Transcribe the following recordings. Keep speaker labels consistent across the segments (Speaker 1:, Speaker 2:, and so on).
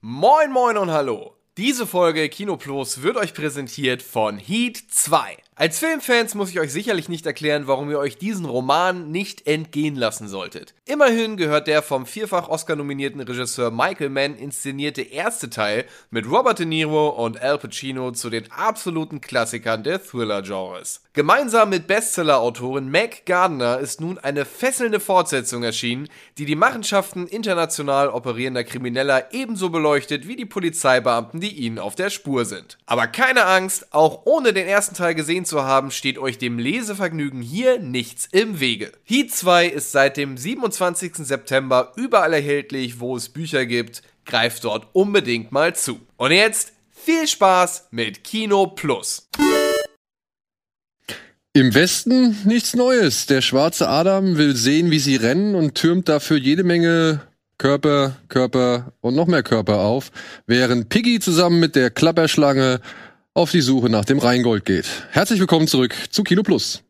Speaker 1: Moin, moin und hallo. Diese Folge Kino Plus wird euch präsentiert von Heat 2. Als Filmfans muss ich euch sicherlich nicht erklären, warum ihr euch diesen Roman nicht entgehen lassen solltet. Immerhin gehört der vom vierfach Oscar-nominierten Regisseur Michael Mann inszenierte erste Teil mit Robert De Niro und Al Pacino zu den absoluten Klassikern der Thriller-Genres. Gemeinsam mit Bestseller-Autorin Meg Gardner ist nun eine fesselnde Fortsetzung erschienen, die die Machenschaften international operierender Krimineller ebenso beleuchtet wie die Polizeibeamten, die ihnen auf der Spur sind. Aber keine Angst, auch ohne den ersten Teil gesehen zu haben, steht euch dem Lesevergnügen hier nichts im Wege. Heat 2 ist seit dem 27. September überall erhältlich, wo es Bücher gibt. Greift dort unbedingt mal zu. Und jetzt viel Spaß mit Kino Plus.
Speaker 2: Im Westen nichts Neues. Der schwarze Adam will sehen, wie sie rennen und türmt dafür jede Menge Körper, Körper und noch mehr Körper auf, während Piggy zusammen mit der Klapperschlange auf die Suche nach dem Rheingold geht. Herzlich willkommen zurück zu Kino Plus.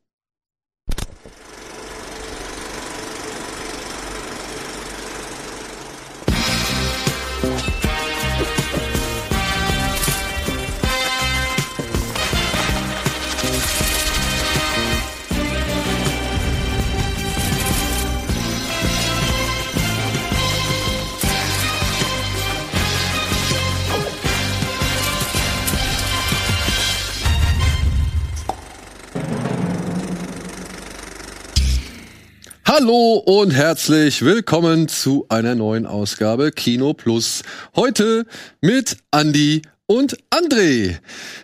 Speaker 2: Hallo und herzlich willkommen zu einer neuen Ausgabe Kino Plus. Heute mit Andy und André,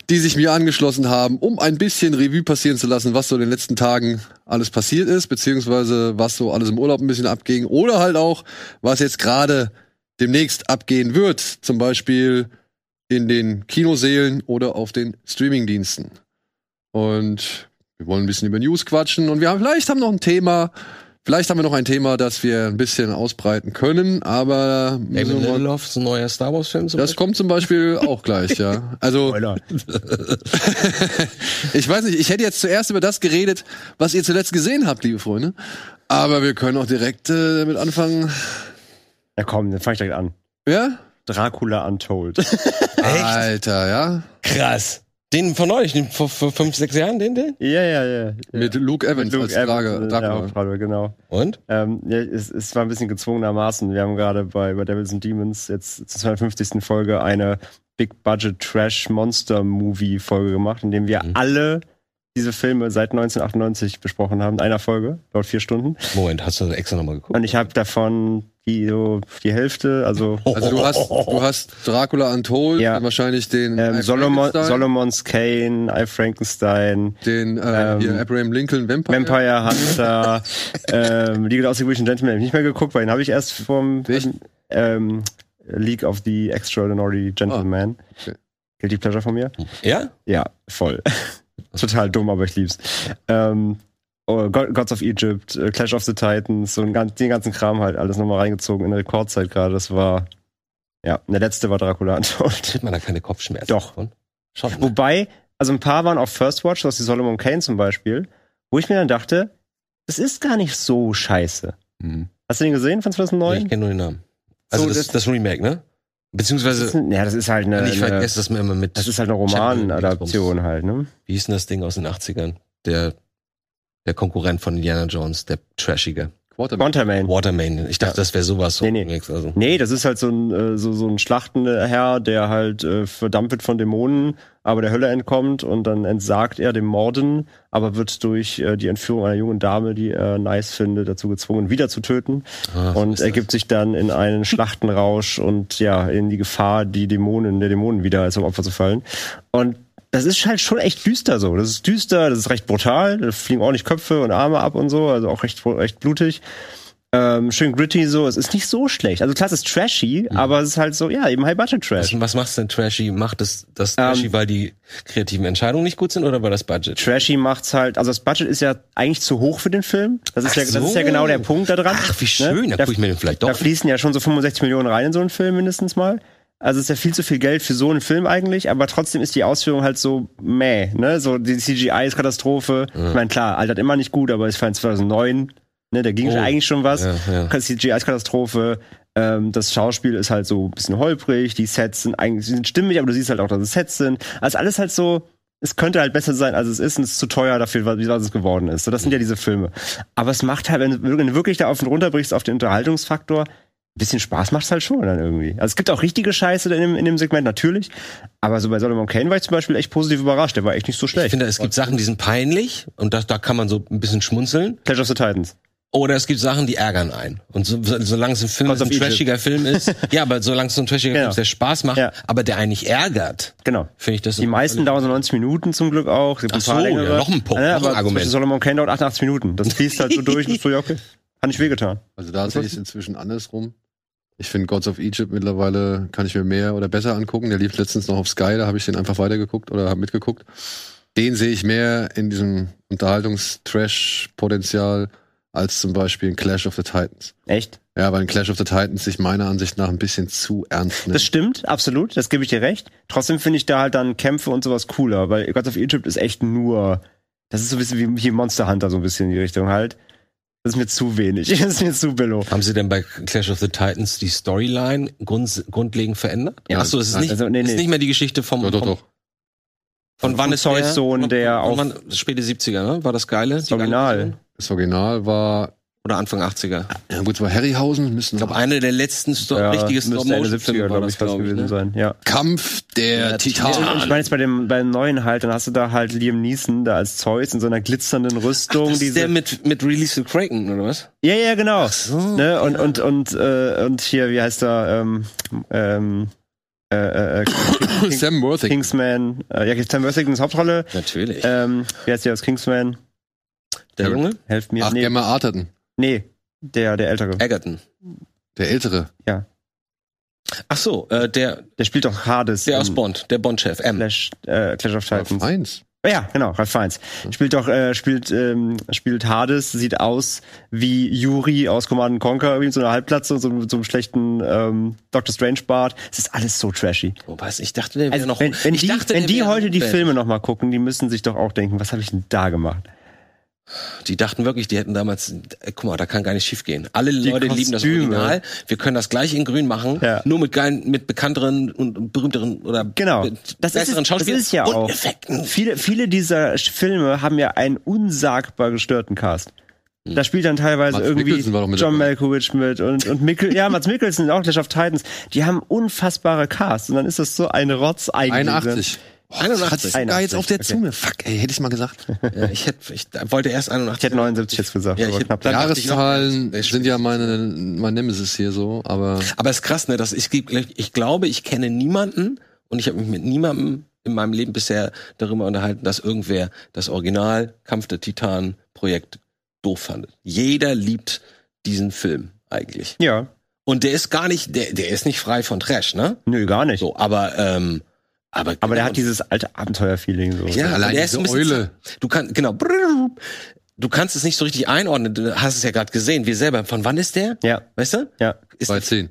Speaker 2: die sich mir angeschlossen haben, um ein bisschen Revue passieren zu lassen, was so in den letzten Tagen alles passiert ist, beziehungsweise was so alles im Urlaub ein bisschen abging oder halt auch, was jetzt gerade demnächst abgehen wird, zum Beispiel in den Kinoseelen oder auf den Streamingdiensten. Und wir wollen ein bisschen über News quatschen und wir haben vielleicht haben noch ein Thema, vielleicht haben wir noch ein Thema, das wir ein bisschen ausbreiten können, aber
Speaker 3: Damon
Speaker 2: müssen wir mal-
Speaker 3: Lindelof, so ein neuer Star Wars Film.
Speaker 2: das kommt zum Beispiel auch gleich, ja. Also ich weiß nicht, ich hätte jetzt zuerst über das geredet, was ihr zuletzt gesehen habt, liebe Freunde. Aber wir können auch direkt äh, damit anfangen.
Speaker 4: Ja komm, dann fang ich direkt an.
Speaker 2: Ja?
Speaker 4: Dracula Untold.
Speaker 2: Alter, ja.
Speaker 3: krass. Den von euch, den vor, vor fünf, sechs Jahren, den, den?
Speaker 4: ja, ja, ja.
Speaker 2: Mit Luke Evans
Speaker 4: Luke
Speaker 2: als Frage.
Speaker 4: Evans, äh, der
Speaker 2: Dracula.
Speaker 4: Hauptrolle, genau.
Speaker 3: Und?
Speaker 4: Ähm, ja, es, es war ein bisschen gezwungenermaßen. Wir haben gerade bei, bei Devils and Demons jetzt zur 52. Folge eine Big Budget Trash Monster Movie Folge gemacht, in dem wir
Speaker 3: Mhm.
Speaker 4: alle diese Filme seit 1998 besprochen haben, in einer Folge, laut vier Stunden.
Speaker 3: Moment, hast du extra nochmal geguckt?
Speaker 4: Und ich habe davon die, so die Hälfte, also
Speaker 2: Also du hast, du hast Dracula Untold,
Speaker 4: Ja.
Speaker 2: und wahrscheinlich den
Speaker 4: ähm,
Speaker 2: Frankenstein,
Speaker 4: Solomon, Solomon's Kane, I Frankenstein,
Speaker 2: den äh,
Speaker 4: ähm,
Speaker 2: hier, Abraham Lincoln Vampire.
Speaker 4: Vampire Hunter, ähm, League of the Extinguished Gentlemen habe ich nicht mehr geguckt, weil den habe ich erst vom
Speaker 2: Echt?
Speaker 4: ähm, League of the Extraordinary Gentleman.
Speaker 2: okay.
Speaker 4: Gilt die Pleasure von mir?
Speaker 3: Ja?
Speaker 4: Ja, voll. Total dumm, aber ich lieb's. Ähm, oh, God, Gods of Egypt, äh, Clash of the Titans, so ein, gan- den ganzen Kram halt alles nochmal reingezogen in Rekordzeit gerade. Das war, ja, der letzte war Dracula Untold.
Speaker 3: Kriegt man da keine Kopfschmerzen
Speaker 4: Doch.
Speaker 3: von? Schon. ne?
Speaker 4: Wobei, also ein paar waren auch First Watch, das ist die Solomon Kane zum Beispiel, wo ich mir dann dachte, das ist gar nicht so scheiße.
Speaker 2: Mhm.
Speaker 4: Hast du den gesehen von
Speaker 3: Nee,
Speaker 4: 2009?
Speaker 3: ich kenne nur den Namen. Also
Speaker 4: So,
Speaker 3: das,
Speaker 4: das-
Speaker 3: das Remake, ne?
Speaker 4: das, ist
Speaker 3: Beziehungsweise,
Speaker 4: ein, ja, das ist halt eine,
Speaker 3: Also ich
Speaker 4: eine
Speaker 3: vergesse das mir immer mit.
Speaker 4: das ist halt eine Romanadaption halt, ne?
Speaker 3: Wie hieß denn das Ding aus den 80ern? Der, der Konkurrent von Indiana Jones, der Trashige.
Speaker 2: Quarterman.
Speaker 4: Quantumane.
Speaker 3: Waterman. Ich dachte, das wäre sowas. so
Speaker 4: Nee, nee.
Speaker 3: Remakes, Also.
Speaker 4: Nee, das ist halt so ein, äh, so, so ein schlachtender Herr, der halt äh, verdammt wird von Dämonen, aber der Hölle entkommt und dann entsagt er dem Morden, aber wird durch äh, die Entführung einer jungen Dame, die er nice findet, dazu gezwungen, wieder zu töten.
Speaker 3: Ah, so
Speaker 4: und
Speaker 3: ist das.
Speaker 4: ergibt sich dann in einen Schlachtenrausch und ja, in die Gefahr, die Dämonen, der Dämonen wieder zum Opfer zu fallen. Und das ist halt schon echt düster so. Das ist düster, das ist recht brutal, da fliegen ordentlich Köpfe und Arme ab und so, also auch recht, recht blutig. Ähm, schön gritty so, es ist nicht so schlecht. Also klar, es ist trashy,
Speaker 3: Mhm.
Speaker 4: aber es ist halt so, ja, eben High-Budget-Trash.
Speaker 3: Was, was macht's denn Trashy? Macht das, das Trashy, weil die kreativen Entscheidungen nicht gut sind oder weil das Budget?
Speaker 4: Trashy macht's halt, also das Budget ist ja eigentlich zu hoch für den Film. Das ist,
Speaker 3: Ach
Speaker 4: ja, das ist
Speaker 3: so.
Speaker 4: ja genau der Punkt da dran. ne?
Speaker 3: Ach, wie schön, da
Speaker 4: Da-
Speaker 3: gucke ich mir den vielleicht doch
Speaker 4: Da fließen ja schon so 65 Millionen rein in so einen Film mindestens mal. Also ist ja viel zu viel Geld für so einen Film eigentlich, aber trotzdem ist die Ausführung halt so meh, ne? So die CGI ist Katastrophe. Ich meine, klar, altert immer nicht gut, aber ich fand 2009, ne, da ging
Speaker 3: Oh.
Speaker 4: eigentlich schon was.
Speaker 3: Ja, ja.
Speaker 4: CGI ist Katastrophe. Ähm, das Schauspiel ist halt so ein bisschen holprig, die Sets sind eigentlich sie sind stimmig, aber du siehst halt auch, dass es Sets sind. Also alles halt so, es könnte halt besser sein, als es ist und es ist zu teuer dafür, was, was es geworden ist. So, das sind ja diese Filme. Aber es macht halt, wenn du wenn du wirklich da auf und runter brichst, auf den Unterhaltungsfaktor, ein bisschen Spaß macht es halt schon dann irgendwie. Also es gibt auch richtige Scheiße in dem, in dem Segment, natürlich. Aber so bei Solomon Kane war ich zum Beispiel echt positiv überrascht. Der war echt nicht so
Speaker 3: Ich
Speaker 4: schlecht.
Speaker 3: finde, es gibt Sachen, die sind peinlich und das, da kann man so ein bisschen schmunzeln.
Speaker 4: Clash of the Titans.
Speaker 3: Oder es gibt Sachen, die ärgern einen. Und so, so, solange es ein Film
Speaker 4: Gods
Speaker 3: ist, ein
Speaker 4: of Egypt.
Speaker 3: trashiger Film ist, ja, aber solange es so ein trashiger
Speaker 4: Genau.
Speaker 3: Film ist, der Spaß macht,
Speaker 4: Ja.
Speaker 3: aber der einen nicht ärgert,
Speaker 4: Genau.
Speaker 3: finde ich das
Speaker 4: Die meisten dauern so 90 Minuten zum Glück auch. Es gibt
Speaker 3: Ach so, ja, noch ein Punkt, noch
Speaker 4: Ja,
Speaker 3: ein
Speaker 4: aber zum
Speaker 3: Argument.
Speaker 4: Beispiel Solomon Kane dauert 88 Minuten. Das fließt halt so durch und bist so, ja, okay. Hat nicht wehgetan.
Speaker 2: Also da sehe ich es inzwischen andersrum. Ich finde Gods of Egypt mittlerweile kann ich mir mehr oder besser angucken. Der lief letztens noch auf Sky, da habe ich den einfach weitergeguckt oder habe mitgeguckt. Den sehe ich mehr in diesem Unterhaltungstrash-Potenzial als zum Beispiel in Clash of the Titans.
Speaker 4: Echt?
Speaker 2: Ja, weil in Clash of the Titans sich meiner Ansicht nach ein bisschen zu ernst nimmt.
Speaker 4: Das stimmt, absolut. Das gebe ich dir recht. Trotzdem finde ich da halt dann Kämpfe und sowas cooler, weil Gods of Egypt ist echt nur. Das ist so ein bisschen wie, wie Monster Hunter, so ein bisschen in die Richtung halt. Das ist mir zu wenig. Das ist mir zu billow.
Speaker 3: Haben sie denn bei Clash of the Titans die Storyline grunds- grundlegend verändert?
Speaker 2: Ja.
Speaker 3: Ach so, es ist,
Speaker 2: Nein,
Speaker 3: nicht,
Speaker 4: also, nee,
Speaker 3: es
Speaker 4: nee.
Speaker 3: ist nicht mehr die Geschichte vom,
Speaker 2: doch, doch,
Speaker 3: vom
Speaker 2: doch.
Speaker 3: von wann
Speaker 4: Von
Speaker 3: ist
Speaker 4: Zeus
Speaker 3: der?
Speaker 4: Sohn,
Speaker 3: Von-
Speaker 4: der
Speaker 3: von
Speaker 4: auf-
Speaker 3: wann, späte 70er, ne? War das geile? die geile
Speaker 4: Original.
Speaker 3: Version?
Speaker 2: Das Original war,
Speaker 3: Oder Anfang 80er. Ich
Speaker 2: ja gut, es war Harryhausen, müssen
Speaker 3: glaube, eine der letzten Sto richtigen
Speaker 4: müsste Ende 70er,
Speaker 3: Stop-Motion-Filme war
Speaker 4: glaub
Speaker 3: das,
Speaker 4: fast
Speaker 3: glaube ich.
Speaker 4: gewesen
Speaker 3: Ne? Ah.
Speaker 4: sein. Ja.
Speaker 2: Kampf der
Speaker 4: Ich
Speaker 2: Titanen.
Speaker 4: meine jetzt bei dem beim neuen halt, dann hast du da halt Liam Neeson da als Zeus in so einer glitzernden Rüstung.
Speaker 3: Das ist
Speaker 4: diese,
Speaker 3: der mit, mit Release the Kraken, oder was?
Speaker 4: ja, ja, genau. ne? Und und und äh, und hier, wie heißt er? Ähm, ähm, äh, äh, King,
Speaker 2: Sam Worthington.
Speaker 4: Kingsman. Äh, ja, Sam Worthingtons Hauptrolle.
Speaker 3: Natürlich.
Speaker 4: Ähm, wie heißt der aus Kingsman?
Speaker 3: der Junge?
Speaker 4: Helft mir.
Speaker 2: Ach,
Speaker 4: nee,
Speaker 2: Gemma Arterton.
Speaker 4: nee, der der ältere.
Speaker 3: Egerton.
Speaker 2: Der Ältere.
Speaker 3: Ach so, äh, der,
Speaker 4: Der spielt doch Hades.
Speaker 3: der
Speaker 4: in
Speaker 3: aus Bond, der Bond-Chef, M.
Speaker 4: Clash, äh, Clash of
Speaker 2: Ralph
Speaker 4: Titans.
Speaker 2: Fiennes.
Speaker 4: Ja, genau, Ralph Fiennes. Spielt doch, äh, spielt, ähm, spielt Hades, sieht aus wie Yuri aus Command and Conquer, irgendwie mit so einer Halbplatze und so, mit so einem schlechten ähm, Doctor strange Bart. Es ist alles so trashy.
Speaker 3: Oh, was? Ich dachte, der wäre
Speaker 4: Also,
Speaker 3: noch.
Speaker 4: wenn, wenn
Speaker 3: ich
Speaker 4: die,
Speaker 3: dachte,
Speaker 4: wenn
Speaker 3: der
Speaker 4: die
Speaker 3: wäre
Speaker 4: heute die
Speaker 3: Bond.
Speaker 4: Filme nochmal gucken, die müssen sich doch auch denken, was habe ich denn da gemacht?
Speaker 3: Die dachten wirklich, die hätten damals, äh, guck mal, da kann gar nicht schief gehen. Alle
Speaker 4: Die
Speaker 3: Leute lieben das
Speaker 4: Kostüme.
Speaker 3: Original. Wir können das gleich in grün machen.
Speaker 4: Ja.
Speaker 3: Nur mit geilen, mit bekannteren und berühmteren oder
Speaker 4: Genau.
Speaker 3: be-
Speaker 4: Das ist
Speaker 3: besseren
Speaker 4: es-
Speaker 3: Schauspielern
Speaker 4: das ist ja
Speaker 3: und
Speaker 4: auch.
Speaker 3: Effekten.
Speaker 4: Viele, viele dieser Sch- Filme haben ja einen unsagbar gestörten Cast.
Speaker 3: Hm.
Speaker 4: Da spielt dann teilweise
Speaker 2: Mats
Speaker 4: irgendwie
Speaker 2: Mikkelsen war doch mit
Speaker 4: John
Speaker 2: dabei.
Speaker 4: Malkovich mit und, und Mikkel, ja, Mats Mikkelsen und auch Clash of Titans. Die haben unfassbare Casts und dann ist das so eine Rotz eigentlich.
Speaker 2: 81. Boah,
Speaker 3: 81.
Speaker 2: hat's sogar jetzt auf der Zunge. Fuck, ey, hätte ich mal gesagt.
Speaker 3: Ja, ich hätte, ich wollte erst 81.
Speaker 4: Ich hätte 79 jetzt gesagt,
Speaker 3: Ja, ich
Speaker 4: aber
Speaker 3: hätte-
Speaker 4: knapp.
Speaker 3: dann- dachte ich noch,
Speaker 2: Jahreszahlen
Speaker 3: der
Speaker 2: sind ja meine, mein Nemesis hier so, aber
Speaker 3: Aber es ist krass, ne? Dass ich, ich glaube, ich kenne niemanden und ich habe mich mit niemandem in meinem Leben bisher darüber unterhalten, dass irgendwer das Original Kampf der Titanen Projekt doof fand. Jeder liebt diesen Film eigentlich.
Speaker 4: ja,
Speaker 3: Und der ist gar nicht, der, der ist nicht frei von Trash, ne?
Speaker 4: nö, gar nicht.
Speaker 3: So, aber, ähm, aber,
Speaker 4: Aber der hat dieses alte Abenteuerfeeling so.
Speaker 3: ja,
Speaker 2: Allein
Speaker 3: der ist
Speaker 2: diese
Speaker 3: ein bisschen-
Speaker 2: Eule.
Speaker 3: Du kannst, genau. Du kannst es nicht so richtig einordnen. Du hast es ja gerade gesehen. Wir selber. Von wann ist der?
Speaker 4: Ja,
Speaker 3: Weißt du?
Speaker 4: ja.
Speaker 3: Ist äh,
Speaker 2: bei Also 10.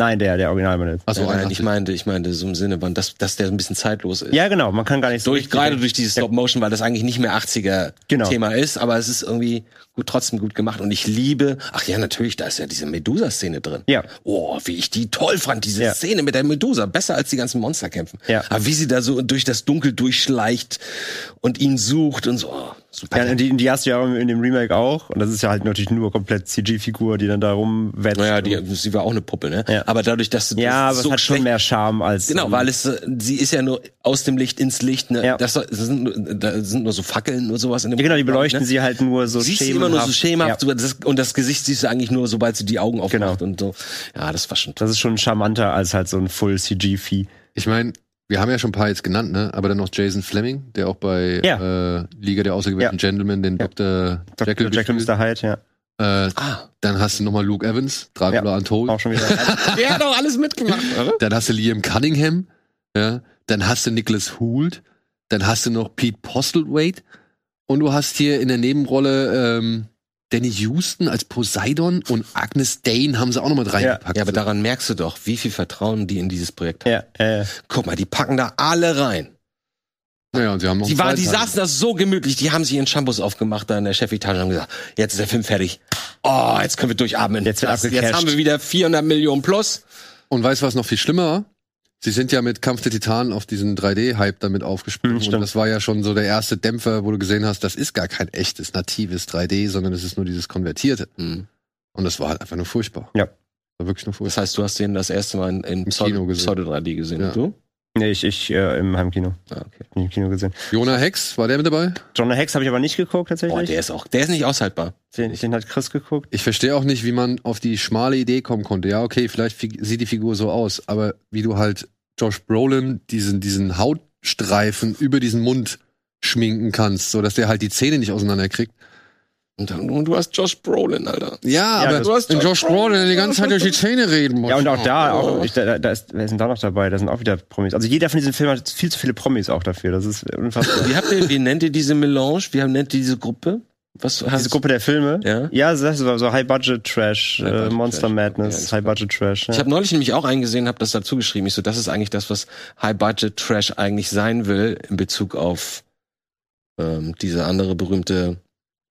Speaker 4: Nein, der, der Originalmann jetzt.
Speaker 2: Achso,
Speaker 3: nein, nein, ich
Speaker 2: 81.
Speaker 3: meinte, ich meinte so im Sinne, wann, dass, dass der ein bisschen zeitlos ist.
Speaker 4: Ja, genau, man kann gar nicht so.
Speaker 3: Durch,
Speaker 4: richtig-
Speaker 3: gerade durch dieses
Speaker 4: Ja.
Speaker 3: Stop-Motion, weil das eigentlich nicht mehr 80er
Speaker 4: Genau.
Speaker 3: Thema ist, aber es ist irgendwie gut, trotzdem gut gemacht. Und ich liebe, ach ja, natürlich, da ist ja diese Medusa-Szene drin.
Speaker 4: Ja.
Speaker 3: Oh, wie ich die toll fand, diese
Speaker 4: Ja.
Speaker 3: Szene mit der Medusa. Besser als die ganzen Monster kämpfen.
Speaker 4: Ja.
Speaker 3: Aber wie sie da so durch das Dunkel durchschleicht und ihn sucht und so. Oh, super.
Speaker 4: Ja, und die, die hast du ja auch in dem Remake auch. Und das ist ja halt natürlich nur komplett CG-Figur, die dann da rumwetzt.
Speaker 3: naja, die, sie war auch eine Puppe, ne?
Speaker 4: Ja.
Speaker 3: Aber dadurch, dass du
Speaker 4: ja,
Speaker 3: das
Speaker 4: aber es hat schon
Speaker 3: schlecht-
Speaker 4: mehr Charme als.
Speaker 3: Genau, weil es, äh, sie ist ja nur aus dem Licht ins Licht. Ne?
Speaker 4: Ja.
Speaker 3: Das, soll- das sind, nur- da sind nur so Fackeln und sowas. In dem
Speaker 4: Ja, genau, die
Speaker 3: Background,
Speaker 4: beleuchten
Speaker 3: ne?
Speaker 4: sie halt nur so
Speaker 3: siehst du immer nur so schemhaft
Speaker 4: schemenhaft.
Speaker 3: so das, und das Gesicht siehst du eigentlich nur, sobald sie die Augen aufmacht
Speaker 4: Genau.
Speaker 3: und so. Ja, das war schon toll.
Speaker 4: Das ist schon charmanter als halt so ein Full-CG-Vieh.
Speaker 2: Ich meine, wir haben ja schon ein paar jetzt genannt, ne? Aber dann noch Jason Fleming, der auch bei äh, Liga der außergewöhnlichen Gentlemen den
Speaker 4: Ja.
Speaker 2: Dr. Jekyll
Speaker 4: Dr. Jekyll
Speaker 2: gespielt.
Speaker 4: Mr. Hyde, ja.
Speaker 2: Äh,
Speaker 3: Ah,
Speaker 2: dann hast du nochmal Luke Evans, Dracula
Speaker 4: Ja.
Speaker 2: Untold.
Speaker 4: Auch schon wieder.
Speaker 3: der hat auch alles mitgemacht, oder?
Speaker 2: Dann hast du Liam Cunningham, ja? Dann hast du Nicholas Hoult, dann hast du noch Pete Postlewaite und du hast hier in der Nebenrolle ähm, Danny Houston als Poseidon und Agnes Dane haben sie auch noch mit reingepackt.
Speaker 3: Ja, aber daran merkst du doch, wie viel Vertrauen die in dieses Projekt haben.
Speaker 4: ja, äh,
Speaker 3: Guck mal, die packen da alle rein.
Speaker 2: naja, und sie haben noch
Speaker 3: Die,
Speaker 2: einen
Speaker 3: waren, die
Speaker 2: zweiten Teil.
Speaker 3: saßen da so gemütlich, die haben sich ihren Shampoos aufgemacht da in der Chefetage und haben gesagt, jetzt ist der Film fertig. oh, jetzt können wir durchatmen.
Speaker 4: Jetzt wird
Speaker 3: Das- jetzt
Speaker 4: abgecasht.
Speaker 3: haben wir wieder 400 Millionen plus.
Speaker 2: Und weißt du, was noch viel schlimmer war? Sie sind ja mit Kampf der Titanen auf diesen 3D-Hype damit
Speaker 4: Hm,
Speaker 2: aufgesprungen.
Speaker 4: stimmt.
Speaker 2: und das war ja schon so der erste Dämpfer, wo du gesehen hast, das ist gar kein echtes, natives 3D, sondern es ist nur dieses konvertierte. Und das war halt einfach nur furchtbar.
Speaker 4: Ja.
Speaker 2: War wirklich nur furchtbar.
Speaker 3: Hm. Das heißt, du hast den das erste Mal in, in Pseudo,
Speaker 2: Kino gesehen.
Speaker 3: Pseudo 3D gesehen.
Speaker 2: Ja.
Speaker 3: Und du?
Speaker 4: Nee, ich, ich äh, im Heimkino.
Speaker 3: Ah, okay.
Speaker 4: Bin Im Kino gesehen.
Speaker 2: Jonah Hex, war der mit dabei?
Speaker 4: John Hex habe ich aber nicht geguckt
Speaker 3: Boah,
Speaker 4: tatsächlich.
Speaker 3: der ist auch, der ist nicht aushaltbar.
Speaker 4: den, den hat Chris geguckt.
Speaker 2: Ich verstehe auch nicht, wie man auf die schmale Idee kommen konnte. Ja, okay, vielleicht fi- sieht die Figur so aus, aber wie du halt Josh Brolin diesen, diesen Hautstreifen über diesen Mund schminken kannst, so dass der halt die Zähne nicht auseinanderkriegt.
Speaker 3: Und, dann, und du hast Josh Brolin, Alter.
Speaker 2: Ja,
Speaker 4: Ja,
Speaker 2: aber
Speaker 4: das-
Speaker 2: du hast wenn Josh Brolin der die ganze Zeit durch die Zähne reden muss.
Speaker 4: Ja, und auch da,
Speaker 3: Oh.
Speaker 4: auch, ich, da, da ist, wer ist denn da noch dabei? Da sind auch wieder Promis. Also jeder von diesen Filmen hat viel zu viele Promis auch dafür. Das ist unfassbar.
Speaker 3: Wie, habt ihr, wie nennt ihr diese Melange? Wie haben- nennt ihr diese Gruppe? Was hast
Speaker 4: Diese Gruppe der Filme.
Speaker 3: Ja.
Speaker 4: Ja, das ist so High-Budget-Trash,
Speaker 3: High
Speaker 4: äh,
Speaker 3: Budget
Speaker 4: Monster
Speaker 3: Trash. Ja,
Speaker 4: Madness,
Speaker 3: ist
Speaker 4: High-Budget-Trash. Ja.
Speaker 3: Ich habe neulich nämlich auch einen gesehen, habe das dazu geschrieben. Ich so, das ist eigentlich das, was High-Budget-Trash eigentlich sein will in Bezug auf ähm, diese andere berühmte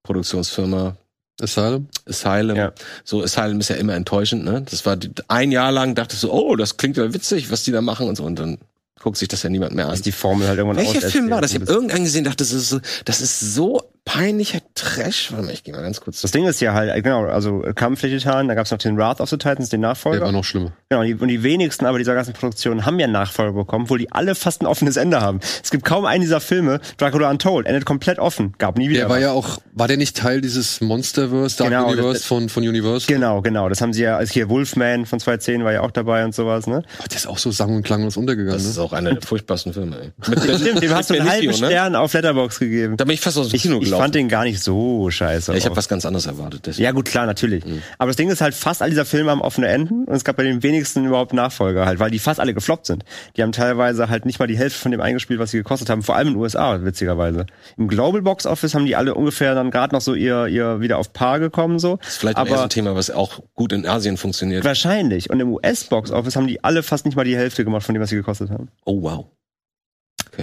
Speaker 3: Produktionsfirma
Speaker 2: Asylum?
Speaker 3: Asylum.
Speaker 4: Ja.
Speaker 3: So Asylum ist ja immer enttäuschend. Ne? Das war die, ein Jahr lang dachte ich so, oh, das klingt ja witzig, was die da machen und so. Und dann guckt sich das ja niemand mehr an.
Speaker 4: ist die Formel halt irgendwann
Speaker 3: Welcher Film war das? Ich
Speaker 4: auserzählt.
Speaker 3: habe irgendeinen gesehen, dachte, das ist so, das ist so peinlicher Trash. Warte mal, ich gehe mal ganz kurz.
Speaker 4: Das Ding ist ja halt, äh, genau, also äh, Kampf der Titanen, da gab es noch den Wrath of the Titans, den
Speaker 2: Der war
Speaker 4: Nachfolger.
Speaker 2: noch schlimmer.
Speaker 4: Genau, und die, und die wenigsten aber dieser ganzen Produktionen haben ja einen Nachfolger bekommen, obwohl die alle fast ein offenes Ende haben. Es gibt kaum einen dieser Filme, Dracula Untold, endet komplett offen, gab nie wieder.
Speaker 2: Der war
Speaker 4: was.
Speaker 2: ja auch, war der nicht Teil dieses Monsterverse, Dark
Speaker 4: Genau, das-
Speaker 2: Universe
Speaker 4: das-
Speaker 2: von, von Universal?
Speaker 4: genau, genau, das haben sie ja, also hier Wolfman von 2010 war ja auch dabei und sowas, ne?
Speaker 2: Oh, der ist auch so sang- und klanglos untergegangen,
Speaker 3: Das
Speaker 2: ne?
Speaker 3: ist auch einer der furchtbarsten Filme. Ey. Mit Ben-
Speaker 4: Mhm. Stimmt, dem
Speaker 3: mit
Speaker 4: hast du einen
Speaker 3: Benicio,
Speaker 4: halben
Speaker 3: ne?
Speaker 4: Stern auf Letterbox gegeben.
Speaker 3: Da bin ich fast aus dem
Speaker 4: Ich,
Speaker 3: Kino
Speaker 4: ich
Speaker 3: gelaufen.
Speaker 4: fand den gar nicht so scheiße.
Speaker 3: ja, ich
Speaker 4: auch.
Speaker 3: habe was Mhm. ganz anderes erwartet. Deswegen.
Speaker 4: Ja, gut, klar, natürlich. Aber das Ding ist halt, fast all dieser Filme haben offene Enden und es gab bei den wenigsten überhaupt Nachfolger halt, weil die fast alle gefloppt sind. Die haben teilweise halt nicht mal die Hälfte von dem eingespielt, was sie gekostet haben, vor allem in den USA, witzigerweise. Im Global Box Office haben die alle ungefähr dann gerade noch so ihr, ihr wieder auf Paar gekommen, so.
Speaker 3: Das ist vielleicht aber, eher so ein
Speaker 4: aber
Speaker 3: Thema, was auch gut in Asien funktioniert.
Speaker 4: wahrscheinlich. Und im US Box Office haben die alle fast nicht mal die Hälfte gemacht von dem, was sie gekostet haben.
Speaker 3: Oh wow.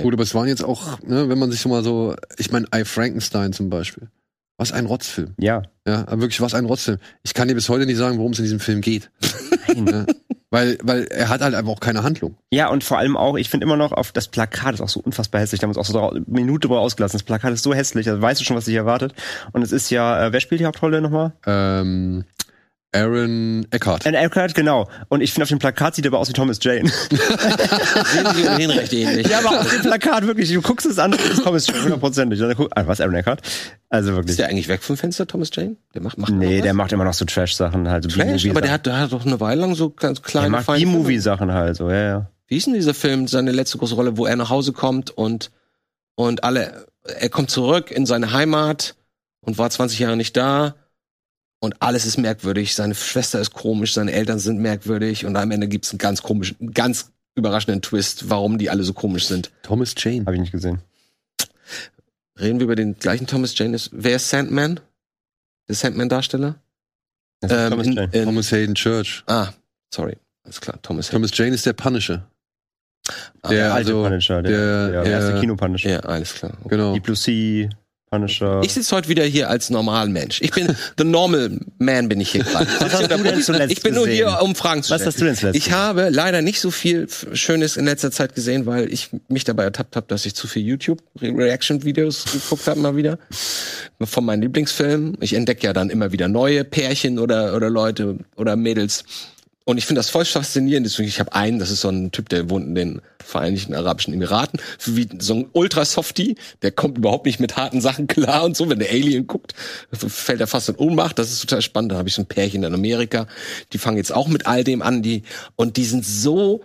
Speaker 2: Gut, aber es waren jetzt auch, ne, wenn man sich so mal so, ich meine, I Frankenstein zum Beispiel. Was ein Rotzfilm.
Speaker 4: Ja.
Speaker 2: Ja, aber wirklich, was ein Rotzfilm. Ich kann dir bis heute nicht sagen, worum es in diesem Film geht. ja, weil, weil er hat halt einfach auch keine Handlung.
Speaker 4: Ja, und vor allem auch, ich finde immer noch, auf das Plakat ist auch so unfassbar hässlich. Da haben wir uns auch so drau- eine Minute drüber ausgelassen. Das Plakat ist so hässlich, da weißt du schon, was dich erwartet. Und es ist ja, äh, wer spielt die Hauptrolle nochmal?
Speaker 2: Ähm, Aaron Eckhart.
Speaker 4: Anne Eckhart, genau. Und ich finde, auf dem Plakat sieht er aber aus wie Thomas Jane.
Speaker 3: Sehen Sie und recht ähnlich.
Speaker 4: ja, aber auf dem Plakat wirklich, du guckst es an, das ist Thomas Jane, hundertprozentig. Und dann guck- Ah, was, Aaron Eckhart? Also
Speaker 3: Ist
Speaker 4: wirklich.
Speaker 3: der eigentlich weg vom Fenster, Thomas Jane? Der macht, macht
Speaker 4: Nee, der
Speaker 3: macht
Speaker 4: macht immer noch so Trash-Sachen halt. So
Speaker 3: Trash,
Speaker 4: B-Movie-Sachen.
Speaker 3: aber der hat, der hat doch eine Weile lang so ganz
Speaker 4: der
Speaker 3: kleine
Speaker 4: macht
Speaker 3: feine Filme.
Speaker 4: B-Movie-Sachen halt so, ja, ja.
Speaker 3: Wie ist denn dieser Film, seine letzte große Rolle, wo er nach Hause kommt und, und alle, er kommt zurück in seine Heimat und war 20 Jahre nicht da und alles ist merkwürdig. Seine Schwester ist komisch, seine Eltern sind merkwürdig und am Ende gibt's einen ganz komischen, einen ganz überraschenden Twist, warum die alle so komisch sind.
Speaker 2: Thomas Jane.
Speaker 4: Habe ich nicht gesehen.
Speaker 3: Reden wir über den gleichen Thomas Jane. Ist- Wer ist Sandman? Der Sandman-Darsteller?
Speaker 4: Das ist
Speaker 3: Ähm,
Speaker 4: Thomas
Speaker 3: in,
Speaker 4: Jane.
Speaker 3: in,
Speaker 2: Thomas Hayden Church.
Speaker 3: ah, sorry. Alles klar, Thomas Hanks.
Speaker 2: Thomas Jane ist der Punisher.
Speaker 3: Ah,
Speaker 2: Der,
Speaker 4: der alte
Speaker 2: also,
Speaker 4: Punisher, der,
Speaker 2: der-
Speaker 4: der, erste
Speaker 2: der-
Speaker 4: Kino-Punisher.
Speaker 3: Ja, alles klar.
Speaker 2: genau.
Speaker 4: Die Blue Sea, Punisher.
Speaker 3: Ich sitze heute wieder hier als Normalmensch. Ich bin the normal man bin ich hier gerade. Ich sitz hier
Speaker 4: hast
Speaker 3: unter
Speaker 4: du denn
Speaker 3: Profis.
Speaker 4: zuletzt
Speaker 3: Ich bin nur
Speaker 4: gesehen?
Speaker 3: hier, um Fragen zu stellen.
Speaker 4: Was hast du denn zuletzt
Speaker 3: Ich
Speaker 4: gesehen?
Speaker 3: habe leider nicht so viel F- Schönes in letzter Zeit gesehen, weil ich mich dabei ertappt habe, dass ich zu viel YouTube-Reaction-Videos geguckt habe mal wieder. Von meinen Lieblingsfilmen. Ich entdecke ja dann immer wieder neue Pärchen oder, oder Leute oder Mädels. Und ich finde das voll faszinierend. Deswegen, Ich habe einen, das ist so ein Typ, der wohnt in den Vereinigten Arabischen Emiraten, wie so ein Ultra-Softie, der kommt überhaupt nicht mit harten Sachen klar und so. Wenn der Alien guckt, fällt er fast in Ohnmacht. Das ist total spannend. Da habe ich so ein Pärchen in Amerika, die fangen jetzt auch mit all dem an, die und die sind so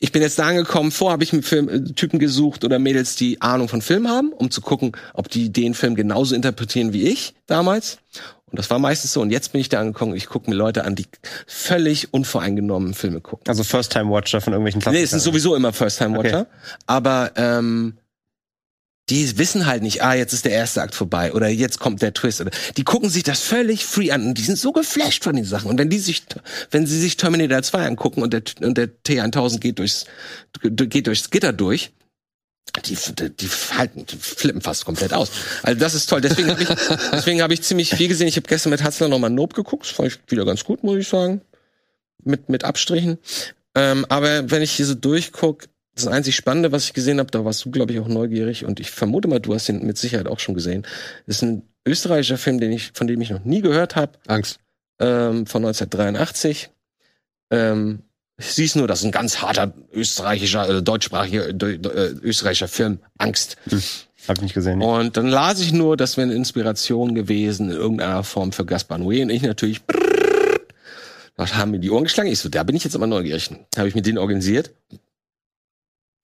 Speaker 3: ich bin jetzt da angekommen, vor habe ich einen Film, äh, Typen gesucht oder Mädels, die Ahnung von Film haben, um zu gucken, ob die den Film genauso interpretieren wie ich damals. Und das war meistens so. Und jetzt bin ich da angekommen, ich gucke mir Leute an, die völlig unvoreingenommen Filme gucken.
Speaker 4: also First-Time-Watcher von irgendwelchen
Speaker 3: Nee, es sind sowieso immer First-Time-Watcher. Aber ähm, die wissen halt nicht, ah, jetzt ist der erste Akt vorbei oder jetzt kommt der Twist. Oder, die gucken sich das völlig free an und die sind so geflasht von den Sachen. Und wenn die sich, wenn sie sich Terminator 2 angucken und der, und der T1000 geht durchs, geht durchs Gitter durch, die, die, die, halten, die flippen fast komplett aus. Also das ist toll. Deswegen habe ich, deswegen hab ich ziemlich viel gesehen. Ich habe gestern mit Hatzler nochmal Nope geguckt. Das fand ich wieder ganz gut, muss ich sagen. Mit, mit Abstrichen. Ähm, aber wenn ich hier so durchguck, das einzig Spannende, was ich gesehen habe, da warst du, glaube ich, auch neugierig und ich vermute mal, du hast ihn mit Sicherheit auch schon gesehen. Ist ein österreichischer Film, den ich, von dem ich noch nie gehört habe,
Speaker 2: Angst.
Speaker 3: ähm, von 1983. Ähm, siehst nur, das ist ein ganz harter österreichischer, äh, deutschsprachiger, deu- deu- äh, österreichischer Film, Angst.
Speaker 4: Hab ich nicht gesehen.
Speaker 3: Und dann las ich nur, das wäre eine Inspiration gewesen in irgendeiner Form für Gaspar Noé. Und ich natürlich, brrrr, das haben mir die Ohren geschlagen. Ich so, da bin ich jetzt immer neugierig. Da habe ich mir den organisiert.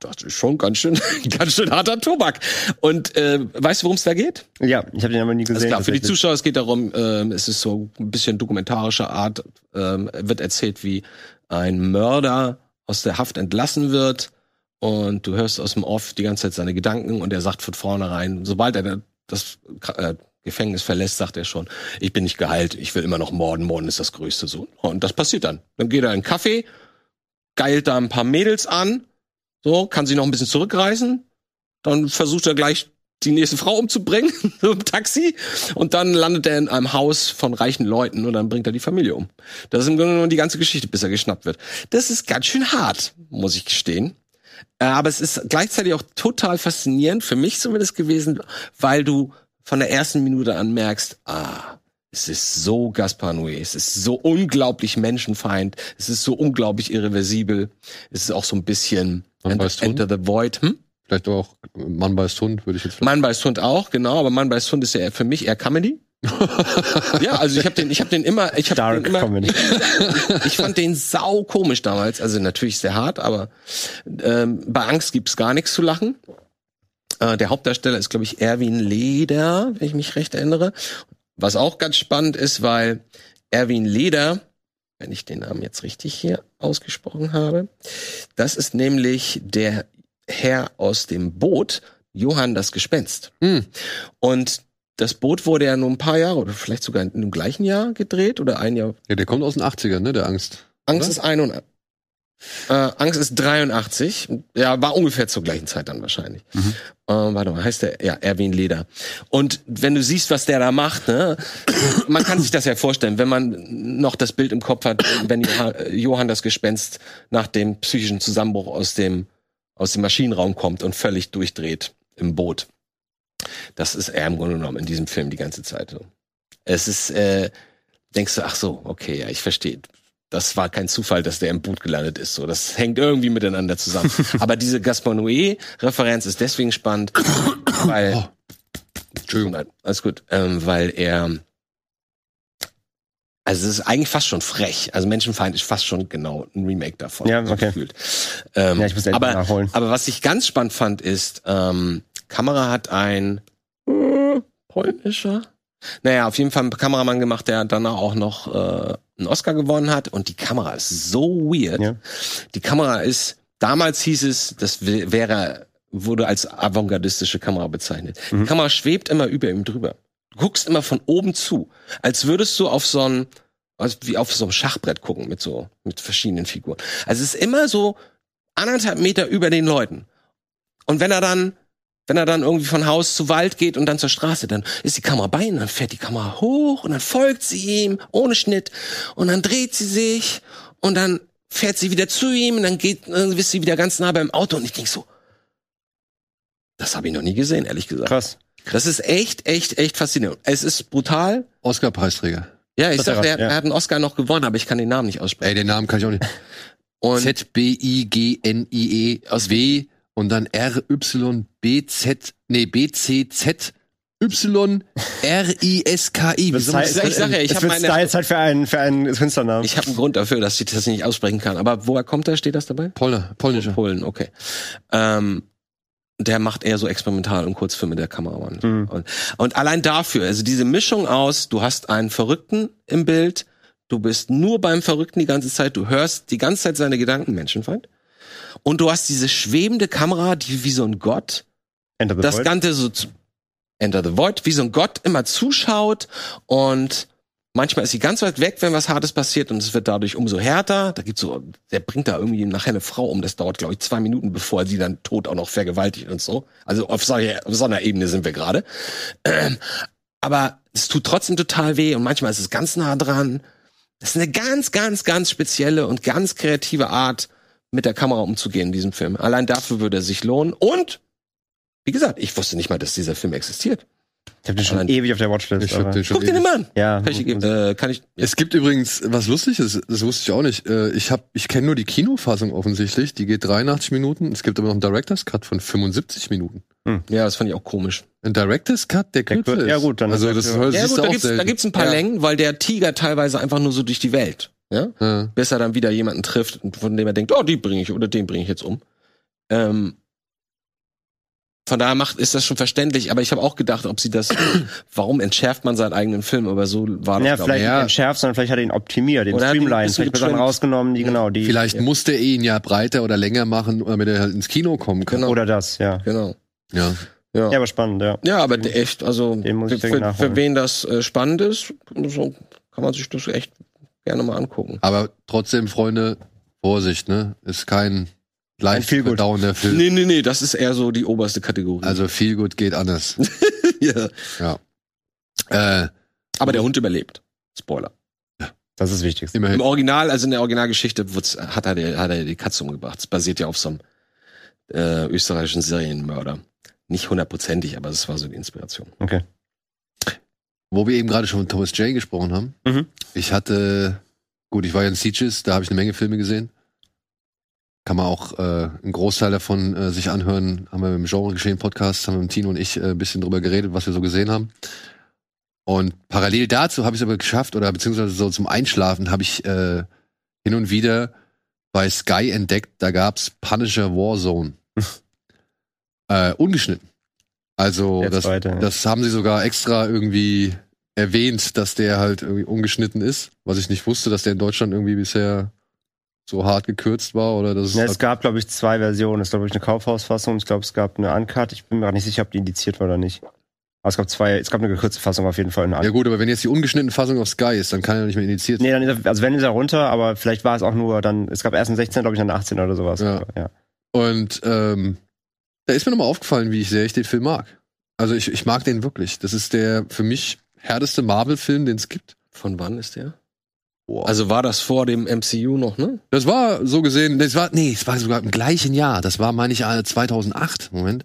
Speaker 3: Das ist schon ganz schön, ganz schön harter Tobak. Und äh, weißt du, worum es da geht?
Speaker 4: Ja, ich habe den aber nie
Speaker 3: Alles
Speaker 4: gesehen.
Speaker 3: Also klar, für die
Speaker 4: tatsächlich.
Speaker 3: Zuschauer, es geht darum, ähm, es ist so ein bisschen dokumentarische Art, ähm, wird erzählt, wie ein Mörder aus der Haft entlassen wird und du hörst aus dem Off die ganze Zeit seine Gedanken und er sagt von vornherein, sobald er das äh, Gefängnis verlässt, sagt er schon, ich bin nicht geheilt, ich will immer noch morden, morden ist das Größte so. Und das passiert dann. Dann geht er in einen Kaffee, geilt da ein paar Mädels an, so, kann sich noch ein bisschen zurückreißen, dann versucht er gleich die nächste Frau umzubringen im Taxi und dann landet er in einem Haus von reichen Leuten und dann bringt er die Familie um. Das ist im Grunde genommen die ganze Geschichte, bis er geschnappt wird. Das ist ganz schön hart, muss ich gestehen. Äh, Aber es ist gleichzeitig auch total faszinierend, für mich zumindest gewesen, weil du von der ersten Minute an merkst, ah, es ist so Gaspar Noé, es ist so unglaublich menschenfeind, es ist so unglaublich irreversibel, es ist auch so ein bisschen
Speaker 2: Man weiß tun.
Speaker 3: Enter the Void. Hm?
Speaker 2: Vielleicht auch Mann beißt Hund, würde ich jetzt vielleicht.
Speaker 3: Mann beißt Hund auch, genau, aber Mann beißt Hund ist ja eher für mich eher Comedy. ja, also ich habe den, ich habe den immer, ich habe den
Speaker 4: Dark
Speaker 3: immer,
Speaker 4: Comedy.
Speaker 3: ich fand den sau komisch damals, also natürlich sehr hart, aber ähm, bei Angst gibt's gar nichts zu lachen. Äh, der Hauptdarsteller ist, glaube ich, Erwin Leder, wenn ich mich recht erinnere. Was auch ganz spannend ist, weil Erwin Leder, wenn ich den Namen jetzt richtig hier ausgesprochen habe, das ist nämlich der Herr aus dem Boot, Johann das Gespenst.
Speaker 2: Hm.
Speaker 3: Und das Boot wurde ja nur ein paar Jahre oder vielleicht sogar in dem gleichen Jahr gedreht oder ein Jahr
Speaker 2: Ja, der kommt aus den 80ern, ne, der Angst.
Speaker 3: Angst
Speaker 2: Oder?
Speaker 3: ist 81. Äh, Angst ist 83. Ja, war ungefähr zur gleichen Zeit dann wahrscheinlich. Äh, warte mal, heißt der, ja, Erwin Leder. Und wenn du siehst, was der da macht, ne, man kann sich das ja vorstellen, wenn man noch das Bild im Kopf hat, wenn Johann- äh, Johann das Gespenst nach dem psychischen Zusammenbruch aus dem, aus dem Maschinenraum kommt und völlig durchdreht im Boot. Das ist er im Grunde genommen in diesem Film die ganze Zeit so. Es ist, äh, denkst du, ach so, okay, ja, ich verstehe das war kein Zufall, dass der im Boot gelandet ist. So, das hängt irgendwie miteinander zusammen. Aber diese Gaspar Noé-Referenz ist deswegen spannend, weil
Speaker 4: Oh.
Speaker 2: Entschuldigung.
Speaker 3: Nein, alles gut. Ähm, weil er. Also es ist eigentlich fast schon frech. Also Menschenfeind ist fast schon genau ein Remake davon.
Speaker 4: Ja,
Speaker 3: so
Speaker 4: okay.
Speaker 3: Gefühlt. Ähm,
Speaker 4: Ja, ich muss endlich
Speaker 3: aber,
Speaker 4: nachholen.
Speaker 3: aber was ich ganz spannend fand, ist, ähm, Kamera hat ein äh, polnischer. Naja, auf jeden Fall einen Kameramann gemacht, der danach auch noch äh, einen Oscar gewonnen hat. Und die Kamera ist so weird.
Speaker 4: Ja.
Speaker 3: Die Kamera ist, damals hieß es, das w- wäre, wurde als avantgardistische Kamera bezeichnet. Die Kamera schwebt immer über ihm drüber. Du guckst immer von oben zu. Als würdest du auf so ein, also wie auf so einem Schachbrett gucken mit so, mit verschiedenen Figuren. Also es ist immer so anderthalb Meter über den Leuten. Und wenn er dann, wenn er dann irgendwie von Haus zu Wald geht und dann zur Straße, dann ist die Kamera bei ihm, dann fährt die Kamera hoch und dann folgt sie ihm ohne Schnitt und dann dreht sie sich und dann fährt sie wieder zu ihm und dann geht, dann ist sie wieder ganz nah beim Auto und ich denk so, das habe ich noch nie gesehen, ehrlich gesagt.
Speaker 4: Krass.
Speaker 3: Das ist echt, echt, echt faszinierend. Es ist brutal.
Speaker 2: Oscar-Preisträger.
Speaker 3: Ja, ich
Speaker 4: Hat er
Speaker 3: sag, der,
Speaker 4: was, ja.
Speaker 3: er hat einen Oscar noch gewonnen, aber ich kann den Namen nicht aussprechen.
Speaker 2: Ey, den Namen kann ich auch nicht.
Speaker 3: Und
Speaker 2: Z-B-I-G-N-I-E E aus W und dann R-Y-B-Z, nee, B-C-Z. Y-R-I-S-K-I. Wie soll man
Speaker 3: heißt- ich
Speaker 2: denn?
Speaker 3: sag ja, ich
Speaker 4: es
Speaker 3: hab
Speaker 4: wird
Speaker 3: meine-
Speaker 4: Style halt für einen, für einen Künstlernamen.
Speaker 3: ich habe einen Grund dafür, dass ich das nicht aussprechen kann. Aber woher kommt er? Steht das dabei?
Speaker 2: Polner, polnischer.
Speaker 3: Polen, okay. Ähm, der macht eher so experimental und Kurzfilme der Kameramann. Und, und allein dafür, also diese Mischung aus, du hast einen Verrückten im Bild, du bist nur beim Verrückten die ganze Zeit, du hörst die ganze Zeit seine Gedanken, Menschenfeind. Und du hast diese schwebende Kamera, die wie so ein Gott
Speaker 4: Enter the
Speaker 3: das
Speaker 4: Void.
Speaker 3: Ganze so zu- Enter the Void, wie so ein Gott immer zuschaut und Manchmal ist sie ganz weit weg, wenn was Hartes passiert und es wird dadurch umso härter. Da gibt's so, der bringt da irgendwie nachher eine Frau um. Das dauert, glaube ich, zwei Minuten, bevor sie dann tot auch noch vergewaltigt und so. Also auf so, auf so einer Ebene sind wir gerade. Ähm, aber es tut trotzdem total weh und manchmal ist es ganz nah dran. Das ist eine ganz, ganz, ganz spezielle und ganz kreative Art, mit der Kamera umzugehen in diesem Film. Allein dafür würde er sich lohnen. Und, wie gesagt, ich wusste nicht mal, dass dieser Film existiert.
Speaker 4: Ich habe den schon
Speaker 3: Nein.
Speaker 4: ewig auf der Watchlist.
Speaker 2: Ich hab
Speaker 4: aber-
Speaker 2: den schon
Speaker 3: Guck den
Speaker 2: ewig-
Speaker 3: immer an.
Speaker 4: Ja,
Speaker 3: Kann ich, äh, kann ich,
Speaker 2: Es gibt übrigens was Lustiges, das wusste ich auch nicht. Äh, Ich hab, ich kenne nur die Kinofassung offensichtlich, die geht 83 Minuten. Es gibt aber noch einen Director's Cut von 75 Minuten.
Speaker 3: ja, das fand ich auch komisch.
Speaker 2: Ein Director's Cut, der kürzer
Speaker 4: kür-
Speaker 2: ist.
Speaker 4: ja gut, dann-
Speaker 2: also das
Speaker 4: Ja,
Speaker 2: ja,
Speaker 3: Ja,
Speaker 2: siehst
Speaker 3: gut,
Speaker 2: du
Speaker 3: da
Speaker 2: auch
Speaker 3: gibt's, da
Speaker 2: selten.
Speaker 3: gibt's ein paar
Speaker 2: Ja.
Speaker 3: Längen, weil der Tiger teilweise einfach nur so durch die Welt. Ja?
Speaker 2: Ja.
Speaker 3: Bis er dann wieder jemanden trifft, und von dem er denkt, oh, die bringe ich oder den bringe ich jetzt um. Ähm, von daher macht, ist das schon verständlich, aber ich habe auch gedacht, ob sie das, warum entschärft man seinen eigenen Film, aber so war das,
Speaker 4: Ja,
Speaker 3: glaub
Speaker 4: vielleicht
Speaker 2: Ja.
Speaker 4: nicht entschärft, sondern vielleicht hat er ihn optimiert, den
Speaker 3: Oder hat ihn ein
Speaker 4: Streamline,
Speaker 3: bisschen
Speaker 4: vielleicht Sachen
Speaker 3: getrimmt.
Speaker 4: rausgenommen, die genau, die
Speaker 2: Vielleicht musste er ihn ja breiter oder länger machen, damit er halt ins Kino kommen kann.
Speaker 3: Genau.
Speaker 4: oder das, ja.
Speaker 3: ich. Genau.
Speaker 2: Ja.
Speaker 3: Ja.
Speaker 4: Ja, aber spannend, ja.
Speaker 3: Ja, aber der echt, also
Speaker 4: Den muss
Speaker 3: für,
Speaker 4: ich direkt
Speaker 3: für,
Speaker 4: nachholen.
Speaker 3: für wen das äh, spannend ist, so kann man sich das echt gerne mal angucken.
Speaker 2: Aber trotzdem, Freunde, Vorsicht, ne? Ist kein leicht
Speaker 4: Feel Good.
Speaker 2: verdauender Film.
Speaker 3: Nee, nee, nee, das ist eher so die oberste Kategorie.
Speaker 2: Äh. Also viel gut geht anders.
Speaker 3: ja.
Speaker 2: äh,
Speaker 3: Aber der Hund überlebt. Spoiler.
Speaker 4: Das ist das Wichtigste.
Speaker 2: immerhin.
Speaker 3: Im Original, also in der Originalgeschichte, wurd's- hat er, die- hat er die Katze umgebracht. Es basiert ja auf so einem äh, österreichischen Serienmörder. Nicht hundertprozentig, aber es war so die Inspiration.
Speaker 2: Wo wir eben gerade schon von Thomas Jane gesprochen haben.
Speaker 4: Mhm.
Speaker 2: Ich hatte, gut, ich war ja in Sieges, da habe ich eine Menge Filme gesehen. Kann man auch äh, einen Großteil davon äh, sich anhören. Haben wir im Genre geschehen Podcast, haben Tino und ich äh, ein bisschen drüber geredet, was wir so gesehen haben. Und parallel dazu habe ich es aber geschafft, oder beziehungsweise so zum Einschlafen habe ich äh, hin und wieder bei Sky entdeckt, da gab's Punisher Warzone. äh, ungeschnitten.
Speaker 3: Oh,
Speaker 2: Also
Speaker 4: Der
Speaker 2: das,
Speaker 4: zweite, ja.
Speaker 2: das haben sie sogar extra irgendwie erwähnt, dass der halt irgendwie ungeschnitten ist, was ich nicht wusste, dass der in Deutschland irgendwie bisher so hart gekürzt war oder dass es
Speaker 4: Ja,
Speaker 2: halt
Speaker 4: es gab, glaube ich, zwei Versionen. Es glaube ich eine Kaufhausfassung und ich glaube, es gab eine Uncut. Ich bin mir gerade nicht sicher, ob die indiziert war oder nicht. Aber es gab zwei, es gab eine gekürzte Fassung auf jeden Fall. Eine
Speaker 2: Ja
Speaker 4: Uncut.
Speaker 2: gut, aber wenn jetzt die ungeschnittene Fassung auf Sky ist, dann kann er nicht mehr indiziert
Speaker 4: Nee, dann ist er, also wenn ist er runter, aber vielleicht war es auch nur dann, es gab erst einen 16, glaube ich, dann einen 18 oder sowas.
Speaker 2: Ja.
Speaker 4: Aber, ja.
Speaker 2: Und ähm, da ist mir nochmal aufgefallen, wie ich sehr ich den Film mag. Also ich, ich mag den wirklich. Das ist der für mich härteste Marvel-Film, den es gibt.
Speaker 3: Von wann ist der?
Speaker 2: Boah.
Speaker 3: Also war das vor dem MCU noch, ne?
Speaker 2: Das war so gesehen, das war, nee, es war sogar im gleichen Jahr. Das war, meine ich, äh, 2008. Moment.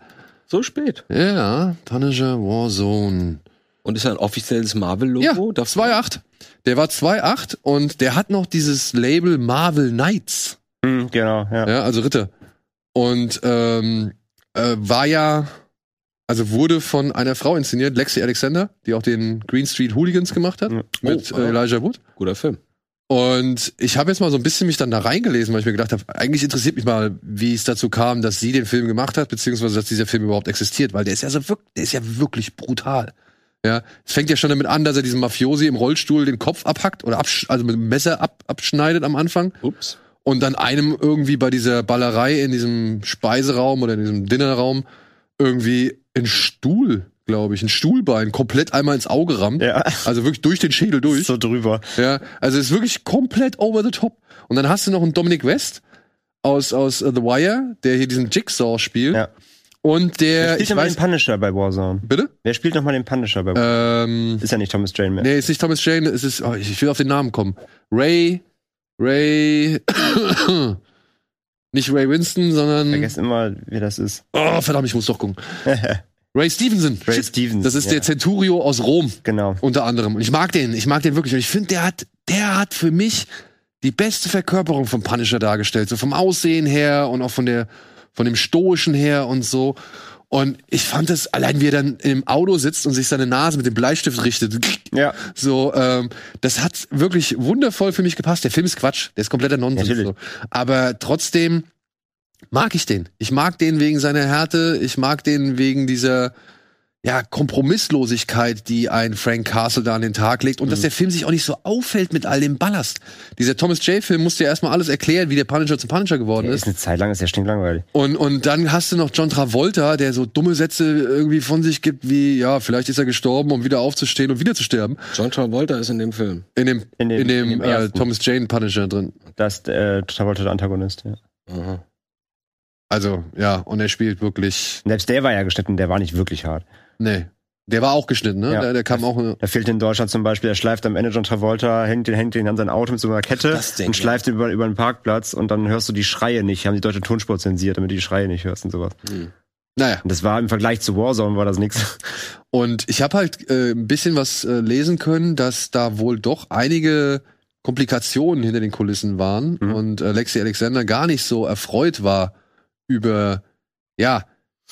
Speaker 3: So spät.
Speaker 2: Ja, Punisher Warzone.
Speaker 3: Und ist ein offizielles
Speaker 2: Ja,
Speaker 3: Marvel-Logo? Ja,
Speaker 2: 2,8. Der war 2,8 und der hat noch dieses Label Marvel Knights.
Speaker 4: Hm, genau, ja.
Speaker 2: Ja, also Ritter. Und ähm, äh, war ja, also wurde von einer Frau inszeniert, Lexi Alexander, die auch den Green Street Hooligans gemacht hat,
Speaker 4: Mhm.
Speaker 2: mit
Speaker 3: Oh,
Speaker 2: äh,
Speaker 3: ja.
Speaker 2: Elijah Wood.
Speaker 3: Guter Film.
Speaker 2: Und ich habe jetzt mal so ein bisschen mich dann da reingelesen, weil ich mir gedacht habe, eigentlich interessiert mich mal, wie es dazu kam, dass sie den Film gemacht hat, beziehungsweise dass dieser Film überhaupt existiert, weil der ist ja so wirklich, der ist ja wirklich brutal. Ja, es fängt ja schon damit an, dass er diesem Mafiosi im Rollstuhl den Kopf abhackt oder absch also mit dem Messer ab abschneidet am Anfang
Speaker 3: Ups.
Speaker 2: und dann einem irgendwie bei dieser Ballerei in diesem Speiseraum oder in diesem Dinnerraum irgendwie einen Stuhl, glaube ich, ein Stuhlbein komplett einmal ins Auge rammt.
Speaker 4: Ja.
Speaker 2: Also wirklich durch den Schädel durch.
Speaker 4: So drüber.
Speaker 2: Ja, also es ist wirklich komplett over the top. Und dann hast du noch einen Dominic West aus, aus äh, The Wire, der hier diesen Jigsaw spielt.
Speaker 4: Ja.
Speaker 2: Und
Speaker 4: Wer
Speaker 2: der,
Speaker 4: spielt
Speaker 2: ich
Speaker 4: nochmal den
Speaker 2: weiß,
Speaker 4: Punisher bei Warzone?
Speaker 2: bitte?
Speaker 4: Wer spielt nochmal den Punisher bei Warzone?
Speaker 2: Ähm,
Speaker 4: Ist ja nicht Thomas Jane mehr.
Speaker 2: nee, ist nicht Thomas Jane, es ist, oh, ich ich will auf den Namen kommen. Ray, Ray, nicht Ray Winston, sondern,
Speaker 4: Vergesst immer, wer das ist.
Speaker 2: oh, verdammt, ich muss doch gucken. Ray Stevenson.
Speaker 4: Ray
Speaker 2: Shit.
Speaker 4: Stevens.
Speaker 2: Das ist
Speaker 4: ja.
Speaker 2: der Centurio aus Rom.
Speaker 4: Genau.
Speaker 2: Unter anderem. Und ich mag den, ich mag den wirklich. Und ich finde, der hat, der hat für mich die beste Verkörperung vom Punisher dargestellt. So vom Aussehen her und auch von der, von dem Stoischen her und so. Und ich fand das, allein wie er dann im Auto sitzt und sich seine Nase mit dem Bleistift richtet.
Speaker 4: Ja.
Speaker 2: So, ähm, das hat wirklich wundervoll für mich gepasst. Der Film ist Quatsch, der ist kompletter Nonsens.
Speaker 4: Natürlich.
Speaker 2: So. Aber trotzdem mag ich den. Ich mag den wegen seiner Härte, ich mag den wegen dieser ja, Kompromisslosigkeit, die ein Frank Castle da an den Tag legt und
Speaker 4: Mhm.
Speaker 2: dass der Film sich auch nicht so auffällt mit all dem Ballast. Dieser Thomas J-Film musste ja erstmal alles erklären, wie der Punisher zum Punisher geworden
Speaker 4: Der
Speaker 2: ist.
Speaker 4: ist eine Zeit lang, ist ja stinklangweilig.
Speaker 2: Und, und dann hast du noch John Travolta, der so dumme Sätze irgendwie von sich gibt, wie, ja, vielleicht ist er gestorben, um wieder aufzustehen und wieder zu sterben.
Speaker 3: John Travolta ist in dem Film.
Speaker 2: In dem, in
Speaker 4: In
Speaker 2: dem,
Speaker 4: dem- in dem
Speaker 2: äh,
Speaker 4: ersten.
Speaker 2: Thomas Jane Punisher drin.
Speaker 4: Da ist äh, Travolta der Antagonist, ja.
Speaker 3: Aha.
Speaker 2: Also, ja, und er spielt wirklich,
Speaker 4: Selbst der war ja geschnitten, der war nicht wirklich hart.
Speaker 2: nee. Der war auch geschnitten, ne?
Speaker 4: Ja.
Speaker 2: Der, der kam auch, äh,
Speaker 4: Da fehlt in Deutschland zum Beispiel, er schleift am Ende John Travolta, hängt den, hängt den an sein Auto mit so einer Kette
Speaker 3: das Ding,
Speaker 4: und
Speaker 3: ja.
Speaker 4: schleift ihn über, über den Parkplatz und dann hörst du die Schreie nicht. Haben die deutsche Tonspur zensiert, damit du die Schreie nicht hörst und sowas.
Speaker 3: Hm.
Speaker 2: naja.
Speaker 4: Und das war im Vergleich zu Warzone war das nix.
Speaker 2: Und ich habe halt äh, ein bisschen was äh, lesen können, dass da wohl doch einige Komplikationen hinter den Kulissen waren
Speaker 4: Mhm.
Speaker 2: und äh, Lexi Alexander gar nicht so erfreut war über ja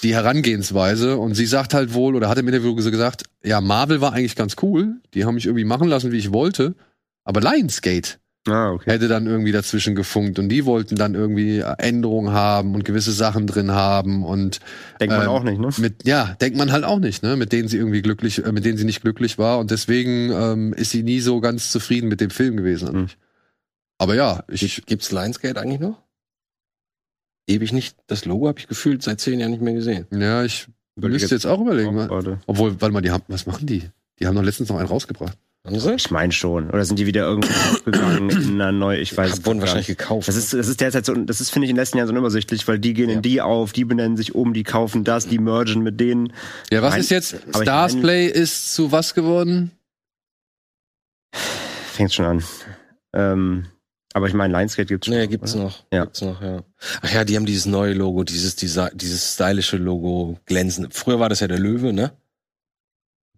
Speaker 2: die Herangehensweise. Und sie sagt halt wohl oder hat im Interview so gesagt, ja Marvel war eigentlich ganz cool, die haben mich irgendwie machen lassen, wie ich wollte, aber Lionsgate
Speaker 4: Ah, okay.
Speaker 2: hätte dann irgendwie dazwischen gefunkt und die wollten dann irgendwie Änderungen haben und gewisse Sachen drin haben und
Speaker 4: Denkt man
Speaker 2: Ähm,
Speaker 4: auch nicht, ne?
Speaker 2: mit ja denkt man halt auch nicht ne mit denen sie irgendwie glücklich äh, mit denen sie nicht glücklich war und deswegen ähm, ist sie nie so ganz zufrieden mit dem Film gewesen
Speaker 4: Hm.
Speaker 2: aber ja ich
Speaker 3: Gibt- Gibt's Lionsgate eigentlich noch? Ewig nicht. Das Logo habe ich gefühlt seit zehn Jahren nicht mehr gesehen.
Speaker 2: ja ich
Speaker 4: Überleg
Speaker 2: müsste jetzt auch
Speaker 4: jetzt
Speaker 2: überlegen
Speaker 4: auch
Speaker 2: wa-
Speaker 4: gerade.
Speaker 2: obwohl warte mal die haben was machen die die haben doch letztens noch einen rausgebracht
Speaker 3: Andere?
Speaker 4: Ich meine schon. Oder sind die wieder irgendwo gegangen in einer neu, ich weiß.
Speaker 3: Hab- wurden
Speaker 4: gar
Speaker 3: wahrscheinlich
Speaker 4: nicht.
Speaker 3: gekauft.
Speaker 4: Das ist, das ist derzeit so, das ist, finde ich, in den letzten Jahren so unübersichtlich, weil die gehen
Speaker 3: Ja.
Speaker 4: in die auf, die benennen sich um, die kaufen das, die mergen mit denen.
Speaker 2: ja was
Speaker 4: Nein,
Speaker 2: ist jetzt
Speaker 4: aber ich
Speaker 2: Stars
Speaker 4: meine-
Speaker 2: Play ist zu was geworden
Speaker 4: Fängt schon an. Ähm, aber ich meine, Lionsgate gibt's schon.
Speaker 3: Nee, gibt's noch.
Speaker 4: Ja.
Speaker 3: Gibt's noch, ja. Ach ja, die haben dieses neue Logo, dieses, Desi- dieses stylische Logo, glänzend. Früher war das ja der Löwe, ne?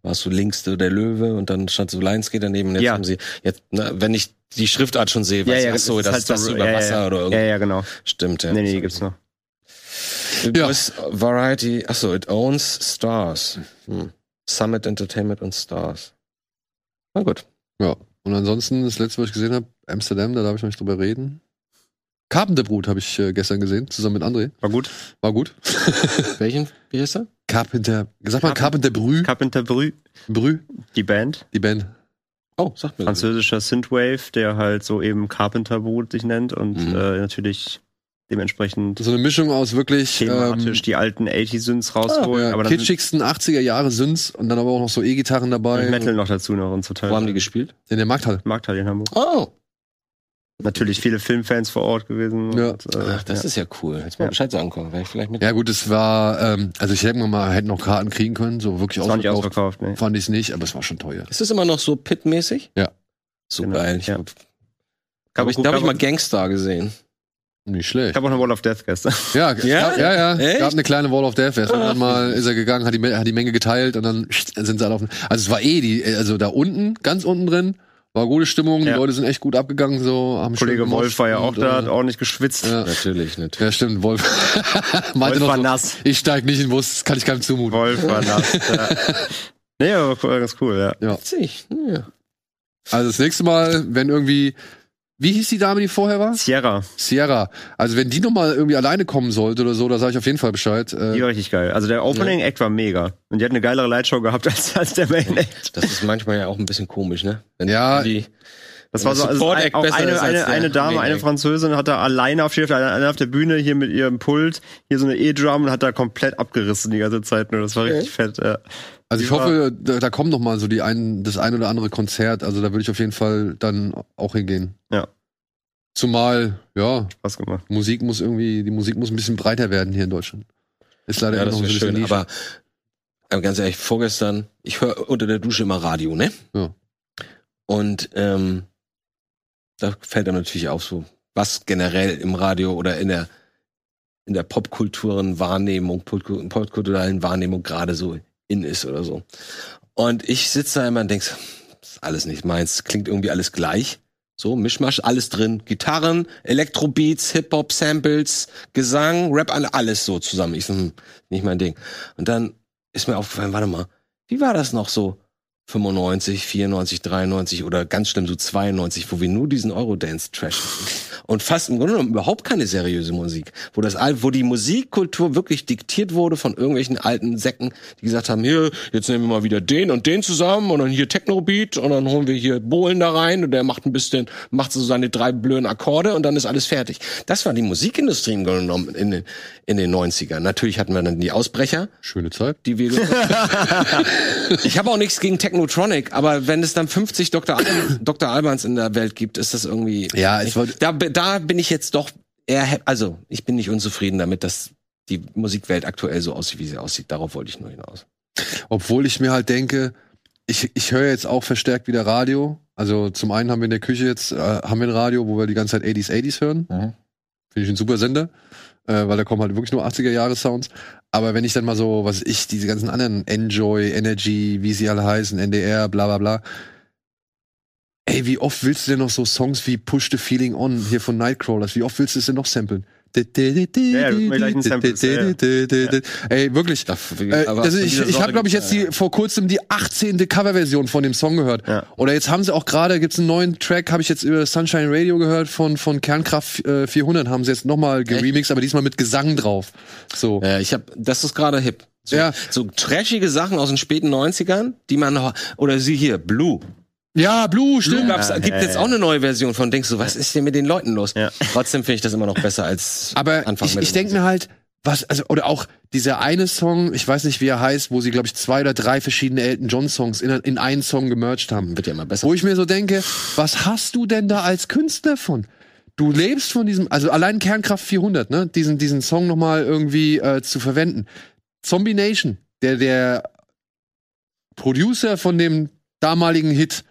Speaker 3: Warst du links so der Löwe und dann stand so Lionsgate daneben. Und jetzt
Speaker 4: Ja.
Speaker 3: haben sie, jetzt, ne, wenn ich die Schriftart schon sehe,
Speaker 4: Ja,
Speaker 3: weiß
Speaker 4: ja,
Speaker 3: ich, ach so,
Speaker 4: es ist
Speaker 3: das
Speaker 4: halt
Speaker 3: ist das
Speaker 4: so-
Speaker 3: über
Speaker 4: ja, ja,
Speaker 3: Wasser oder
Speaker 4: Ja,
Speaker 3: irgendwas.
Speaker 4: ja, genau.
Speaker 3: Stimmt, ja.
Speaker 4: nee, nee, die gibt's noch.
Speaker 2: Ja.
Speaker 3: Ja. Variety, ach so, it owns Stars. Hm. Summit Entertainment und Stars. Na gut.
Speaker 2: ja und ansonsten das letzte was ich gesehen habe Amsterdam da darf ich noch nicht drüber reden Carpenterbrut habe ich äh, gestern gesehen zusammen mit André
Speaker 4: War gut.
Speaker 2: war gut
Speaker 3: Welchen, wie heißt er?
Speaker 2: Carpenter, sag mal Carpenter
Speaker 4: Carpen-
Speaker 3: Hm?
Speaker 2: Brü,
Speaker 4: Carpenter Brü,
Speaker 2: Brü,
Speaker 4: die Band.
Speaker 2: die Band.
Speaker 3: Oh, sag mir. das.
Speaker 4: Französischer Synthwave, der halt so eben Carpenter Brü sich nennt und
Speaker 3: Mhm. Ähm,
Speaker 4: äh, natürlich dementsprechend
Speaker 2: So eine Mischung aus wirklich ähm,
Speaker 4: thematisch die alten 80-Synths
Speaker 3: ah,
Speaker 4: rausholen.
Speaker 2: ja,
Speaker 4: aber dann
Speaker 2: kitschigsten 80er Jahre Synths und dann aber auch noch so E-Gitarren
Speaker 4: und
Speaker 2: dabei
Speaker 4: Metal noch dazu noch und so Teil.
Speaker 3: Wo haben die gespielt?
Speaker 2: in der Markthalle.
Speaker 4: Markthalle in Hamburg.
Speaker 3: Oh,
Speaker 4: Natürlich viele Filmfans vor Ort gewesen.
Speaker 2: Ja.
Speaker 4: Und, äh,
Speaker 3: Ach, das
Speaker 4: ja.
Speaker 3: ist ja cool. Jetzt mal
Speaker 4: Ja.
Speaker 3: Bescheid sagen können. Wäre ich vielleicht mit.
Speaker 2: Ja gut, es war, ähm, also ich hätte mir mal, hätte noch Karten kriegen können, so wirklich
Speaker 4: das war nicht
Speaker 2: ausverkauft.
Speaker 4: ausverkauft, ne.
Speaker 2: Fand ich es nicht, aber es war schon teuer.
Speaker 3: Ist das immer noch so Pit-mäßig?
Speaker 2: Ja.
Speaker 3: So
Speaker 4: Genau,
Speaker 3: geil. Ich
Speaker 4: ja.
Speaker 3: hab, da habe ich, da hab ich mal Gangstar gesehen.
Speaker 2: Nicht schlecht.
Speaker 4: gab auch eine Wall of Death gestern.
Speaker 2: Ja, es
Speaker 3: Ja?
Speaker 2: Gab, ja, ja.
Speaker 3: Echt?
Speaker 2: gab eine kleine Wall of Death. Erst
Speaker 3: Ah.
Speaker 2: mal ist er gegangen, hat die, Me- hat die Menge geteilt und dann sind sie alle auf. Also es war eh die, also da unten, ganz unten drin, war gute Stimmung. Die
Speaker 4: Ja.
Speaker 2: Leute sind echt gut abgegangen, so haben schön
Speaker 4: Kollege Wolf war ja auch
Speaker 2: gemoscht und,
Speaker 4: da,
Speaker 2: äh,
Speaker 4: hat ordentlich geschwitzt.
Speaker 2: Ja.
Speaker 3: Natürlich, natürlich.
Speaker 2: Ja, stimmt, Wolf. Meinte
Speaker 4: Wolf
Speaker 2: noch
Speaker 4: war
Speaker 2: so,
Speaker 4: nass.
Speaker 2: ich steig nicht in den Bus, das kann ich keinem zumuten.
Speaker 4: Wolf war nass. ja. Nee, aber cool, ganz cool, ja.
Speaker 3: Witzig. Ja.
Speaker 2: Also das nächste Mal, wenn irgendwie, wie hieß die Dame, die vorher war?
Speaker 4: Sierra,
Speaker 2: Sierra. Also wenn die nochmal irgendwie alleine kommen sollte oder so, da sage ich auf jeden Fall Bescheid.
Speaker 4: die
Speaker 2: Äh,
Speaker 4: war richtig geil. Also der Opening Act war mega. Und die hat eine geilere Lightshow gehabt als, als der Main Act.
Speaker 3: Das ist manchmal ja auch ein bisschen komisch, ne? Wenn
Speaker 2: Ja.
Speaker 3: Die,
Speaker 4: Das war so
Speaker 3: Der
Speaker 4: also
Speaker 3: Support
Speaker 4: ein,
Speaker 3: Act
Speaker 4: auch
Speaker 3: besser ist
Speaker 4: eine,
Speaker 3: als
Speaker 4: eine,
Speaker 3: der
Speaker 4: eine Dame,
Speaker 3: Main
Speaker 4: eine
Speaker 3: Act.
Speaker 4: Französin hat da alleine auf, alleine, alleine auf der Bühne hier mit ihrem Pult hier so eine E-Drum und hat da komplett abgerissen die ganze Zeit nur. Das war richtig fett. Ja.
Speaker 2: also ich
Speaker 4: die war-
Speaker 2: hoffe, da, da kommt nochmal so die ein, das ein oder andere Konzert. Also da würde ich auf jeden Fall dann auch hingehen.
Speaker 4: Ja.
Speaker 2: Zumal, ja,
Speaker 4: Spaß gemacht.
Speaker 2: Musik muss irgendwie, die Musik muss ein bisschen breiter werden hier in Deutschland. Ist leider
Speaker 3: ja,
Speaker 2: immer noch
Speaker 3: das
Speaker 2: ein
Speaker 3: wäre
Speaker 2: bisschen
Speaker 3: schön.
Speaker 2: Nische.
Speaker 3: Aber, aber ähm, ganz ehrlich, vorgestern, ich höre unter der Dusche immer Radio, ne?
Speaker 2: Ja.
Speaker 3: Und ähm, da fällt einem natürlich auf, so, was generell im Radio oder in der in der popkulturellen Wahrnehmung, popku- popkulturellen Wahrnehmung gerade so in ist oder so. Und ich sitze da immer und denke, das ist alles nicht meins, klingt irgendwie alles gleich. So, Mischmasch, alles drin. Gitarren, Elektrobeats, Hip-Hop-Samples, Gesang, Rap, alle- alles so zusammen. Ich so, hm, nicht mein Ding. Und dann ist mir aufgefallen, warte mal, wie war das noch so 95, 94, 93 oder ganz schlimm so 92, wo wir nur diesen Eurodance-Trash hatten. und fast im Grunde genommen überhaupt keine seriöse Musik, wo das, Al- wo die Musikkultur wirklich diktiert wurde von irgendwelchen alten Säcken, die gesagt haben, hier, jetzt nehmen wir mal wieder den und den zusammen und dann hier Techno-Beat und dann holen wir hier Bohlen da rein und der macht ein bisschen, macht so seine drei blöden Akkorde und dann ist alles fertig. Das war die Musikindustrie im Grunde genommen in den, in den 90ern. Natürlich hatten wir dann die Ausbrecher,
Speaker 2: Schöne Zeit.
Speaker 3: die wir. ich habe auch nichts gegen Technotronic, aber wenn es dann 50 Dr. Al Dr. Albans in der Welt gibt, ist das irgendwie.
Speaker 2: Ja, ich wollte-
Speaker 3: Also da, be- da bin ich jetzt doch eher. hap- Also, ich bin nicht unzufrieden damit, dass die Musikwelt aktuell so aussieht, wie sie aussieht. Darauf wollte ich nur hinaus.
Speaker 2: Obwohl ich mir halt denke, ich, ich höre jetzt auch verstärkt wieder Radio. Also zum einen haben wir in der Küche jetzt, äh, haben wir ein Radio, wo wir die ganze Zeit 80s, 80s hören.
Speaker 4: Mhm.
Speaker 2: Finde ich ein super Sender, äh, weil da kommen halt wirklich nur 80er-Jahre-Sounds. Aber wenn ich dann mal so, was weiß ich, diese ganzen anderen Enjoy, Energy, wie sie alle heißen, NDR, bla bla bla. Ey, wie oft willst du denn noch so Songs wie Push the Feeling On hier von Nightcrawlers? Wie oft willst du es denn noch samplen?
Speaker 4: ja, mit gleichen Samples, ja, ja.
Speaker 2: Ey, wirklich.
Speaker 3: Da-
Speaker 2: Äh,
Speaker 3: aber
Speaker 2: das ist,
Speaker 3: von dieser
Speaker 2: ich ich habe,
Speaker 3: Sorte
Speaker 2: glaube ich,
Speaker 3: gibt's
Speaker 2: jetzt die, vor kurzem die 18. Coverversion von dem Song gehört.
Speaker 4: Ja.
Speaker 2: Oder jetzt haben sie auch gerade, gibt's einen neuen Track, habe ich jetzt über Sunshine Radio gehört, von, von Kernkraft äh, 400, haben sie jetzt nochmal geremixed, aber diesmal mit Gesang drauf. So.
Speaker 3: Ja, ich habe, das ist gerade hip. So,
Speaker 2: Ja.
Speaker 3: so trashige Sachen aus den späten 90ern, die man noch- oder sie hier, Blue.
Speaker 2: Ja, Blue,
Speaker 3: Blue
Speaker 2: stimmt.
Speaker 3: gab's, gibt jetzt auch eine neue Version von, denkst du, was ist denn mit den Leuten los?
Speaker 4: Ja.
Speaker 3: Trotzdem finde ich das immer noch besser als
Speaker 2: Aber
Speaker 3: Anfang
Speaker 2: ich,
Speaker 3: mit
Speaker 2: ich denke mir halt, was, also, oder auch dieser eine Song, ich weiß nicht, wie er heißt, wo sie, glaube ich, zwei oder drei verschiedene Elton John Songs in, in einen Song gemerged haben.
Speaker 3: wird ja immer besser.
Speaker 2: Wo ich mir so denke, was hast du denn da als Künstler von? Du lebst von diesem, also allein Kernkraft 400, ne? Diesen, diesen Song nochmal irgendwie äh, zu verwenden. Zombie Nation, der, der Producer von dem damaligen Hit,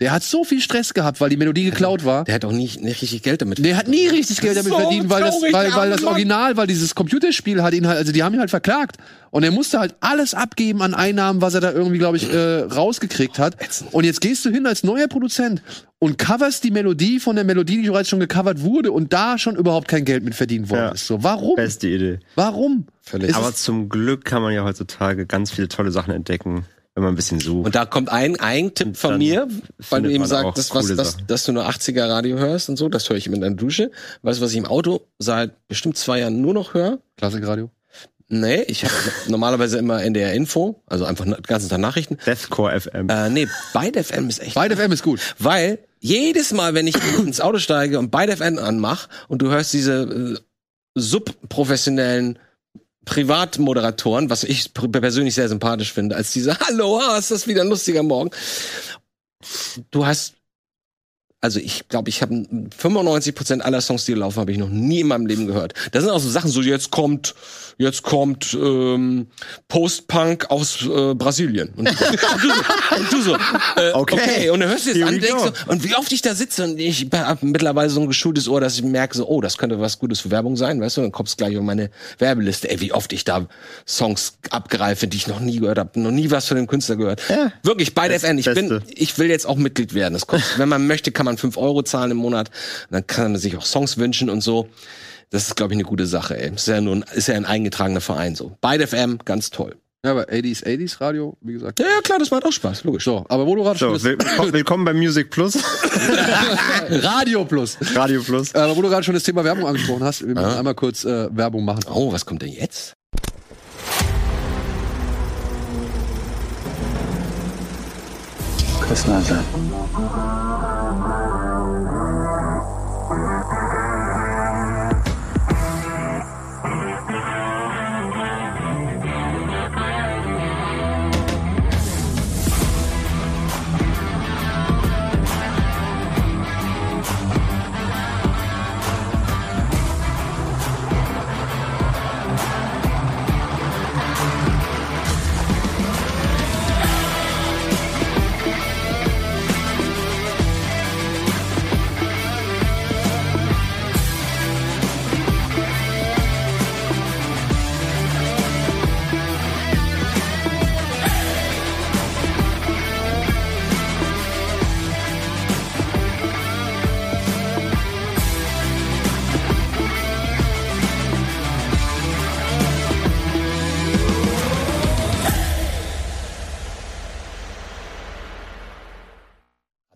Speaker 2: der hat so viel Stress gehabt, weil die Melodie geklaut war.
Speaker 3: Der hat auch nicht, nicht richtig Geld damit.
Speaker 2: Der hat nie richtig Geld damit
Speaker 3: So
Speaker 2: verdient, weil das,
Speaker 3: traurig,
Speaker 2: weil,
Speaker 3: der
Speaker 2: weil
Speaker 3: arme
Speaker 2: das
Speaker 3: Mann.
Speaker 2: Original, weil dieses Computerspiel hat ihn halt, also die haben ihn halt verklagt. Und er musste halt alles abgeben an Einnahmen, was er da irgendwie, glaube ich, äh, rausgekriegt hat. Und jetzt gehst du hin als neuer Produzent und coverst die Melodie von der Melodie, die bereits schon gecovert wurde und da schon überhaupt kein Geld mit verdient worden
Speaker 4: Ja.
Speaker 2: ist. So, warum?
Speaker 4: Beste Idee.
Speaker 2: Warum?
Speaker 3: Völlig.
Speaker 2: Ist
Speaker 4: Aber
Speaker 2: es-
Speaker 4: zum Glück kann man ja heutzutage ganz viele tolle Sachen entdecken, wenn man ein bisschen sucht.
Speaker 3: Und da kommt ein, ein Tipp von
Speaker 4: dann
Speaker 3: mir, weil du
Speaker 4: findet
Speaker 3: eben
Speaker 4: man auch
Speaker 3: sagst, was,
Speaker 4: coole
Speaker 3: dass,
Speaker 4: Sachen.
Speaker 3: dass du nur 80er Radio hörst und so, das höre ich immer in der Dusche. Weißt du, was ich im Auto seit bestimmt zwei Jahren nur noch höre?
Speaker 2: Klassikradio.
Speaker 3: Nee, ich habe normalerweise immer NDR Info, also einfach den ganzen Tag Nachrichten.
Speaker 4: Deathcore FM.
Speaker 3: Äh, nee, beide FM ist echt.
Speaker 2: Beide FM ist gut.
Speaker 3: Weil jedes Mal, wenn ich ins Auto steige und beide FM anmache und du hörst diese äh, subprofessionellen Privatmoderatoren, was ich pr- persönlich sehr sympathisch finde, als diese Hallo, ah, ist das wieder ein lustiger Morgen. Du hast, also ich glaube, ich habe 95% aller Songs, die hier laufen, habe ich noch nie in meinem Leben gehört. Das sind auch so Sachen, so jetzt kommt, jetzt kommt ähm, Post-Punk aus äh, Brasilien. Und, und du so, und du so äh, okay.
Speaker 4: Okay.
Speaker 3: und dann hörst du das
Speaker 4: Here we
Speaker 3: an, denkst
Speaker 4: go.
Speaker 3: so, und wie oft ich da sitze und ich habe mittlerweile so ein geschultes Ohr, dass ich merke so, oh, das könnte was Gutes für Werbung sein, weißt du, dann kommst gleich auf meine Werbeliste. Ey, wie oft ich da Songs abgreife, die ich noch nie gehört habe, noch nie was von dem Künstler gehört.
Speaker 4: Ja.
Speaker 3: Wirklich, bei der FN. Ich bin,
Speaker 4: Beste.
Speaker 3: ich will jetzt auch Mitglied werden. Das kostet, wenn man möchte, kann man fünf Euro zahlen im Monat. Dann kann man sich auch Songs wünschen und so. Das ist, glaube ich, eine gute Sache, ey. Ist ja nun, ist ja ein eingetragener Verein so. Bei der FM, ganz toll.
Speaker 2: Ja, aber 80s, 80s Radio, wie gesagt.
Speaker 3: Ja, ja, klar, das macht auch Spaß, logisch.
Speaker 2: So, aber wo du gerade
Speaker 4: So,
Speaker 2: schon
Speaker 4: will- willkommen, willkommen bei Music Plus,
Speaker 2: das Radio Plus. Äh,
Speaker 4: Radio Plus.
Speaker 3: Äh,
Speaker 2: Aber wo du gerade schon das Thema Werbung angesprochen hast, wir müssen einmal kurz äh, Werbung machen.
Speaker 3: Oh, was kommt denn jetzt?
Speaker 5: Küssnase.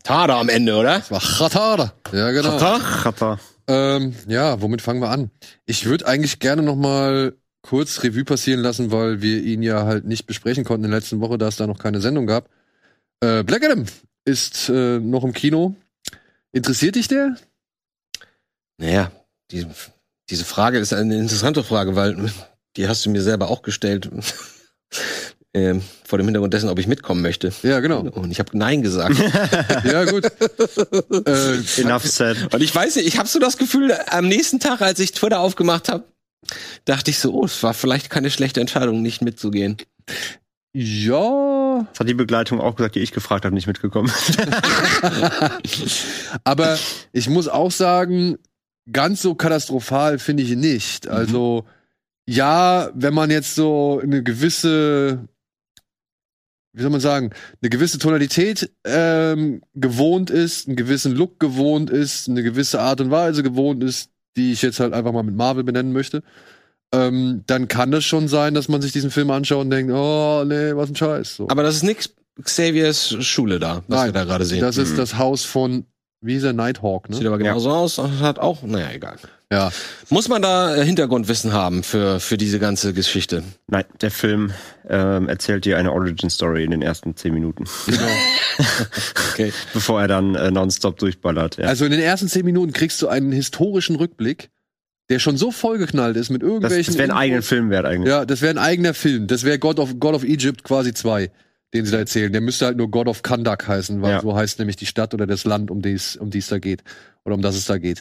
Speaker 3: Tada am Ende, oder?
Speaker 2: Das war Chatada. Ja, genau.
Speaker 4: Ach, hat er.
Speaker 2: Ähm, ja, womit fangen wir an? Ich würde eigentlich gerne noch mal kurz Revue passieren lassen, weil wir ihn ja halt nicht besprechen konnten in der letzten Woche, da es da noch keine Sendung gab. Äh, Black Adam ist äh, noch im Kino. Interessiert dich der?
Speaker 3: Naja, die, diese Frage ist eine interessante Frage, weil die hast du mir selber auch gestellt. ähm, vor dem Hintergrund dessen, ob ich mitkommen möchte.
Speaker 2: Ja, genau.
Speaker 3: Und ich habe Nein gesagt.
Speaker 2: Ja, gut. äh,
Speaker 4: Enough said.
Speaker 3: Und ich weiß nicht, ich habe so das Gefühl, am nächsten Tag, als ich Twitter aufgemacht habe, dachte ich so, oh, es war vielleicht keine schlechte Entscheidung, nicht mitzugehen.
Speaker 2: ja,
Speaker 4: Das hat die Begleitung auch gesagt, die ich gefragt habe, nicht mitgekommen.
Speaker 2: Aber ich muss auch sagen, ganz so katastrophal finde ich ihn nicht. Also, ja, wenn man jetzt so eine gewisse, wie soll man sagen, eine gewisse Tonalität ähm, gewohnt ist, einen gewissen Look gewohnt ist, eine gewisse Art und Weise gewohnt ist, die ich jetzt halt einfach mal mit Marvel benennen möchte, ähm, dann kann das schon sein, dass man sich diesen Film anschaut und denkt, oh nee, was ein Scheiß. So.
Speaker 3: Aber das ist nix Xaviers Schule da, was wir
Speaker 2: Nein,
Speaker 3: da gerade sehen.
Speaker 2: Das ist das Haus von, wie hieß er, Nighthawk,
Speaker 3: Sieht
Speaker 2: ne?
Speaker 3: aber genauso aus und hat auch, naja, egal.
Speaker 2: Ja.
Speaker 3: Muss man da äh, Hintergrundwissen haben für, für diese ganze Geschichte?
Speaker 4: Nein, der Film ähm, erzählt dir eine Origin Story in den ersten zehn Minuten,
Speaker 3: Okay.
Speaker 4: bevor er dann äh, nonstop durchballert. Ja.
Speaker 2: Also in den ersten zehn Minuten kriegst du einen historischen Rückblick, der schon so vollgeknallt ist mit
Speaker 4: das
Speaker 2: irgendwelchen.
Speaker 4: das wäre ein eigener
Speaker 2: Infos.
Speaker 4: Film wert eigentlich.
Speaker 2: Ja, das wäre ein eigener Film. Das wäre God of, God of Egypt quasi zwei, den sie da erzählen. Der müsste halt nur God of Kandak heißen, weil
Speaker 4: Ja.
Speaker 2: so heißt nämlich die Stadt oder das Land, um die es um die's da geht. Oder um das es da geht.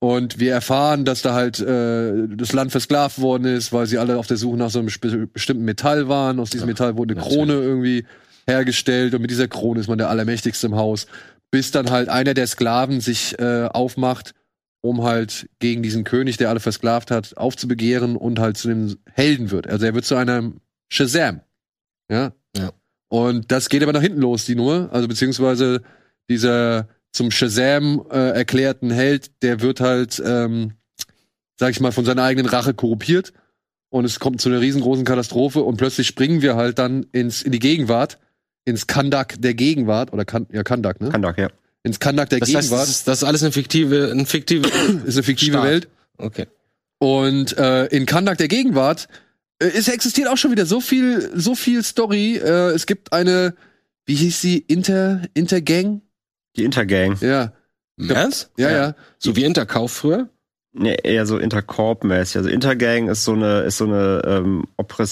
Speaker 2: Und wir erfahren, dass da halt äh, das Land versklavt worden ist, weil sie alle auf der Suche nach so einem spe- bestimmten Metall waren. Aus diesem Metall wurde eine Krone irgendwie hergestellt und mit dieser Krone ist man der Allermächtigste im Haus. Bis dann halt einer der Sklaven sich äh, aufmacht, um halt gegen diesen König, der alle versklavt hat, aufzubegehren und halt zu einem Helden wird. Also er wird zu einem Shazam. Ja?
Speaker 3: Ja.
Speaker 2: Und das geht aber nach hinten los, die Nummer. Also beziehungsweise dieser zum Shazam äh, erklärten Held, der wird halt, ähm, sag ich mal, von seiner eigenen Rache korrumpiert. Und es kommt zu einer riesengroßen Katastrophe und plötzlich springen wir halt dann ins, in die Gegenwart, ins Kandak der Gegenwart, oder kan, ja, Kandak, ne?
Speaker 4: Kann doch, ja.
Speaker 2: ins Kandak der
Speaker 3: Das heißt,
Speaker 2: Gegenwart.
Speaker 3: das ist, das ist alles eine fiktive, ein fiktive.
Speaker 2: ist eine fiktive
Speaker 3: Staat.
Speaker 2: Welt.
Speaker 3: Okay.
Speaker 2: Und äh, in Kandak der Gegenwart äh, es existiert auch schon wieder so viel, so viel Story. Äh, es gibt eine, wie hieß sie, Inter, Intergang?
Speaker 4: Die Intergang.
Speaker 2: Ja,
Speaker 3: Im Ernst?
Speaker 2: ja, ja.
Speaker 3: So wie Interkauf früher?
Speaker 4: Nee, eher so Intercorp-mäßig. Also Intergang ist so eine, ist so eine ähm,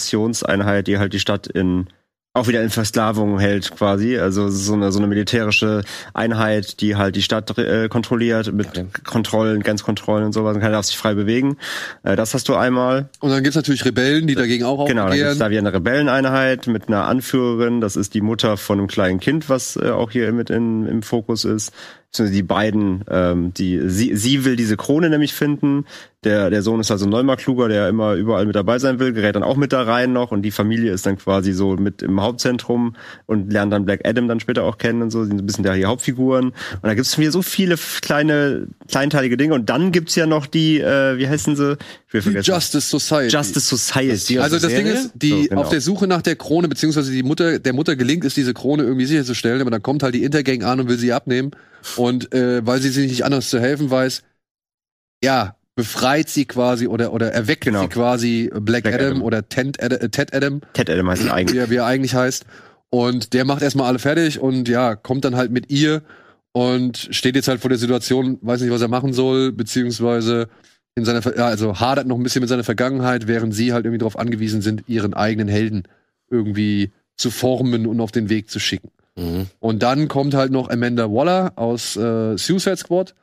Speaker 4: Oppressionseinheit, die halt die Stadt in auch wieder in Versklavung hält quasi. Also es ist so eine, so eine militärische Einheit, die halt die Stadt äh, kontrolliert mit
Speaker 3: Okay.
Speaker 4: Kontrollen, Grenzkontrollen und sowas. Und keiner darf sich frei bewegen. Äh, das hast du einmal.
Speaker 2: Und dann gibt's natürlich Rebellen, die dagegen auch
Speaker 4: Genau, dann gibt's
Speaker 2: aufbegehren.
Speaker 4: da wieder eine Rebelleneinheit mit einer Anführerin. Das ist die Mutter von einem kleinen Kind, was äh, auch hier mit in, im Fokus ist. Beziehungsweise die beiden, ähm, die sie, sie will diese Krone nämlich finden. Der, der Sohn ist also neunmal kluger, der immer überall mit dabei sein will, gerät dann auch mit da rein noch und die Familie ist dann quasi so mit im Hauptzentrum und lernt dann Black Adam dann später auch kennen und so, sind so ein bisschen da die Hauptfiguren. Und da gibt's wieder so viele f- kleine, kleinteilige Dinge. Und dann gibt's ja noch die, äh, wie heißen sie? Ich will
Speaker 2: die Justice Society.
Speaker 4: Justice Society.
Speaker 2: also das Ding
Speaker 3: Serie?
Speaker 2: ist, die
Speaker 4: So, genau.
Speaker 2: auf der Suche nach der Krone, beziehungsweise die Mutter, der Mutter gelingt es, diese Krone irgendwie sicherzustellen, aber dann kommt halt die Intergang an und will sie abnehmen. Und äh, weil sie sich nicht anders zu helfen weiß, ja, befreit sie quasi oder, oder erweckt
Speaker 4: Genau.
Speaker 2: sie quasi Black,
Speaker 4: Black
Speaker 2: Adam,
Speaker 4: Adam.
Speaker 2: oder Tent Ad äh, Ted Adam,
Speaker 4: Ted Adam heißt er
Speaker 2: wie
Speaker 4: eigentlich.
Speaker 2: er, wie er eigentlich heißt. Und der macht erstmal alle fertig und ja, kommt dann halt mit ihr und steht jetzt halt vor der Situation, weiß nicht, was er machen soll, beziehungsweise in seiner, Ver- ja, also hadert noch ein bisschen mit seiner Vergangenheit, während sie halt irgendwie darauf angewiesen sind, ihren eigenen Helden irgendwie zu formen und auf den Weg zu schicken.
Speaker 3: Mhm.
Speaker 2: Und dann kommt halt noch Amanda Waller aus äh, Suicide Squad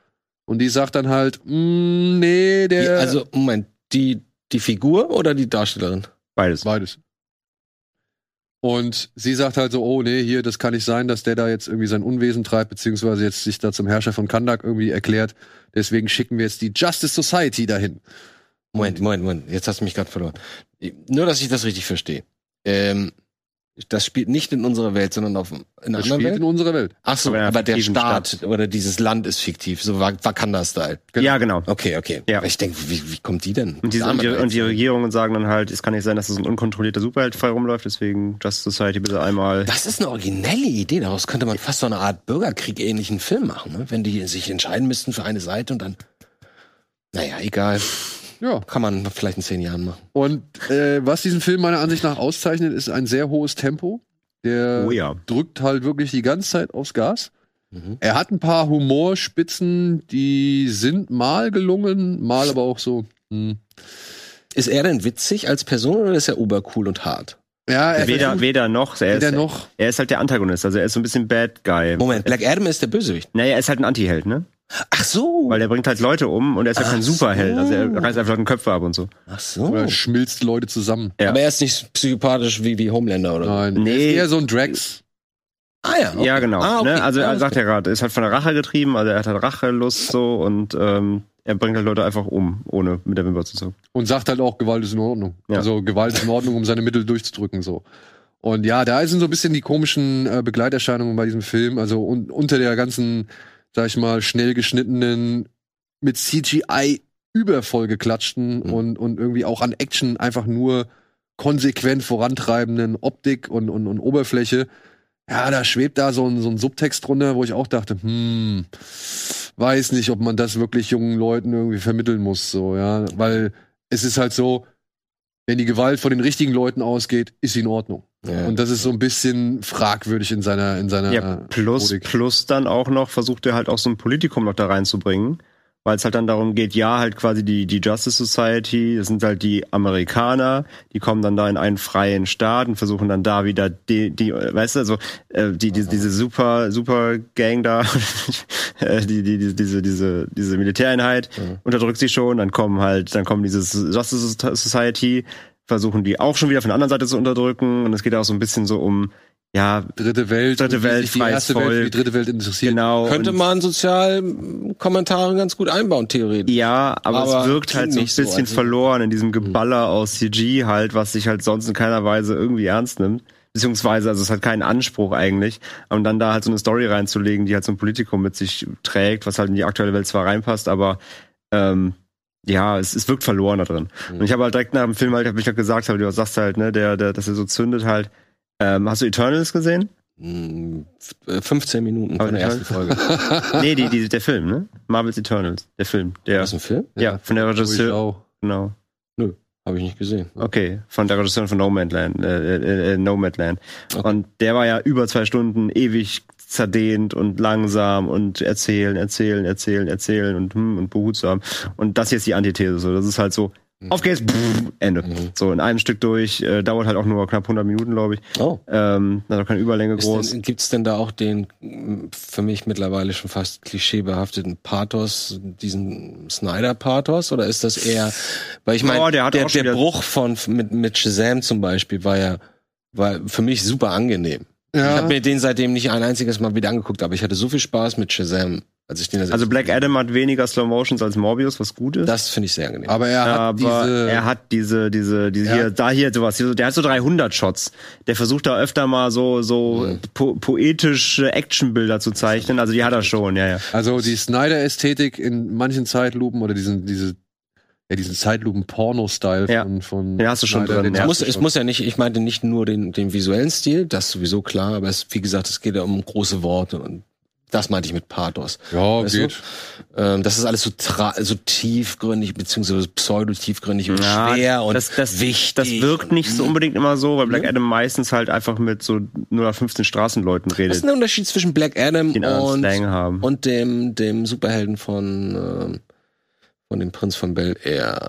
Speaker 2: und die sagt dann halt, "Mm, nee,
Speaker 3: Die,
Speaker 2: der.
Speaker 3: also, Moment, die, die Figur oder die Darstellerin?
Speaker 4: Beides.
Speaker 2: Beides. Und sie sagt halt so, oh nee, hier, das kann nicht sein, dass der da jetzt irgendwie sein Unwesen treibt, beziehungsweise jetzt sich da zum Herrscher von Kandak irgendwie erklärt. Deswegen schicken wir jetzt die Justice Society dahin.
Speaker 3: Moment, Moment, Moment. Jetzt hast du mich gerade verloren. Nur, dass ich das richtig verstehe. Ähm, Das spielt nicht in unserer Welt, sondern auf in einer
Speaker 2: Das
Speaker 3: anderen
Speaker 2: spielt
Speaker 3: Welt.
Speaker 2: in unserer Welt.
Speaker 3: Ach so,
Speaker 4: Aber in einer
Speaker 3: aber der
Speaker 4: fiktiven
Speaker 3: Staat oder dieses Land ist fiktiv, so Wa- Wakanda-Style.
Speaker 4: Ja, genau.
Speaker 3: Okay, okay.
Speaker 4: Ja.
Speaker 3: Aber ich denke, wie, wie kommt die denn?
Speaker 4: Und die, und, die,
Speaker 3: Damit
Speaker 4: und die
Speaker 3: rein?
Speaker 4: Regierungen sagen dann halt, es kann nicht sein, dass es ein unkontrollierter Superheld frei rumläuft, deswegen Just Society bitte einmal.
Speaker 3: das ist eine originelle Idee. Daraus könnte man fast so eine Art Bürgerkrieg-ähnlichen Film machen, ne? wenn die sich entscheiden müssten für eine Seite und dann. Naja, egal.
Speaker 2: Ja.
Speaker 3: Kann man vielleicht in zehn Jahren machen.
Speaker 2: Und äh, was diesen Film meiner Ansicht nach auszeichnet, ist ein sehr hohes Tempo. Der
Speaker 4: Oh ja. Mhm.
Speaker 2: drückt halt wirklich die ganze Zeit aufs Gas. Er hat ein paar Humorspitzen, die sind mal gelungen, mal aber auch so. Hm.
Speaker 3: Ist er denn witzig als Person oder ist er obercool und hart?
Speaker 2: Ja, er
Speaker 4: Weder,
Speaker 2: versucht-
Speaker 4: weder noch. Er
Speaker 2: weder
Speaker 4: ist,
Speaker 2: noch.
Speaker 4: er ist halt der Antagonist, also er ist so ein bisschen Bad Guy.
Speaker 3: Moment, Black Adam ist der Bösewicht.
Speaker 4: Naja, er ist halt ein Antiheld, ne?
Speaker 3: Ach so.
Speaker 4: Weil er bringt halt Leute um und er ist halt
Speaker 3: Ach
Speaker 4: kein Superheld.
Speaker 3: so.
Speaker 4: Also er reißt einfach Leuten Köpfe ab und so.
Speaker 3: Ach so.
Speaker 2: Oder schmilzt Leute zusammen.
Speaker 4: Ja.
Speaker 3: Aber er ist nicht psychopathisch wie, wie Homelander oder so.
Speaker 2: Nein. Er
Speaker 4: Nee.
Speaker 2: ist eher so ein Drax.
Speaker 3: Ah ja. okay.
Speaker 4: Ja, genau.
Speaker 3: Ah, okay.
Speaker 4: ne? Also er
Speaker 3: Alles
Speaker 4: sagt ja gerade, er ist halt von der Rache getrieben, also er hat halt Rachelust so und ähm, er bringt halt Leute einfach um, ohne mit der Wimper zu zucken.
Speaker 2: Und sagt halt auch, Gewalt ist in Ordnung.
Speaker 4: Ja.
Speaker 2: Also Gewalt ist in Ordnung, um seine Mittel durchzudrücken. so. Und ja, da sind so ein bisschen die komischen äh, Begleiterscheinungen bei diesem Film. Also un unter der ganzen, sag ich mal, schnell geschnittenen, mit CGI übervoll geklatschten
Speaker 3: Mhm.
Speaker 2: und, und irgendwie auch an Action einfach nur konsequent vorantreibenden Optik und, und, und Oberfläche. Ja, da schwebt da so ein, so ein Subtext drunter, wo ich auch dachte, hm, weiß nicht, ob man das wirklich jungen Leuten irgendwie vermitteln muss, so, ja. Weil es ist halt so, wenn die Gewalt von den richtigen Leuten ausgeht, ist sie in Ordnung.
Speaker 3: Ja.
Speaker 2: Und das ist so ein bisschen fragwürdig in seiner, in seiner. äh,
Speaker 4: Ja, plus,
Speaker 2: Methodik.
Speaker 4: plus dann auch noch versucht er halt auch so ein Politikum noch da reinzubringen, weil es halt dann darum geht, ja, halt quasi die, die Justice Society, das sind halt die Amerikaner, die kommen dann da in einen freien Staat und versuchen dann da wieder die, die weißt du, also äh, die, die, diese super, super Gang da, äh, die, die, die, diese, diese, diese Militäreinheit unterdrückt sie schon, dann kommen halt, dann kommen dieses Justice Society, versuchen die auch schon wieder von der anderen Seite zu unterdrücken und es geht auch so ein bisschen so um ja,
Speaker 2: Dritte Welt,
Speaker 4: Dritte
Speaker 2: wie
Speaker 4: Welt,
Speaker 2: sich die
Speaker 4: freies
Speaker 2: erste Welt, für die
Speaker 4: Volk.
Speaker 2: dritte Welt interessiert.
Speaker 4: Genau.
Speaker 3: Könnte
Speaker 4: und-
Speaker 3: man Sozialkommentare ganz gut einbauen, theoretisch.
Speaker 4: Ja, aber,
Speaker 3: aber
Speaker 4: es wirkt
Speaker 3: klingt
Speaker 4: halt so ein
Speaker 3: nicht so,
Speaker 4: bisschen
Speaker 3: also-
Speaker 4: verloren in diesem Geballer aus CG halt, was sich halt sonst in keiner Weise irgendwie ernst nimmt. Beziehungsweise, also es hat keinen Anspruch eigentlich. Und dann da halt so eine Story reinzulegen, die halt so ein Politikum mit sich trägt, was halt in die aktuelle Welt zwar reinpasst, aber ähm, ja, es, es wirkt verloren da drin.
Speaker 3: Hm.
Speaker 4: Und ich habe halt direkt nach dem Film halt, hab ich halt gesagt, hab, du sagst halt, ne, der, der, dass er so zündet halt. Ähm, hast du Eternals gesehen?
Speaker 3: Hm, f- äh, 15 Minuten
Speaker 4: Aber
Speaker 3: von der
Speaker 4: total.
Speaker 3: ersten Folge.
Speaker 4: nee, die, die, der Film, ne? Marvel's Eternals, der Film. Der,
Speaker 3: Was ein Film?
Speaker 4: ja, von der
Speaker 2: Ruhig
Speaker 4: Regisseur,
Speaker 2: auch.
Speaker 4: genau.
Speaker 3: Habe ich nicht gesehen.
Speaker 4: Okay, von der Regisseurin von Nomadland. Äh, äh, äh, Nomadland. Und der war ja über zwei Stunden ewig zerdehnt und langsam und erzählen, erzählen, erzählen, erzählen und, hm, und behutsam. Und das hier ist die Antithese. So. Das ist halt so, auf geht's, pff, Ende. So in einem Stück durch, äh, dauert halt auch nur knapp 100 Minuten, glaube ich.
Speaker 3: Oh.
Speaker 4: Ähm, hat auch keine Überlänge groß.
Speaker 3: Gibt es denn da auch den mh, für mich mittlerweile schon fast klischeebehafteten Pathos, diesen Snyder-Pathos? Oder ist das eher, weil ich meine,
Speaker 4: Oh, der
Speaker 3: der,
Speaker 4: hat
Speaker 3: der,
Speaker 4: auch schon wieder-
Speaker 3: Bruch von mit, mit Shazam zum Beispiel war ja war für mich super angenehm. Ich
Speaker 2: Ja,
Speaker 3: habe mir den seitdem nicht ein einziges Mal wieder angeguckt, aber ich hatte so viel Spaß mit Shazam, als ich den das
Speaker 4: Also Black Adam hat weniger Slow Motions als Morbius, was gut ist.
Speaker 3: Das finde ich sehr angenehm.
Speaker 2: aber er hat
Speaker 4: aber
Speaker 2: diese.
Speaker 4: er hat diese, diese, diese hier, da hier sowas, hier, so- der hat so 300 Shots. Der versucht da öfter mal so, so po poetische Actionbilder zu zeichnen. Also die hat er schon, ja, ja.
Speaker 2: also die Snyder-Ästhetik in manchen Zeitlupen oder diesen, diese, ja, diesen Zeitlupen-Porno-Style
Speaker 4: Ja.
Speaker 2: von, von.
Speaker 4: Den hast du schon drin,
Speaker 2: den
Speaker 4: ja.
Speaker 2: hast
Speaker 3: muss,
Speaker 2: du
Speaker 3: es
Speaker 2: schon.
Speaker 3: muss ja nicht, ich meinte nicht nur den, den visuellen Stil, das sowieso klar, aber es, wie gesagt, es geht ja um große Worte und das meinte ich mit Pathos.
Speaker 2: Ja,
Speaker 3: Weißt
Speaker 2: geht.
Speaker 3: Du? Ähm, das ist alles so, tra so tiefgründig, beziehungsweise pseudo-tiefgründig und
Speaker 4: Ja,
Speaker 3: schwer und
Speaker 4: das, das,
Speaker 3: wichtig. hm.
Speaker 4: Das wirkt nicht so unbedingt immer so, weil Black
Speaker 3: Ja.
Speaker 4: Adam meistens halt einfach mit so nur 15 Straßenleuten
Speaker 3: Was ist
Speaker 4: redet,
Speaker 3: denn der Unterschied zwischen Black Adam
Speaker 4: die einen anderen
Speaker 3: und,
Speaker 4: Slang haben.
Speaker 3: und dem, dem Superhelden von, ähm, von dem Prinz von Bel Air?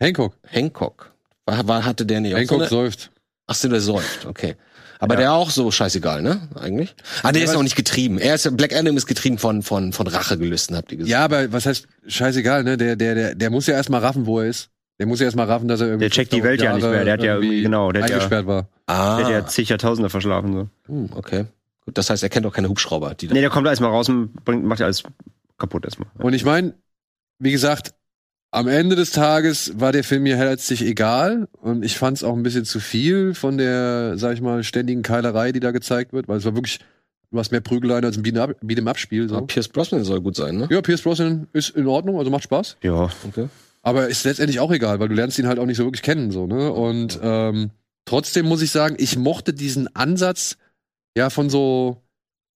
Speaker 2: Hancock.
Speaker 3: Hancock. War, war, hatte der nicht auch so
Speaker 2: Hancock
Speaker 3: eine-
Speaker 2: säuft.
Speaker 3: Ach so, der säuft, okay. Aber
Speaker 4: Ja.
Speaker 3: der auch so scheißegal, ne? Eigentlich. Ah, der ist
Speaker 2: aber-
Speaker 3: auch nicht getrieben. Er ist, Black Adam ist getrieben von, von, von Rachegelüsten, habt ihr gesagt.
Speaker 2: Ja, aber was heißt, scheißegal, ne? Der, der, der, der muss ja erstmal raffen, wo er ist. Der muss ja erstmal raffen, dass er irgendwie.
Speaker 4: Der checkt die Welt ja nicht mehr. Der hat ja irgendwie, genau, der hat ja, der
Speaker 2: eingesperrt war.
Speaker 3: Ah,
Speaker 4: hat ja zig Jahrtausende verschlafen. So.
Speaker 3: hm, okay. Gut, das heißt, er kennt auch keine Hubschrauber. Die da
Speaker 4: Nee, der kommt da erstmal raus und bringt, macht ja alles kaputt erstmal.
Speaker 2: Und ich meine, wie gesagt, am Ende des Tages war der Film mir herzlich egal und ich fand es auch ein bisschen zu viel von der, sag ich mal, ständigen Keilerei, die da gezeigt wird, weil es war wirklich, du hast mehr Prügeleien als ein Beat'em-up-Spiel.
Speaker 3: Aber
Speaker 2: So.
Speaker 3: Ah, Pierce Brosnan soll gut sein, ne?
Speaker 2: Ja, Pierce Brosnan ist in Ordnung, also macht Spaß.
Speaker 4: Ja.
Speaker 3: Okay.
Speaker 2: Aber ist letztendlich auch egal, weil du lernst ihn halt auch nicht so wirklich kennen, so, ne? Und ähm, trotzdem muss ich sagen, ich mochte diesen Ansatz ja von so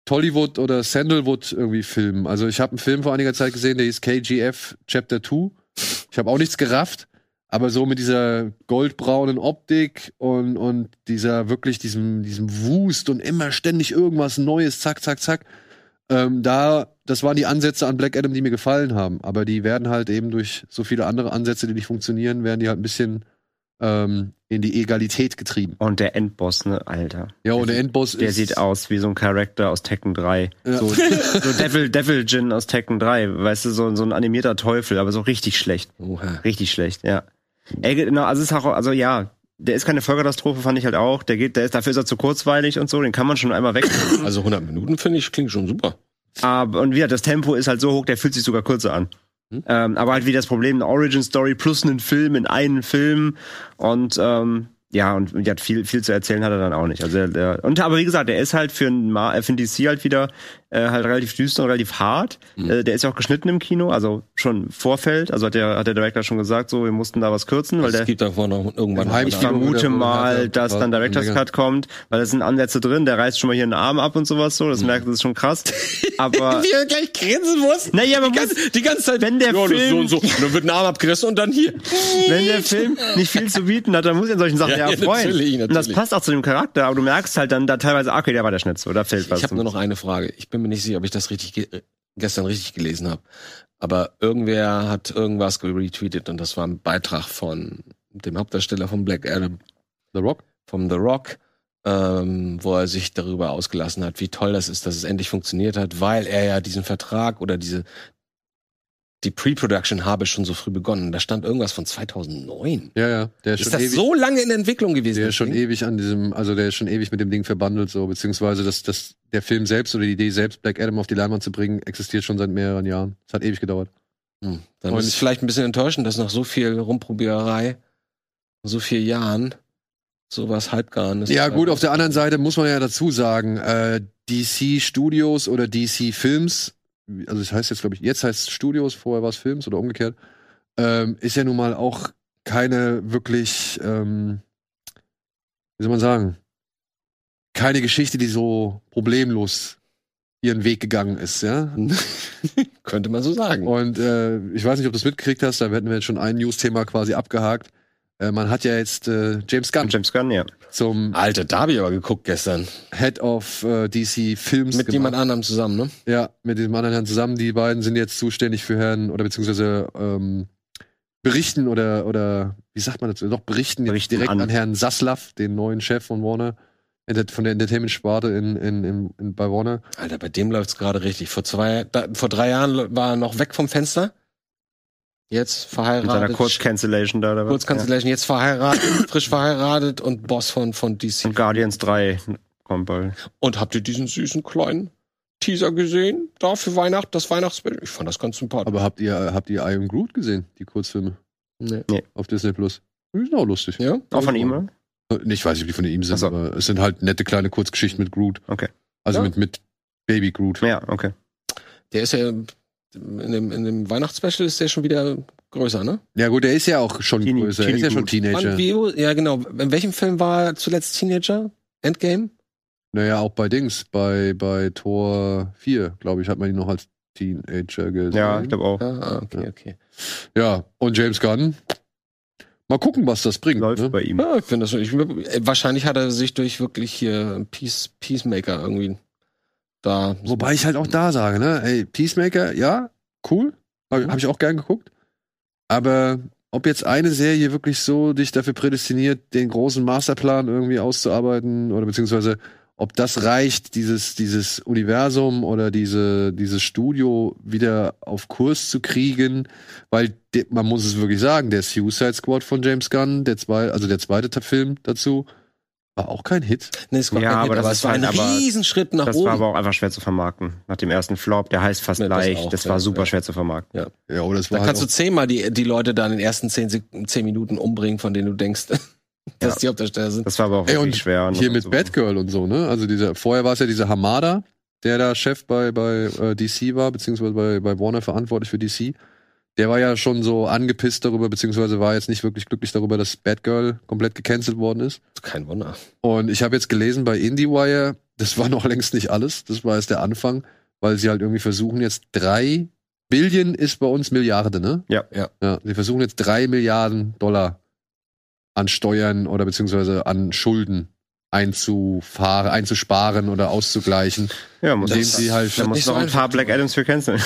Speaker 2: Tollywood oder Sandalwood irgendwie Filmen. Also ich habe einen Film vor einiger Zeit gesehen, der hieß KGF Chapter 2. Ich habe auch nichts gerafft, aber so mit dieser goldbraunen Optik und, und dieser wirklich diesem, diesem Wust und immer ständig irgendwas Neues, zack, zack, zack. Ähm, da, das waren die Ansätze an Black Adam, die mir gefallen haben. Aber die werden halt eben durch so viele andere Ansätze, die nicht funktionieren, werden die halt ein bisschen ähm, in die Egalität getrieben.
Speaker 4: Und der Endboss, ne, Alter.
Speaker 2: Ja, und der Endboss
Speaker 4: Der
Speaker 2: ist.
Speaker 4: sieht aus wie so ein Charakter aus Tekken 3.
Speaker 2: Ja.
Speaker 4: So, so Devil, Devil Jin aus Tekken 3. Weißt du, so, so ein animierter Teufel, aber so richtig schlecht.
Speaker 3: Oha.
Speaker 4: Richtig schlecht, ja. Ey, genau, also es ist auch, also ja, der ist keine Vollkatastrophe, fand ich halt auch. Der geht, der ist, dafür ist er zu kurzweilig und so, den kann man schon einmal weg.
Speaker 3: Also 100 Minuten finde ich, klingt schon super.
Speaker 4: aber, und wieder, das Tempo ist halt so hoch, der fühlt sich sogar kürzer an. Ähm, aber halt wie das Problem, eine Origin-Story plus einen Film in einen Film und ähm, ja, und ja, viel, viel zu erzählen hat er dann auch nicht. Also, er- er- und aber wie gesagt, der ist halt für einen Ma- äh, für einen DC halt wieder äh, halt relativ düster und relativ hart. Äh, der ist ja auch geschnitten im Kino, also schon im Vorfeld. Also hat der, hat der Director schon gesagt, so, wir mussten da was kürzen, weil der,
Speaker 3: es gibt davor noch irgendwann.
Speaker 2: Im Heim-
Speaker 3: noch-
Speaker 4: ich
Speaker 2: Kino
Speaker 4: vermute
Speaker 2: oder wo halt
Speaker 4: mal,
Speaker 2: der-
Speaker 4: dass dann Director's
Speaker 2: länger.
Speaker 4: Cut kommt, weil da sind Ansätze drin, der reißt schon mal hier einen Arm ab und sowas so, das merkt, das ist schon krass. Aber,
Speaker 3: Wie er gleich grinsen muss.
Speaker 4: naja, man
Speaker 3: Die
Speaker 4: muss,
Speaker 3: ganze, die ganze Zeit.
Speaker 4: Wenn der
Speaker 3: ja, das
Speaker 4: Film-
Speaker 3: so und so. Und dann wird ein Arm abgerissen und dann hier.
Speaker 4: wenn der Film nicht viel zu bieten hat, dann muss er in solchen Sachen
Speaker 3: Ja,
Speaker 4: ja,
Speaker 3: ja,
Speaker 4: freuen.
Speaker 3: natürlich,
Speaker 4: Und das
Speaker 3: natürlich.
Speaker 4: passt auch zu dem Charakter, aber du merkst halt dann da teilweise, ah, okay, der war der Schnitt so, da fehlt was.
Speaker 3: Ich habe nur noch eine Frage. Ich bin mir nicht sicher, ob ich das richtig ge- gestern richtig gelesen habe. Aber irgendwer hat irgendwas retweetet und das war ein Beitrag von dem Hauptdarsteller von Black Adam,
Speaker 2: The Rock?
Speaker 3: vom The Rock, ähm, wo er sich darüber ausgelassen hat, wie toll das ist, dass es endlich funktioniert hat, weil er ja diesen Vertrag oder diese die Pre-Production habe schon so früh begonnen. Da stand irgendwas von 2009.
Speaker 2: Ja, ja. Der ist,
Speaker 3: Ist
Speaker 2: schon
Speaker 3: das
Speaker 2: ewig,
Speaker 3: so lange in Entwicklung gewesen?
Speaker 2: Der
Speaker 3: das
Speaker 2: ist schon
Speaker 3: Ding?
Speaker 2: ewig an diesem, also der ist schon ewig mit dem Ding verbandelt, so, beziehungsweise dass, dass der Film selbst oder die Idee selbst, Black Adam auf die Leinwand zu bringen, existiert schon seit mehreren Jahren. Es hat ewig gedauert.
Speaker 3: Hm, dann
Speaker 2: Und-
Speaker 3: ist es vielleicht ein bisschen enttäuschend, dass nach so viel Rumprobiererei, so vielen Jahren, sowas Äh, halbgarenes.
Speaker 2: Ja, gut, auf der anderen Seite muss man ja dazu sagen, äh, DC Studios oder DC Films, also das heißt jetzt, glaube ich, jetzt heißt es Studios, vorher war es Films oder umgekehrt, ähm, ist ja nun mal auch keine wirklich, ähm, wie soll man sagen, keine Geschichte, die so problemlos ihren Weg gegangen ist, ja.
Speaker 3: Könnte man so sagen.
Speaker 2: Und äh, ich weiß nicht, ob du es mitgekriegt hast, da hätten wir jetzt schon ein News-Thema quasi abgehakt. Äh, man hat ja jetzt äh, James Gunn
Speaker 4: James Gunn, ja.
Speaker 2: zum
Speaker 3: Alter, da hab ich aber geguckt gestern.
Speaker 2: Head of äh, DC Films
Speaker 3: Mit jemand anderem zusammen, ne?
Speaker 2: Ja, mit diesem anderen Herrn zusammen. Die beiden sind jetzt zuständig für Herrn oder beziehungsweise ähm, berichten oder oder wie sagt man dazu? Doch berichten, jetzt
Speaker 4: Berichten
Speaker 2: direkt an.
Speaker 4: an.
Speaker 2: Herrn Saslav, den neuen Chef von Warner, Enter- von der Entertainment-Sparte in, in, in, in, bei Warner.
Speaker 3: Alter, bei dem läuft's gerade richtig. Vor zwei, da, vor drei Jahren war er noch weg vom Fenster. Jetzt
Speaker 4: Mit
Speaker 3: verheiratet.
Speaker 4: seiner Kurz-Cancellation da, oder was? ja.
Speaker 3: Kurzkanzlerin, jetzt verheiratet, frisch verheiratet und Boss von, von DC.
Speaker 4: Und Guardians 3 kommt bald.
Speaker 3: Und habt ihr diesen süßen kleinen Teaser gesehen? Da für Weihnachten, das Weihnachtsbild. Ich fand das ganz sympathisch.
Speaker 2: Aber habt ihr habt ihr I Am Groot gesehen, die Kurzfilme
Speaker 3: nee.
Speaker 2: auf Disney Plus? Die sind auch lustig.
Speaker 3: Ja?
Speaker 4: Auch von ihm, oder?
Speaker 2: Äh, Ich weiß nicht, ob die von ihm sind,
Speaker 4: Ach so.
Speaker 2: aber es sind halt nette kleine Kurzgeschichten mit Groot.
Speaker 4: Okay.
Speaker 2: Also
Speaker 3: Ja.
Speaker 2: mit, mit Baby Groot.
Speaker 3: Oh.
Speaker 4: Ja, okay.
Speaker 3: Der ist ja in dem, in dem Weihnachtsspecial ist der schon wieder größer, ne?
Speaker 2: Ja gut, der ist ja auch schon
Speaker 4: Teenie-
Speaker 2: größer, er ist
Speaker 4: Teenie
Speaker 2: ja schon
Speaker 4: Groot.
Speaker 2: Teenager.
Speaker 3: Wann, wie, ja, genau. In welchem Film war er zuletzt Teenager? Endgame?
Speaker 2: Naja, auch bei Dings, bei, bei Tor 4, glaube ich, hat man ihn noch als Teenager gesehen.
Speaker 4: Ja, ich glaube auch.
Speaker 3: Ah, ah, okay, okay.
Speaker 2: Ja, und James Gunn. Mal gucken, was das bringt.
Speaker 4: Läuft
Speaker 2: Ne?
Speaker 4: bei ihm.
Speaker 3: Ja, ich finde das ich, äh, Wahrscheinlich hat er sich durch wirklich hier Peace, Peacemaker irgendwie da.
Speaker 2: Wobei ich halt auch da sage, ne, ey, Peacemaker, ja, cool, habe hab ich auch gern geguckt. Aber ob jetzt eine Serie wirklich so dich dafür prädestiniert, den großen Masterplan irgendwie auszuarbeiten oder beziehungsweise ob das reicht, dieses, dieses Universum oder diese, dieses Studio wieder auf Kurs zu kriegen, weil de, man muss es wirklich sagen, der Suicide Squad von James Gunn, der zwei, also der zweite Ta- Film dazu, War auch kein Hit.
Speaker 3: Nee, es war
Speaker 4: Ja,
Speaker 3: kein Hit,
Speaker 4: aber das ist
Speaker 3: es war ein
Speaker 4: halt aber-
Speaker 3: Riesenschritt nach
Speaker 4: Das
Speaker 3: oben.
Speaker 4: war aber auch einfach schwer zu vermarkten. Nach dem ersten Flop, der heißt fast
Speaker 3: Ja, das
Speaker 4: leicht.
Speaker 3: auch,
Speaker 4: das
Speaker 3: ja,
Speaker 4: war super
Speaker 3: ja.
Speaker 4: schwer zu vermarkten.
Speaker 2: Ja, oder es
Speaker 3: da
Speaker 2: war halt
Speaker 3: kannst
Speaker 4: also
Speaker 3: du
Speaker 2: auch,
Speaker 3: zehnmal die, die Leute da in den ersten zehn, Sek- zehn Minuten umbringen, von denen du denkst, dass die Hauptdarsteller sind.
Speaker 4: Das war aber auch
Speaker 2: Ey,
Speaker 4: wirklich
Speaker 2: und
Speaker 4: schwer.
Speaker 2: hier mit
Speaker 4: so.
Speaker 2: Batgirl und so, ne? Also dieser, vorher war es ja dieser Hamada, der da Chef bei, bei äh, DC war, beziehungsweise bei, bei Warner verantwortlich für DC. Der war ja schon so angepisst darüber, beziehungsweise war jetzt nicht wirklich glücklich darüber, dass Batgirl komplett gecancelt worden ist.
Speaker 3: Kein Wunder.
Speaker 2: Und ich habe jetzt gelesen bei IndieWire, das war noch längst nicht alles, das war erst der Anfang, weil sie halt irgendwie versuchen jetzt drei Billion ist bei uns Milliarde, ne?
Speaker 4: Ja.
Speaker 3: Ja.
Speaker 2: ja sie versuchen jetzt drei Milliarden Dollar an Steuern oder beziehungsweise an Schulden einzufahren, einzusparen oder auszugleichen.
Speaker 4: Ja, muss
Speaker 2: Indem
Speaker 4: das,
Speaker 2: sie halt-
Speaker 4: da
Speaker 3: Nicht
Speaker 4: muss
Speaker 3: so
Speaker 4: noch ein
Speaker 3: einfach
Speaker 4: paar
Speaker 3: zu
Speaker 4: Black
Speaker 3: machen.
Speaker 4: Adams für canceln.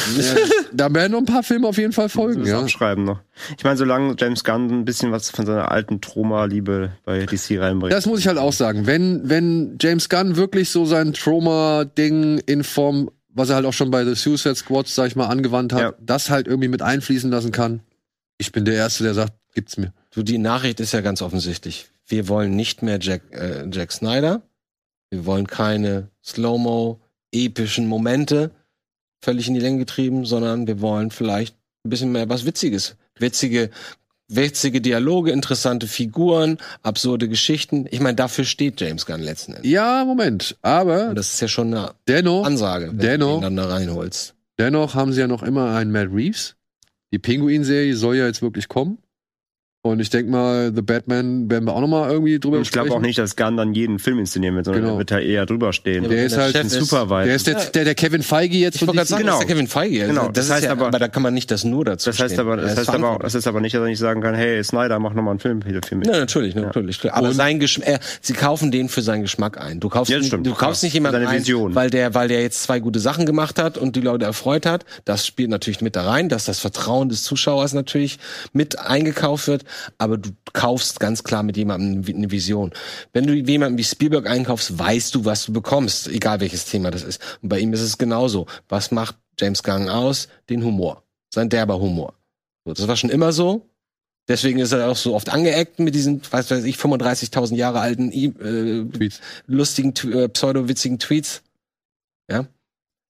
Speaker 2: da werden noch ein paar Filme auf jeden Fall folgen,
Speaker 4: Ja.
Speaker 2: ja.
Speaker 4: Abschreiben noch. Ich meine, solange James Gunn ein bisschen was von seiner alten Trauma-Liebe bei DC reinbringt.
Speaker 2: Das muss ich halt auch sagen. Wenn, wenn James Gunn wirklich so sein Trauma-Ding in Form, was er halt auch schon bei The Suicide Squad, sag ich mal, angewandt hat,
Speaker 4: Ja.
Speaker 2: das halt irgendwie mit einfließen lassen kann, ich bin der Erste, der sagt, gibt's mir.
Speaker 3: Du, die Nachricht ist ja ganz offensichtlich. Wir wollen nicht mehr Jack, äh, Jack Snyder. Wir wollen keine Slow-Mo, epischen Momente völlig in die Länge getrieben, sondern wir wollen vielleicht ein bisschen mehr was Witziges. Witzige, witzige Dialoge, interessante Figuren, absurde Geschichten. Ich meine, dafür steht James Gunn letzten Endes.
Speaker 2: Ja, Moment. Aber
Speaker 3: Und das ist ja schon eine
Speaker 2: dennoch,
Speaker 3: Ansage, wenn
Speaker 2: Dennoch-
Speaker 3: du ihn dann da reinholst.
Speaker 2: dennoch haben sie ja noch immer einen Matt Reeves. Die Pinguin-Serie soll ja jetzt wirklich kommen. Und ich denke mal, The Batman werden wir auch noch mal irgendwie drüber
Speaker 4: ich glaube auch nicht, dass Gunn dann jeden Film inszenieren wird, sondern
Speaker 2: Genau.
Speaker 4: er wird da eher drüber stehen.
Speaker 2: Der
Speaker 3: Wenn
Speaker 2: ist halt
Speaker 3: Chef
Speaker 2: ein
Speaker 3: ist-
Speaker 4: Supervisor.
Speaker 2: Der ist jetzt der, der Kevin Feige jetzt
Speaker 3: Ich wollte gerade sagen, genau.
Speaker 4: Genau.
Speaker 3: das ist ja Kevin Feige.
Speaker 4: Genau,
Speaker 3: das, heißt aber, aber da kann man nicht das nur dazu
Speaker 4: Das heißt
Speaker 3: stehen.
Speaker 4: aber, das
Speaker 3: Er ist
Speaker 4: heißt aber, auch,
Speaker 3: verantwortlich.
Speaker 4: das heißt aber nicht, dass er nicht sagen kann, hey Snyder, mach nochmal einen Film hier für mich.
Speaker 3: Ja, natürlich, natürlich. klar. Aber
Speaker 2: Und-
Speaker 3: sein Geschm äh, sie kaufen den für seinen Geschmack ein. Du kaufst,
Speaker 4: Ja, das
Speaker 3: ihn-
Speaker 4: stimmt,
Speaker 3: du kaufst
Speaker 4: klar.
Speaker 3: nicht jemanden
Speaker 4: Seine Vision.
Speaker 3: ein, weil der, weil der jetzt zwei gute Sachen gemacht hat und die Leute erfreut hat. Das spielt natürlich mit da rein, dass das Vertrauen des Zuschauers natürlich mit eingekauft wird. Aber du kaufst ganz klar mit jemandem wie- eine Vision. Wenn du jemanden wie Spielberg einkaufst, weißt du, was du bekommst, egal welches Thema das ist. Und bei ihm ist es genauso. Was macht James Gunn aus? Den Humor. Sein derber Humor. So, das war schon immer so. Deswegen ist er auch so oft angeeckt mit diesen, was weiß ich, 35.000 Jahre alten, äh,
Speaker 2: Tweets.
Speaker 3: lustigen, Tw- äh, pseudo-witzigen Tweets. Ja.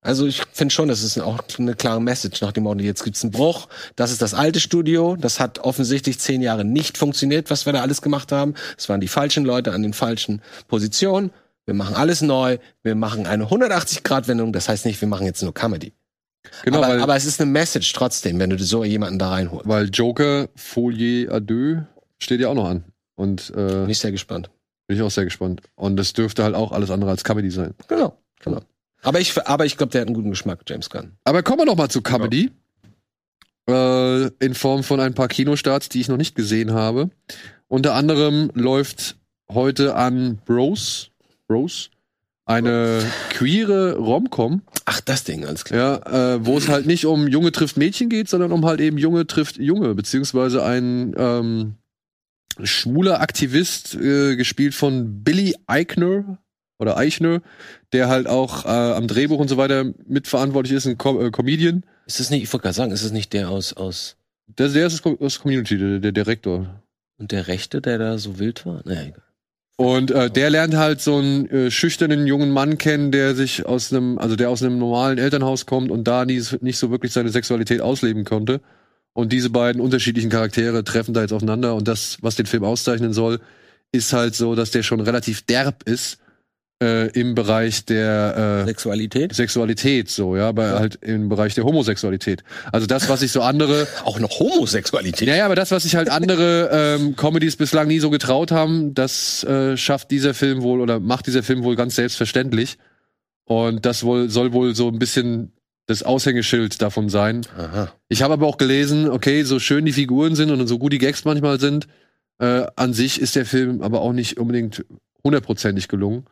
Speaker 3: Also ich finde schon, das ist auch eine klare Message nach dem Motto, jetzt gibt's einen Bruch. Das ist das alte Studio. Das hat offensichtlich zehn Jahre nicht funktioniert, was wir da alles gemacht haben. Es waren die falschen Leute an den falschen Positionen. Wir machen alles neu. Wir machen eine 180-Grad-Wendung. Das heißt nicht, wir machen jetzt nur Comedy.
Speaker 2: Genau,
Speaker 3: aber,
Speaker 2: weil-
Speaker 3: aber es ist eine Message trotzdem, wenn du so jemanden da reinholst.
Speaker 2: Weil Joker, Folie Adieu steht ja auch noch an. Und äh,
Speaker 3: Bin
Speaker 2: bin
Speaker 3: ich sehr gespannt.
Speaker 2: ich auch sehr gespannt. Und das dürfte halt auch alles andere als Comedy sein.
Speaker 3: Genau, genau. Aber ich, aber ich glaube, der hat einen guten Geschmack, James Gunn.
Speaker 2: Aber kommen wir noch mal zu Comedy. Äh, in Form von ein paar Kinostarts, die ich noch nicht gesehen habe. Unter anderem läuft heute an Bros, Bros, eine queere Romcom,
Speaker 3: Ach, das Ding, alles klar.
Speaker 2: ja, äh, wo es halt nicht um Junge trifft Mädchen geht, sondern um halt eben Junge trifft Junge, beziehungsweise ein ähm, schwuler Aktivist, äh, gespielt von Billy Eichner oder Eichner, der halt auch äh, am Drehbuch und so weiter mitverantwortlich ist, ein Com äh, Comedian.
Speaker 3: Ist es nicht, ich wollte gerade sagen, ist es nicht der aus, aus,
Speaker 2: Der, der ist das Com- das Community, der, der Direktor.
Speaker 3: und der Rechte, der da so wild war? Naja, egal.
Speaker 2: Und äh, der lernt halt so einen äh, schüchternen jungen Mann kennen, der sich aus einem, also der aus einem normalen Elternhaus kommt und da nie, nicht so wirklich seine Sexualität ausleben konnte. Und diese beiden unterschiedlichen Charaktere treffen da jetzt aufeinander und das, was den Film auszeichnen soll, ist halt so, dass der schon relativ derb ist äh, im Bereich der äh,
Speaker 3: Sexualität?
Speaker 2: Sexualität, so, ja, aber halt im Bereich der Homosexualität. Also das, was sich so andere
Speaker 3: Auch noch Homosexualität?
Speaker 2: Naja, aber das, was sich halt andere ähm, Comedies bislang nie so getraut haben, das äh, schafft dieser Film wohl oder macht dieser Film wohl ganz selbstverständlich. Und das wohl, soll wohl so ein bisschen das Aushängeschild davon sein.
Speaker 3: Aha.
Speaker 2: Ich habe aber auch gelesen, okay, so schön die Figuren sind und so gut die Gags manchmal sind, äh, an sich ist der Film aber auch nicht unbedingt hundertprozentig gelungen.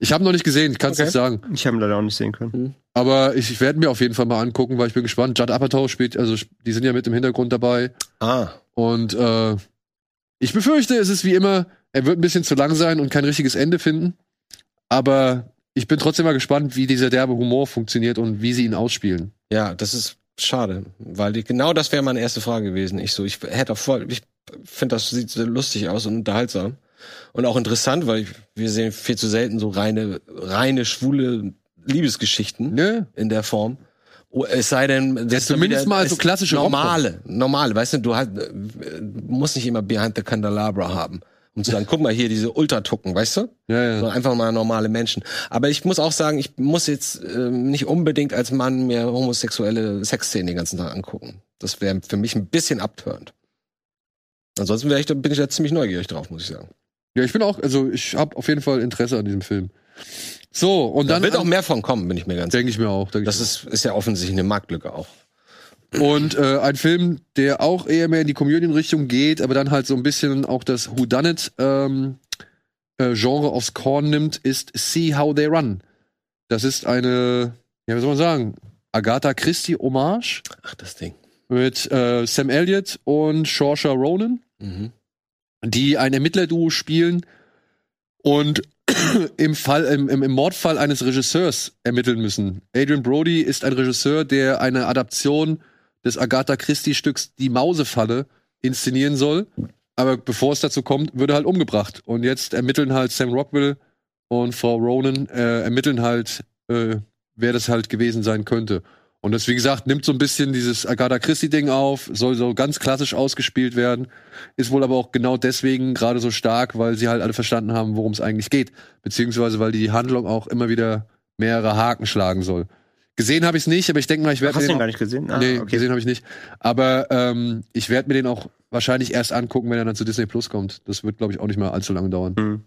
Speaker 2: Ich habe noch nicht gesehen, ich kann es
Speaker 3: Okay.
Speaker 2: nicht sagen.
Speaker 4: Ich habe ihn leider auch nicht sehen können.
Speaker 2: Aber ich, ich werde mir auf jeden Fall mal angucken, weil ich bin gespannt. Judd Apatow spielt, also sp- die sind ja mit im Hintergrund dabei.
Speaker 3: Ah.
Speaker 2: Und äh, ich befürchte, es ist wie immer, er wird ein bisschen zu lang sein und kein richtiges Ende finden. Aber ich bin trotzdem mal gespannt, wie dieser derbe Humor funktioniert und wie sie ihn ausspielen.
Speaker 3: Ja, das ist schade, weil die, genau das wäre meine erste Frage gewesen. Ich so, ich hätte auch voll, ich finde das sieht so lustig aus und unterhaltsam. Und auch interessant, weil ich- wir sehen viel zu selten so reine, reine schwule Liebesgeschichten
Speaker 2: Ne?
Speaker 3: in der Form. Oh, Es sei denn, das ist dann
Speaker 2: zumindest mal so
Speaker 3: es-
Speaker 2: klassische
Speaker 3: normale, normale, weißt du, du hast, äh, musst nicht immer Behind the Candelabra haben, um zu sagen, guck mal hier diese Ultratucken, weißt du?
Speaker 2: Ja, ja.
Speaker 3: So einfach mal normale Menschen. Aber ich muss auch sagen, ich muss jetzt ähm, nicht unbedingt als Mann mir homosexuelle Sexszenen den ganzen Tag angucken. Das wäre für mich ein bisschen abtörend. Ansonsten wär ich, da- bin ich da ziemlich neugierig drauf, muss ich sagen.
Speaker 2: Ja, ich bin auch, also ich habe auf jeden Fall Interesse an diesem Film. So, und
Speaker 3: Da
Speaker 2: dann
Speaker 3: wird auch mehr von kommen, bin ich mir ganz sicher.
Speaker 2: denke ich mir auch. Denk ich
Speaker 3: Das ist, ist ja offensichtlich eine Marktlücke auch.
Speaker 2: Und äh, ein Film, der auch eher mehr in die Comedian-Richtung geht, aber dann halt so ein bisschen auch das Whodunit-Genre ähm, äh, Genre aufs Korn nimmt, ist See How They Run. Das ist eine, ja, wie soll man sagen, Agatha Christie-Hommage
Speaker 3: Ach, das Ding.
Speaker 2: mit äh, Sam Elliott und Saoirse Ronan
Speaker 3: Mhm.
Speaker 2: die ein Ermittlerduo spielen und im Fall im, im, im Mordfall eines Regisseurs ermitteln müssen. Adrian Brody ist ein Regisseur, der eine Adaption des Agatha Christie Stücks Die Mausefalle inszenieren soll, aber bevor es dazu kommt, würde halt umgebracht und jetzt ermitteln halt Sam Rockwell und Frau Ronan äh, ermitteln halt äh, wer das halt gewesen sein könnte. Und das, wie gesagt, nimmt so ein bisschen dieses Agatha Christie-Ding auf, soll so ganz klassisch ausgespielt werden, ist wohl aber auch genau deswegen gerade so stark, weil sie halt alle verstanden haben, worum es eigentlich geht. Beziehungsweise, weil die Handlung auch immer wieder mehrere Haken schlagen soll. Gesehen habe ich es nicht, aber ich denke mal, ich werde
Speaker 4: Hast du
Speaker 2: mir den
Speaker 4: den gar
Speaker 2: auch-
Speaker 4: nicht gesehen? Ah,
Speaker 2: nee,
Speaker 4: okay.
Speaker 2: gesehen habe ich nicht. Aber ähm, ich werde mir den auch wahrscheinlich erst angucken, wenn er dann zu Disney Plus kommt. Das wird, glaube ich, auch nicht mehr allzu lange dauern.
Speaker 4: Ja,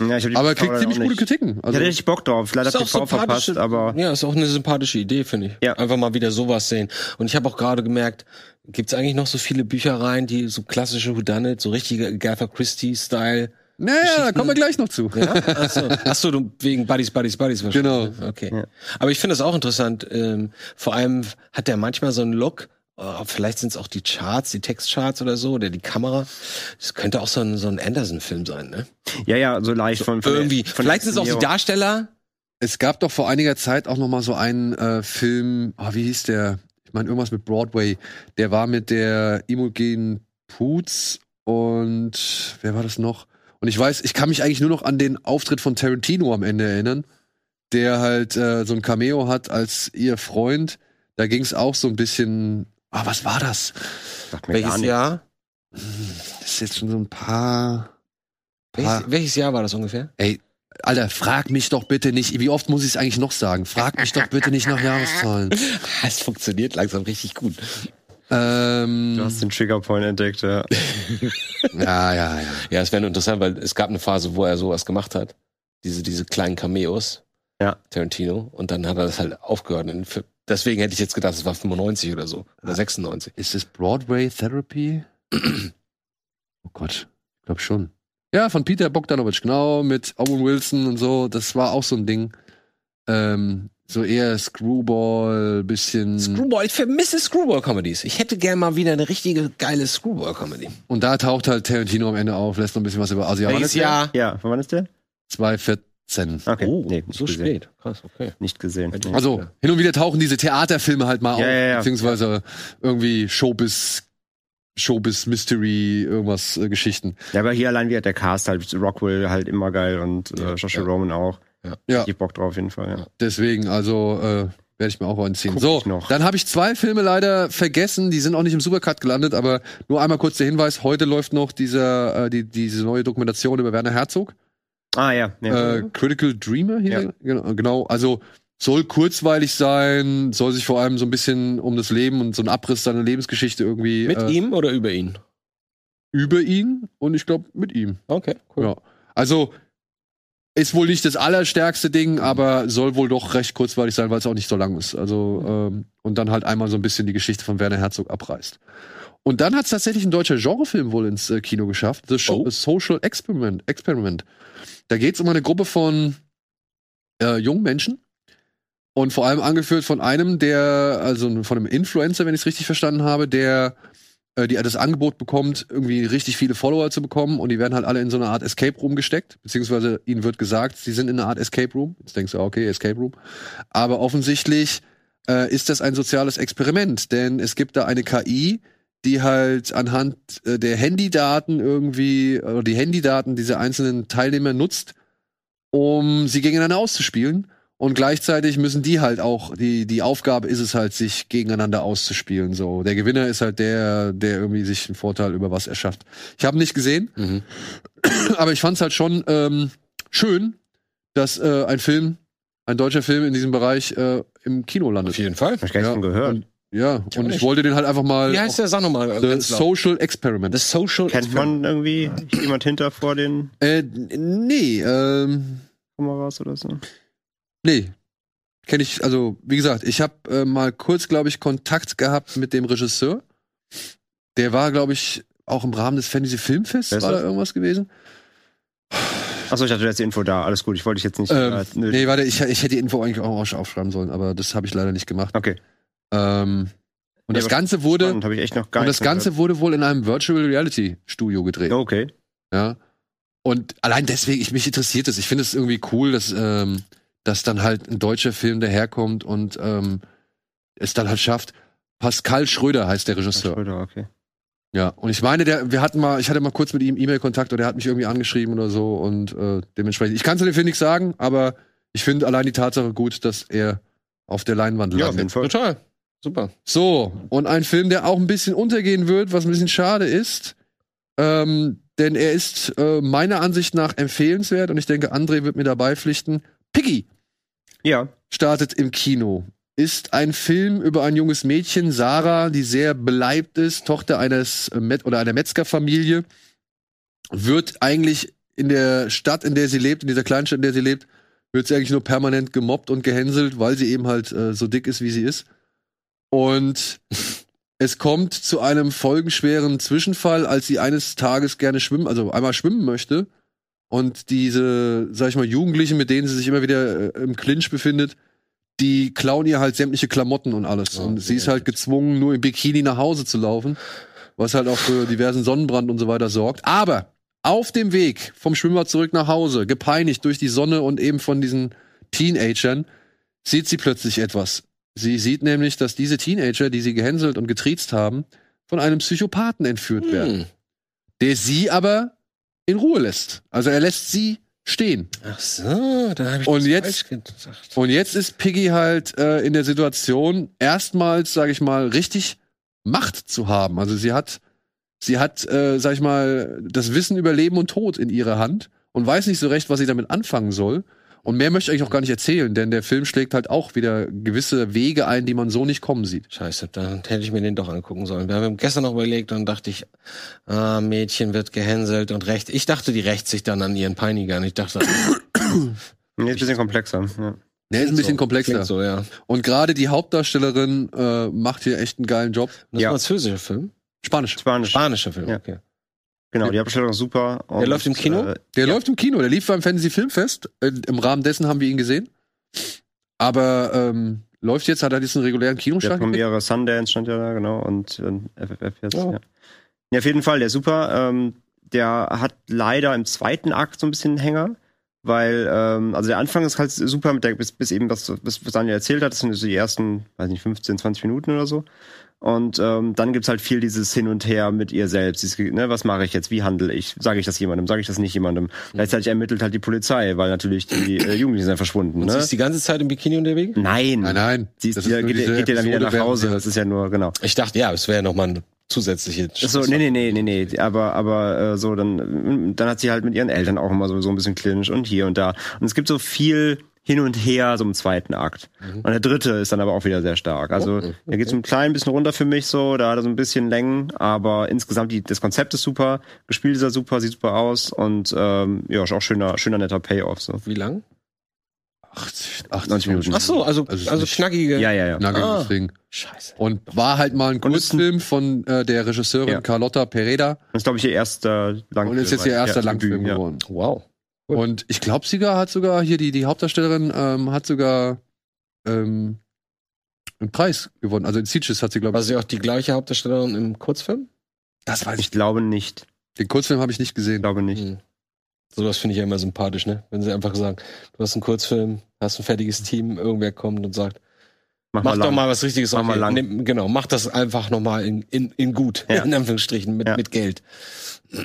Speaker 4: Hm, ich hab die
Speaker 2: Aber er
Speaker 4: TV
Speaker 2: kriegt
Speaker 4: leider
Speaker 2: ziemlich
Speaker 4: auch
Speaker 2: gute
Speaker 4: nicht.
Speaker 2: Kritiken.
Speaker 4: Ich
Speaker 2: Also,
Speaker 4: hätte richtig Bock drauf. Leider
Speaker 3: Ist auch
Speaker 4: TV
Speaker 3: sympathische-
Speaker 4: verpasst, aber
Speaker 3: Ja, ist auch eine sympathische Idee, finde ich.
Speaker 4: Ja.
Speaker 3: Einfach mal wieder sowas sehen. Und ich habe auch gerade gemerkt, gibt es eigentlich noch so viele Büchereien, die so klassische Whodunit, so richtige Agatha Christie-Style.
Speaker 2: naja, da kommen wir gleich noch zu.
Speaker 3: Ja? Achso, Achso, du wegen Buddies, Buddies, Buddies wahrscheinlich. Genau. Okay.
Speaker 4: Ja.
Speaker 3: Aber ich finde das auch interessant. Ähm, vor allem hat der manchmal so einen Look. Oh, vielleicht sind es auch die Charts, die Textcharts oder so, oder die Kamera. Das könnte auch so ein, so ein Anderson-Film sein, ne?
Speaker 4: ja, ja, so leicht von, von der-
Speaker 3: Irgendwie.
Speaker 4: Von
Speaker 3: vielleicht sind es auch die
Speaker 4: Inszenierung.
Speaker 3: Darsteller.
Speaker 2: Es gab doch vor einiger Zeit auch noch mal so einen äh, Film, ah, wie hieß der? Ich meine, irgendwas mit Broadway. Der war mit der Imogen Poots und wer war das noch? Und ich weiß, ich kann mich eigentlich nur noch an den Auftritt von Tarantino am Ende erinnern, der halt äh, so ein Cameo hat als ihr Freund. Da ging es auch so ein bisschen. Ah, was war das?
Speaker 4: Sagt mir gar
Speaker 3: Welches
Speaker 4: nichts.
Speaker 3: Jahr?
Speaker 2: Das ist jetzt schon so ein paar. paar
Speaker 3: Welches, welches Jahr war das ungefähr?
Speaker 2: Alter, frag mich doch bitte nicht. Wie oft muss ich es eigentlich noch sagen? Frag mich doch bitte nicht nach Jahreszahlen.
Speaker 3: Es funktioniert langsam richtig gut.
Speaker 2: Ähm,
Speaker 4: Du hast den Triggerpoint entdeckt, ja.
Speaker 2: Ja, ja, ja.
Speaker 3: Ja, es wäre nur interessant, weil es gab eine Phase, wo er sowas gemacht hat. Diese, diese kleinen Cameos.
Speaker 4: Ja.
Speaker 3: Tarantino. Und dann hat er das halt aufgehört. Und für, deswegen hätte ich jetzt gedacht, es war 95 oder so. Oder 96.
Speaker 2: Ist es Broadway Therapy? oh Gott, ich glaube schon. Ja, von Peter Bogdanovich, genau, mit Owen Wilson und so. Das war auch so ein Ding. Ähm, so eher Screwball, bisschen.
Speaker 3: Screwball, ich vermisse Screwball-Comedies. Ich hätte gern mal wieder eine richtige geile Screwball-Comedy.
Speaker 2: und da taucht halt Tarantino am Ende auf, lässt noch ein bisschen was über Asiaten.
Speaker 3: Welches Jahr?
Speaker 4: Ja, von wann ist der?
Speaker 2: 2014.
Speaker 4: Okay.
Speaker 3: Oh,
Speaker 4: Nee, nicht
Speaker 3: so
Speaker 4: gesehen.
Speaker 3: spät. Krass, okay.
Speaker 4: Nicht gesehen.
Speaker 3: Hätte ich-
Speaker 4: Nee.
Speaker 2: Also, hin und wieder tauchen diese Theaterfilme halt mal
Speaker 4: Ja,
Speaker 2: auf,
Speaker 4: ja, ja.
Speaker 2: beziehungsweise irgendwie Showbiz, Showbiz Mystery, irgendwas äh, Geschichten.
Speaker 4: Ja, aber hier allein wieder der Cast halt, Rockwell halt immer geil und
Speaker 3: Ja,
Speaker 4: äh, Joshua
Speaker 3: ja.
Speaker 4: Roman auch.
Speaker 2: Ja.
Speaker 4: Ich hab Bock drauf auf jeden Fall, ja.
Speaker 2: Deswegen, also äh, werde ich mir auch reinziehen.
Speaker 4: Guck
Speaker 2: So,
Speaker 4: ich noch.
Speaker 2: dann habe ich zwei Filme leider vergessen, die sind auch nicht im Supercut gelandet, aber nur einmal kurz der Hinweis, heute läuft noch dieser, äh, die, diese neue Dokumentation über Werner Herzog,
Speaker 4: Ah, ja. ja.
Speaker 2: äh, Critical Dreamer hier,
Speaker 4: Ja.
Speaker 2: genau, genau, also soll kurzweilig sein, soll sich vor allem so ein bisschen um das Leben und so ein Abriss seiner Lebensgeschichte irgendwie
Speaker 3: Mit
Speaker 2: äh,
Speaker 3: ihm oder über ihn?
Speaker 2: über ihn und ich glaube mit ihm.
Speaker 3: Okay,
Speaker 2: Ja. Also ist wohl nicht das allerstärkste Ding, aber soll wohl doch recht kurzweilig sein, weil es auch nicht so lang ist. Also ähm, und dann halt einmal so ein bisschen die Geschichte von Werner Herzog abreißt. Und dann hat es tatsächlich ein deutscher Genrefilm wohl ins äh, Kino geschafft, The Sho-
Speaker 3: Oh.
Speaker 2: Social Experiment. Experiment. Da geht es um eine Gruppe von äh, jungen Menschen und vor allem angeführt von einem, der also von einem Influencer, wenn ich es richtig verstanden habe, der äh, die das Angebot bekommt, irgendwie richtig viele Follower zu bekommen und die werden halt alle in so eine Art Escape Room gesteckt, beziehungsweise ihnen wird gesagt, sie sind in einer Art Escape Room. Jetzt denkst du, ah, okay, Escape Room. Aber offensichtlich äh, ist das ein soziales Experiment, denn es gibt da eine KI, die halt anhand äh, der Handydaten irgendwie, oder die Handydaten dieser einzelnen Teilnehmer nutzt, um sie gegeneinander auszuspielen. Und gleichzeitig müssen die halt auch, die, die Aufgabe ist es halt, sich gegeneinander auszuspielen. So, der Gewinner ist halt der, der irgendwie sich einen Vorteil über was erschafft. Ich habe nicht gesehen,
Speaker 3: Mhm.
Speaker 2: aber ich fand es halt schon ähm, schön, dass äh, ein Film, ein deutscher Film in diesem Bereich äh, im Kino landet.
Speaker 3: Auf jeden Fall.
Speaker 4: Hab ich gar nicht
Speaker 2: Ja,
Speaker 4: von gehört.
Speaker 2: Und, ja,
Speaker 3: auch
Speaker 2: und ich
Speaker 3: nicht.
Speaker 2: wollte den halt einfach mal.
Speaker 3: Wie heißt der? Sag nochmal.
Speaker 2: auf- The
Speaker 3: ganz laut.
Speaker 2: Social Experiment.
Speaker 3: The Social
Speaker 4: Kennt man irgendwie jemand hinter vor den
Speaker 2: Äh, nee, ähm,
Speaker 4: Kameras oder so?
Speaker 2: nee. Kenne ich, also, wie gesagt, ich habe äh, mal kurz, glaube ich, Kontakt gehabt mit dem Regisseur. Der war, glaube ich, auch im Rahmen des Fantasy Filmfests,
Speaker 4: Wer ist
Speaker 2: war da
Speaker 4: das? Äh,
Speaker 2: irgendwas gewesen?
Speaker 4: Achso, ich hatte jetzt die Info da. Alles gut, ich wollte dich jetzt nicht.
Speaker 2: Ähm,
Speaker 4: äh, nö.
Speaker 2: nee, warte, ich, ich hätte die Info eigentlich auch aufschreiben sollen, aber das habe ich leider nicht gemacht.
Speaker 4: Okay,
Speaker 2: Ähm, und
Speaker 4: Nee,
Speaker 2: das
Speaker 4: aber
Speaker 2: Ganze wurde,
Speaker 4: spannend, habe ich echt noch gar
Speaker 2: und
Speaker 4: nichts
Speaker 2: das
Speaker 4: von
Speaker 2: Ganze wurde wohl in einem Virtual Reality Studio gedreht.
Speaker 4: gehört. Oh, Okay.
Speaker 2: Ja. Und allein deswegen, ich, mich interessiert es. Ich finde es irgendwie cool, dass, ähm, dass dann halt ein deutscher Film daherkommt und ähm, es dann halt schafft. Pascal Schröder heißt der Regisseur.
Speaker 4: Schröder, okay.
Speaker 2: Ja. Und ich meine, der, wir hatten mal, ich hatte mal kurz mit ihm E-Mail-Kontakt oder er hat mich irgendwie angeschrieben oder so und äh, dementsprechend. Ich kann zu dem Film nichts sagen, aber ich finde allein die Tatsache gut, dass er auf der Leinwand
Speaker 4: Ja, auf
Speaker 2: landet.
Speaker 4: jeden Fall.
Speaker 2: Total.
Speaker 3: Super.
Speaker 2: So, und ein Film, der auch ein bisschen untergehen wird, was ein bisschen schade ist. Ähm, denn er ist äh, meiner Ansicht nach empfehlenswert und ich denke, André wird mir dabei pflichten. Piggy
Speaker 4: Ja,
Speaker 2: startet im Kino. Ist ein Film über ein junges Mädchen, Sarah, die sehr beleibt ist, Tochter eines äh, Met oder einer Metzgerfamilie, wird eigentlich in der Stadt, in der sie lebt, in dieser Kleinstadt, in der sie lebt, wird sie eigentlich nur permanent gemobbt und gehänselt, weil sie eben halt äh, so dick ist, wie sie ist. Und es kommt zu einem folgenschweren Zwischenfall, als sie eines Tages gerne schwimmen, also einmal schwimmen möchte und diese, sag ich mal, Jugendlichen, mit denen sie sich immer wieder äh, im Clinch befindet, die klauen ihr halt sämtliche Klamotten und alles.
Speaker 3: Oh,
Speaker 2: und sie ist
Speaker 3: sehr
Speaker 2: halt gezwungen, nur im Bikini nach Hause zu laufen, was halt auch für diversen Sonnenbrand und so weiter sorgt. Aber auf dem Weg vom Schwimmbad zurück nach Hause, gepeinigt durch die Sonne und eben von diesen Teenagern, sieht sie plötzlich etwas. Sie sieht nämlich, dass diese Teenager, die sie gehänselt und getriezt haben, von einem Psychopathen entführt werden
Speaker 3: Hm.
Speaker 2: der sie aber in Ruhe lässt. Also er lässt sie stehen.
Speaker 3: Ach so, da habe ich
Speaker 2: Und
Speaker 3: das
Speaker 2: jetzt-
Speaker 3: falsch gesagt.
Speaker 2: Und jetzt ist Piggy halt äh, in der Situation, erstmals, sage ich mal, richtig Macht zu haben. Also sie hat, sie hat, äh, sag ich mal, das Wissen über Leben und Tod in ihrer Hand und weiß nicht so recht, was sie damit anfangen soll. Und mehr möchte ich eigentlich auch gar nicht erzählen, denn der Film schlägt halt auch wieder gewisse Wege ein, die man so nicht kommen sieht.
Speaker 3: Scheiße, dann hätte ich mir den doch angucken sollen. Wir haben gestern noch überlegt und dachte ich, ah, Mädchen wird gehänselt und recht. Ich dachte, die rächt sich dann an ihren Peinigern. Ich dachte,
Speaker 4: Nee, ist ein bisschen komplexer. Ja.
Speaker 2: Der ist ein bisschen
Speaker 3: so,
Speaker 2: komplexer.
Speaker 3: klingt so, ja.
Speaker 2: Und gerade die Hauptdarstellerin äh, macht hier echt einen geilen Job.
Speaker 3: Das
Speaker 4: Ja.
Speaker 3: war ein französischer Film.
Speaker 2: Spanisch.
Speaker 4: Spanisch.
Speaker 3: Spanischer Film,
Speaker 4: Ja.
Speaker 3: okay.
Speaker 4: Genau, die Abstellung ist super. Und,
Speaker 3: Ah, läuft im Kino?
Speaker 4: Äh,
Speaker 2: Der läuft im Kino, der lief beim Fantasy Filmfest. Äh, Im Rahmen dessen haben wir ihn gesehen. Aber ähm, läuft jetzt, hat er diesen regulären
Speaker 4: der
Speaker 2: Kinostart gekriegt?
Speaker 4: Premiere Sundance stand ja da, genau. Und und FFF jetzt.
Speaker 3: Oh.
Speaker 4: Ja. ja, auf jeden Fall, der ist super. Ähm, der hat leider im zweiten Akt so ein bisschen einen Hänger. Weil, ähm, also der Anfang ist halt super, mit der, bis, bis eben, was, bis, was Daniel erzählt hat, das sind so die ersten, weiß nicht, 15, 20 Minuten oder so. Und ähm, dann gibt's halt viel dieses Hin und Her mit ihr selbst. Dieses, ne, was mache ich jetzt? Wie handle ich? Sage ich das jemandem? Sage ich das nicht jemandem? Gleichzeitig ermittelt halt die Polizei, weil natürlich die äh, Jugendlichen sind verschwunden.
Speaker 3: Und
Speaker 4: Ne?
Speaker 3: sie ist die ganze Zeit im Bikini unterwegs?
Speaker 4: Nein.
Speaker 2: Nein, nein.
Speaker 4: Sie ist,
Speaker 2: Das
Speaker 4: die-
Speaker 2: nur
Speaker 4: geht,
Speaker 2: diese
Speaker 4: geht ihr dann wieder
Speaker 2: Episode,
Speaker 4: nach
Speaker 2: während
Speaker 4: Hause.
Speaker 2: sie-
Speaker 4: Das ist ja nur, genau.
Speaker 3: Ich dachte, ja, es wäre nochmal eine zusätzliche
Speaker 4: So, nee, nee, nee, nee, nee. Aber, aber äh, so, dann, dann hat sie halt mit ihren Eltern auch immer so, so ein bisschen Clinch und hier und da. Und es gibt so viel hin und her, so im zweiten Akt.
Speaker 3: Mhm.
Speaker 4: Und der dritte ist dann aber auch wieder sehr stark. Also
Speaker 2: Oh,
Speaker 3: Oh.
Speaker 4: da geht es ein klein bisschen runter für mich so, da hat er so ein bisschen Längen, aber insgesamt die, das Konzept ist super, gespielt ist er super, sieht super aus und ähm, ja, ist auch schöner, schöner netter Payoff. So.
Speaker 3: Wie lang?
Speaker 2: 80, 80
Speaker 4: 90
Speaker 2: Minuten.
Speaker 4: Minuten.
Speaker 3: Ach so, also,
Speaker 2: Also es
Speaker 3: also,
Speaker 2: ist nicht-
Speaker 3: knackige.
Speaker 4: Ja, ja, ja.
Speaker 2: Nagel
Speaker 3: Ah.
Speaker 2: das Ding.
Speaker 3: Scheiße.
Speaker 2: Und war halt mal ein
Speaker 4: Und ist ein-
Speaker 2: Kurzfilm von äh, der Regisseurin
Speaker 4: Ja.
Speaker 2: Carlotta Pereda
Speaker 4: Das ist, glaube ich, ihr erster Langfilm.
Speaker 2: und ist jetzt ihr erster
Speaker 4: Ja,
Speaker 2: Langfilm
Speaker 4: Debüt, ja.
Speaker 2: geworden.
Speaker 3: Wow. Gut.
Speaker 2: Und ich glaube sogar, hat sogar hier die, die Hauptdarstellerin ähm, hat sogar ähm, einen Preis gewonnen. Also in Sieges hat sie, glaube
Speaker 3: War
Speaker 2: ich.
Speaker 3: sie auch die gleiche Hauptdarstellerin im Kurzfilm?
Speaker 2: Das weiß
Speaker 4: Ich glaube nicht.
Speaker 2: Den Kurzfilm habe ich nicht
Speaker 4: Ich
Speaker 2: gesehen.
Speaker 4: glaube nicht.
Speaker 3: Hm. Sowas finde ich ja immer sympathisch, ne? Wenn sie einfach sagen, du hast einen Kurzfilm, hast ein fertiges Team, irgendwer kommt und sagt,
Speaker 4: Mach,
Speaker 3: Mach
Speaker 4: mal
Speaker 3: doch
Speaker 4: lang.
Speaker 3: mal was Richtiges.
Speaker 4: Mach mal
Speaker 3: Okay,
Speaker 4: lang.
Speaker 3: nimm- genau, mach das einfach nochmal in, in, in gut,
Speaker 4: Ja.
Speaker 3: in Anführungsstrichen, mit,
Speaker 4: Ja.
Speaker 3: mit Geld.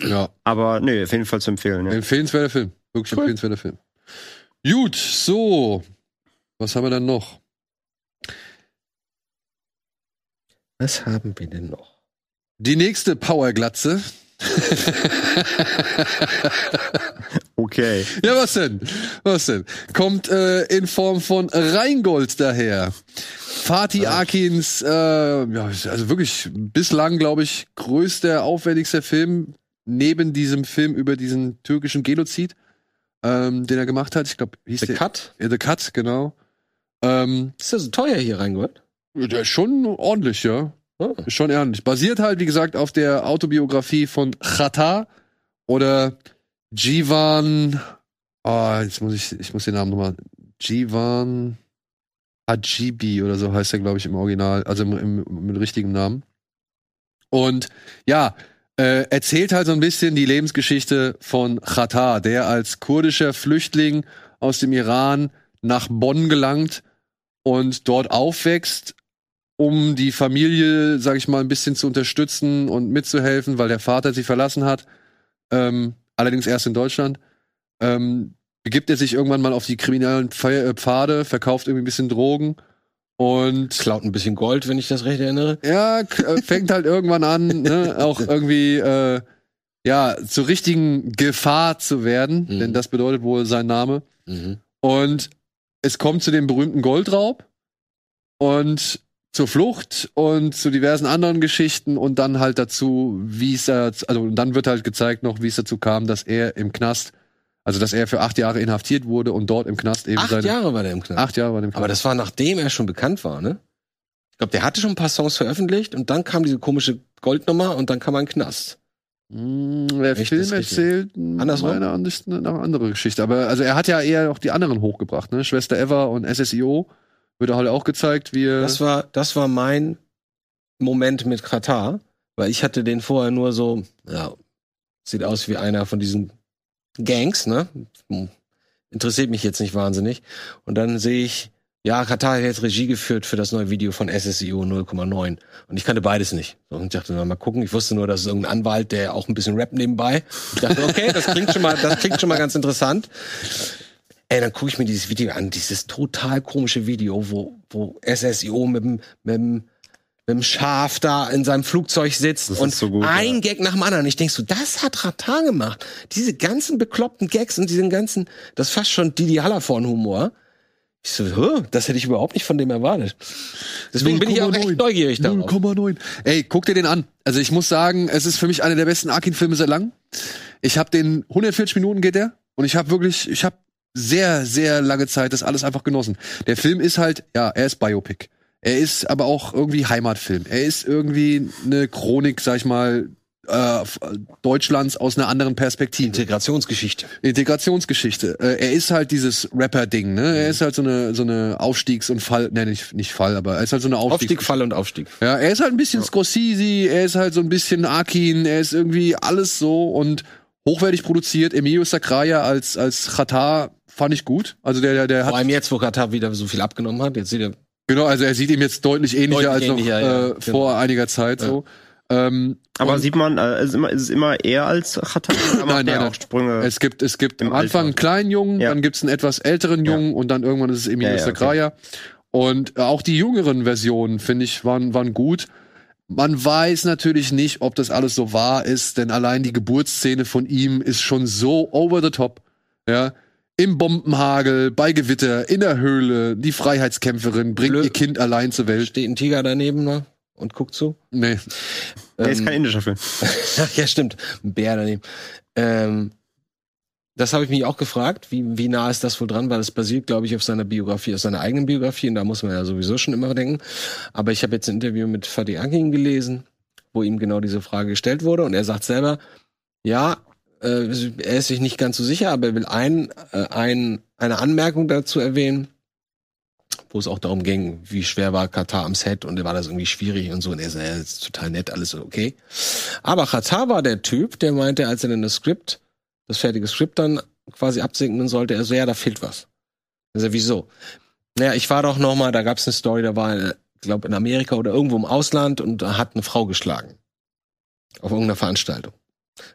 Speaker 2: Ja,
Speaker 4: Aber nee, auf jeden Fall zu empfehlen. Ja.
Speaker 2: empfehlenswerter Film. Wirklich
Speaker 3: Cool.
Speaker 2: empfehlenswerter Film. Gut, so. Was haben wir dann noch?
Speaker 3: Was haben wir denn noch?
Speaker 2: Die nächste Powerglatze.
Speaker 4: Okay.
Speaker 2: Ja, was denn? Was denn? Kommt äh, in Form von Rheingold daher. Fatih Akins, äh, ja, also wirklich bislang, glaube ich, größter, aufwendigster Film neben diesem Film über diesen türkischen Genozid, ähm, den er gemacht hat. Ich glaube, hieß
Speaker 3: The
Speaker 2: der
Speaker 3: Cut?
Speaker 2: Ja, The Cut, genau. Ähm,
Speaker 3: Ist das so teuer hier reingeholt?
Speaker 2: der ist schon ordentlich, ja.
Speaker 3: Oh.
Speaker 2: Ist Schon ordentlich. Basiert halt, wie gesagt, auf der Autobiografie von Chata oder Jivan. Ah, jetzt muss ich, ich muss den Namen nochmal. Jivan Hajibi oder so heißt er, glaube ich, im Original, also im, im, mit richtigem Namen. Und ja, äh, erzählt halt so ein bisschen die Lebensgeschichte von Chata, der als kurdischer Flüchtling aus dem Iran nach Bonn gelangt und dort aufwächst, um die Familie, sag ich mal, ein bisschen zu unterstützen und mitzuhelfen, weil der Vater sie verlassen hat, ähm, allerdings erst in Deutschland, ähm, begibt er sich irgendwann mal auf die kriminellen Pfe- äh, Pfade, verkauft irgendwie ein bisschen Drogen und
Speaker 3: Klaut ein bisschen Gold, wenn ich das recht erinnere.
Speaker 2: ja, k- äh, fängt halt irgendwann an, ne, auch irgendwie äh, ja, zur richtigen Gefahr zu werden,
Speaker 3: Mhm.
Speaker 2: denn das bedeutet wohl sein Name. Und es kommt zu dem berühmten Goldraub und zur Flucht und zu diversen anderen Geschichten und dann halt dazu, wie es da, also und dann wird halt gezeigt noch, wie es dazu kam, dass er im Knast, also dass er für acht Jahre inhaftiert wurde und dort im Knast eben
Speaker 3: Acht
Speaker 2: seine
Speaker 3: Jahre war der im Knast.
Speaker 2: acht Jahre war im Knast.
Speaker 3: Aber das war nachdem er schon bekannt war, ne? Ich glaube, der hatte schon ein paar Songs veröffentlicht und dann kam diese komische Goldnummer und dann kam er in den Knast.
Speaker 2: Mm, Der
Speaker 3: Echt, das
Speaker 2: Film
Speaker 3: ist richtig.
Speaker 2: erzählt hm,
Speaker 3: Andersrum?
Speaker 2: meiner Ansicht nach eine andere Geschichte. Aber also er hat ja eher auch die anderen hochgebracht, ne? Schwester Eva und SSIO wird halt auch gezeigt, wie er-
Speaker 3: Das war, das war mein Moment mit Katar, weil ich hatte den vorher nur so, ja, sieht aus wie einer von diesen Gangs, ne? Hm, Interessiert mich jetzt nicht wahnsinnig. Und dann sehe ich, ja, Katar hat jetzt Regie geführt für das neue Video von SSIO 0,9. Und ich kannte beides nicht. So, Und ich dachte, na, mal gucken. Ich wusste nur, dass es irgendein Anwalt, der auch ein bisschen Rap nebenbei. Ich dachte, okay, das klingt schon mal, das klingt schon mal ganz interessant. Ey, dann gucke ich mir dieses Video an, dieses total komische Video, wo, wo SSIO mit dem, mit dem, mit dem Schaf da in seinem Flugzeug sitzt
Speaker 4: Das ist
Speaker 3: und
Speaker 4: so gut,
Speaker 3: ein
Speaker 4: ja.
Speaker 3: Gag nach dem anderen. Ich denk so, das hat Ratan gemacht. Diese ganzen bekloppten Gags und diesen ganzen, das ist fast schon Didi Hallerforn-Humor. Ich so, hä, das hätte ich überhaupt nicht von dem erwartet. Deswegen bin ich auch echt
Speaker 2: 0,9.
Speaker 3: neugierig darauf.
Speaker 2: 0,9. Ey, guck dir den an. Also ich muss sagen, es ist für mich einer der besten Arkin-Filme seit lang. Ich habe den 140 Minuten geht der und ich habe wirklich, ich habe sehr, sehr lange Zeit das alles einfach genossen. Der Film ist halt, ja, er ist Biopic. Er ist aber auch irgendwie Heimatfilm. Er ist irgendwie eine Chronik, sag ich mal, äh, f- Deutschlands aus einer anderen Perspektive.
Speaker 3: Integrationsgeschichte.
Speaker 2: Integrationsgeschichte. Äh, er ist halt dieses Rapper-Ding, ne?
Speaker 3: Mhm.
Speaker 2: Er ist halt so eine, so eine Aufstiegs- und Fall, ne, nicht, nicht Fall, aber er ist halt so eine Aufstiegs-
Speaker 3: Aufstieg, Fall und Aufstieg.
Speaker 2: ja, er ist halt ein bisschen Scorsese, er ist halt so ein bisschen Akin, er ist irgendwie alles so und hochwertig produziert. Emilio Sacraia als, als Chata fand ich gut. Also der, der, der
Speaker 3: Vor
Speaker 2: hat,
Speaker 3: allem jetzt, wo Katar wieder so viel abgenommen hat. Jetzt sieht er,
Speaker 2: genau, also er sieht ihm jetzt deutlich ähnlicher
Speaker 3: Deutlich
Speaker 2: als noch
Speaker 3: ähnlicher, ja,
Speaker 2: äh,
Speaker 3: genau.
Speaker 2: vor einiger Zeit so. Ähm,
Speaker 4: Aber
Speaker 2: und
Speaker 4: sieht man, äh, es ist immer, es ist immer eher als Hatta, aber
Speaker 2: Nein,
Speaker 4: nein, der
Speaker 2: nein,
Speaker 4: auch Sprünge.
Speaker 2: es gibt, es gibt
Speaker 4: Im
Speaker 2: am Anfang
Speaker 4: Alter.
Speaker 2: einen kleinen Jungen,
Speaker 4: Ja.
Speaker 2: dann gibt's einen etwas älteren Jungen und dann irgendwann ist es Emilio
Speaker 4: Ja, ja, okay.
Speaker 2: Sacraia. Und äh, auch die jüngeren Versionen, finde ich, waren, waren gut. Man weiß natürlich nicht, ob das alles so wahr ist, denn allein die Geburtsszene von ihm ist schon so over the top. Ja. Im Bombenhagel, bei Gewitter, in der Höhle, die Freiheitskämpferin bringt
Speaker 3: Blö-
Speaker 2: ihr Kind allein zur Welt.
Speaker 3: steht ein Tiger daneben ne? und guckt zu.
Speaker 2: Nee.
Speaker 4: Nee, ist
Speaker 3: Ähm,
Speaker 4: kein indischer Film.
Speaker 3: ja, stimmt. Ein Bär daneben. Ähm, das habe ich mich auch gefragt, wie, wie nah ist das wohl dran, weil es basiert, glaube ich, auf seiner Biografie, auf seiner eigenen Biografie, und da muss man ja sowieso schon immer denken. Aber ich habe jetzt ein Interview mit Fatih Akin gelesen, wo ihm genau diese Frage gestellt wurde, und er sagt selber, ja, äh, er ist sich nicht ganz so sicher, aber er will ein, äh, ein, eine Anmerkung dazu erwähnen, wo es auch darum ging, wie schwer war Katar am Set und war das irgendwie schwierig und so. Und er ist, ja, ist total nett, alles okay. Aber Katar war der Typ, der meinte, als er dann das Skript, das fertige Skript dann quasi absegnen sollte, er so, ja, da fehlt was. Also wieso? Naja, ich war doch noch mal, da gab es eine Story, da war, glaube in Amerika oder irgendwo im Ausland und da hat eine Frau geschlagen. Auf irgendeiner Veranstaltung.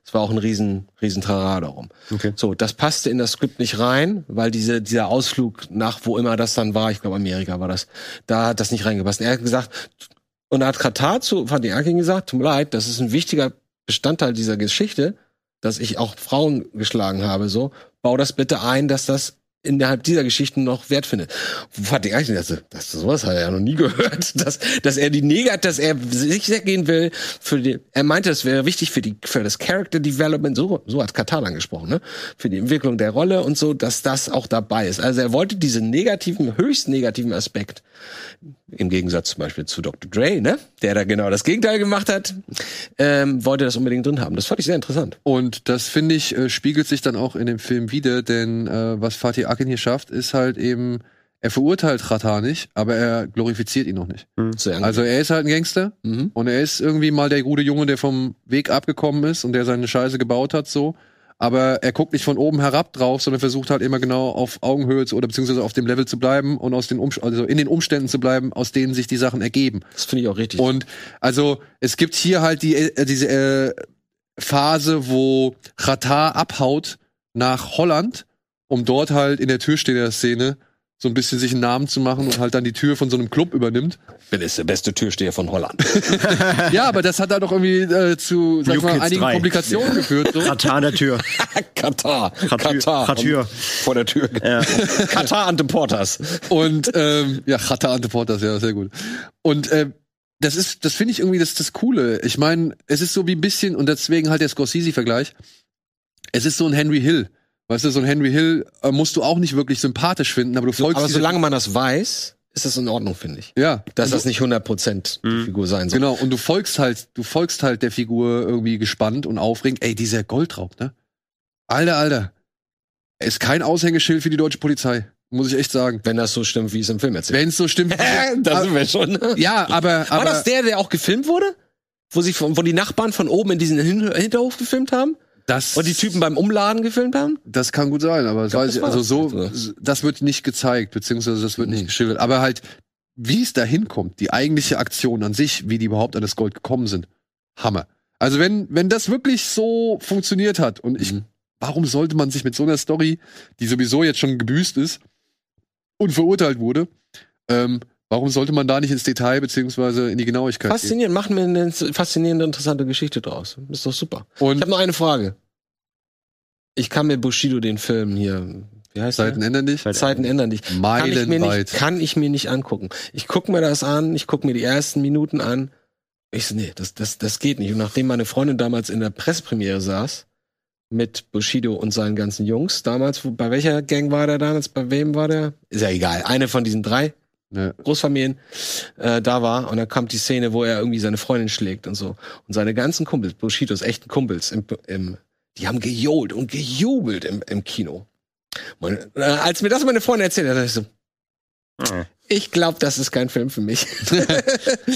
Speaker 3: Es war auch ein riesen, riesen Trara darum.
Speaker 4: Okay.
Speaker 3: So, das passte in das Skript nicht rein, weil diese, dieser Ausflug nach wo immer das dann war, ich glaube Amerika war das, da hat das nicht reingepasst. Und er hat gesagt, und da hat Katar zu Van den Akin gesagt, tut mir leid, das ist ein wichtiger Bestandteil dieser Geschichte, dass ich auch Frauen geschlagen habe, so, bau das bitte ein, dass das innerhalb dieser Geschichten noch Wert findet. Van den Akin dachte, das, also, sowas hat er ja noch nie gehört, dass, dass er die negat, dass er sicher gehen will, für die, er meinte, es wäre wichtig für die, für das Character Development, so, so hat Katar dann gesprochen, ne, für die Entwicklung der Rolle und so, dass das auch dabei ist. Also er wollte diesen negativen, höchst negativen Aspekt im Gegensatz zum Beispiel zu Dr. Dre, ne? der da genau das Gegenteil gemacht hat, ähm, wollte das unbedingt drin haben. Das fand ich sehr interessant.
Speaker 2: Und das finde ich äh, spiegelt sich dann auch in dem Film wieder, denn äh, was Fatih Akin hier schafft, ist halt eben, er verurteilt Katar nicht, aber er glorifiziert ihn noch nicht.
Speaker 3: Sehr
Speaker 2: Also er ist halt ein Gangster
Speaker 3: mhm.
Speaker 2: und er ist irgendwie mal der gute Junge, der vom Weg abgekommen ist und der seine Scheiße gebaut hat so. Aber er guckt nicht von oben herab drauf, sondern versucht halt immer genau auf Augenhöhe zu, oder beziehungsweise auf dem Level zu bleiben und aus den Umst also in den Umständen zu bleiben, aus denen sich die Sachen ergeben.
Speaker 3: das finde ich auch richtig.
Speaker 2: Und also es gibt hier halt die äh, diese äh, Phase, wo Ratar abhaut nach Holland, um dort halt in der Türsteher-Szene so ein bisschen sich einen Namen zu machen und halt dann die Tür von so einem Club übernimmt.
Speaker 3: Bin ist der beste Türsteher von Holland.
Speaker 2: Ja, aber das hat da doch irgendwie äh, zu sag
Speaker 4: New
Speaker 2: mal,
Speaker 4: Kids
Speaker 2: einigen
Speaker 4: 3.
Speaker 2: Komplikationen geführt. So.
Speaker 4: Katar an der Tür.
Speaker 3: Katar. Katar.
Speaker 4: Ratür.
Speaker 3: Vor der Tür. Katar ante Porters.
Speaker 2: Und ähm, ja, Chata Anteportas, ja, sehr gut. Und ähm, das ist, das finde ich irgendwie das, das Coole. Ich meine, es ist so wie ein bisschen, und deswegen halt der Scorsese-Vergleich, es ist so ein Henry Hill. Weißt du, so ein Henry Hill äh, musst du auch nicht wirklich sympathisch finden, aber du folgst
Speaker 3: Aber
Speaker 2: dieser-
Speaker 3: solange man das weiß, ist das in Ordnung, finde ich.
Speaker 2: Ja, also
Speaker 3: Dass das nicht 100% die Figur sein soll.
Speaker 2: genau. Und du folgst halt, du folgst halt der Figur irgendwie gespannt und aufregend. Ey, dieser Goldraub, ne? Alter, Alter. Er Ist kein Aushängeschild für die deutsche Polizei, muss ich echt sagen.
Speaker 3: Wenn das so stimmt, wie es im Film erzählt.
Speaker 2: Wenn es so stimmt.
Speaker 3: da sind wir schon.
Speaker 2: ja, aber, aber
Speaker 3: War das der, der auch gefilmt wurde? Wo, sie von, wo die Nachbarn von oben in diesen Hin Hinterhof gefilmt haben?
Speaker 2: das
Speaker 3: Und die Typen beim Umladen gefilmt haben?
Speaker 2: Das kann gut sein, aber das
Speaker 3: glaub,
Speaker 2: weiß
Speaker 3: das
Speaker 2: ich,
Speaker 3: war
Speaker 2: also
Speaker 3: das
Speaker 2: so,
Speaker 3: Ganze.
Speaker 2: so- das wird nicht gezeigt, beziehungsweise das wird
Speaker 3: Mhm.
Speaker 2: nicht geschildert. Aber halt, wie es da hinkommt, die eigentliche Aktion an sich, wie die überhaupt an das Gold gekommen sind, Hammer. Also wenn, wenn das wirklich so funktioniert hat und ich,
Speaker 3: Mhm.
Speaker 2: warum sollte man sich mit so einer Story, die sowieso jetzt schon gebüßt ist und verurteilt wurde, ähm, warum sollte man da nicht ins Detail, beziehungsweise in die Genauigkeit gehen?
Speaker 3: Faszinierend, machen wir eine faszinierende, interessante Geschichte draus. Ist doch super. Ich
Speaker 2: Und
Speaker 3: habe nur eine Frage. Ich kann mir Bushido den Film hier, wie heißt
Speaker 2: Zeiten
Speaker 3: der?
Speaker 2: ändern dich?
Speaker 3: Zeiten ändern dich. Kann ich, mir nicht,
Speaker 2: Meilenweit.
Speaker 3: kann ich mir nicht angucken. Ich guck mir das an, ich guck mir die ersten Minuten an. Ich so, nee, das, das, das geht nicht. Und nachdem meine Freundin damals in der Presspremiere saß, mit Bushido und seinen ganzen Jungs, damals, wo, bei welcher Gang war der damals, bei wem war der? Ist ja egal, eine von diesen drei
Speaker 2: Ne.
Speaker 3: Großfamilien äh, da war. Und dann kam die Szene, wo er irgendwie seine Freundin schlägt und so. Und seine ganzen Kumpels, Bushidos echten Kumpels, im, im, die haben gejohlt und gejubelt im, im Kino. Meine, äh, als mir das meine Freundin erzählt hat, dachte ich so,
Speaker 2: Hm.
Speaker 3: ich glaube, das ist kein Film für mich.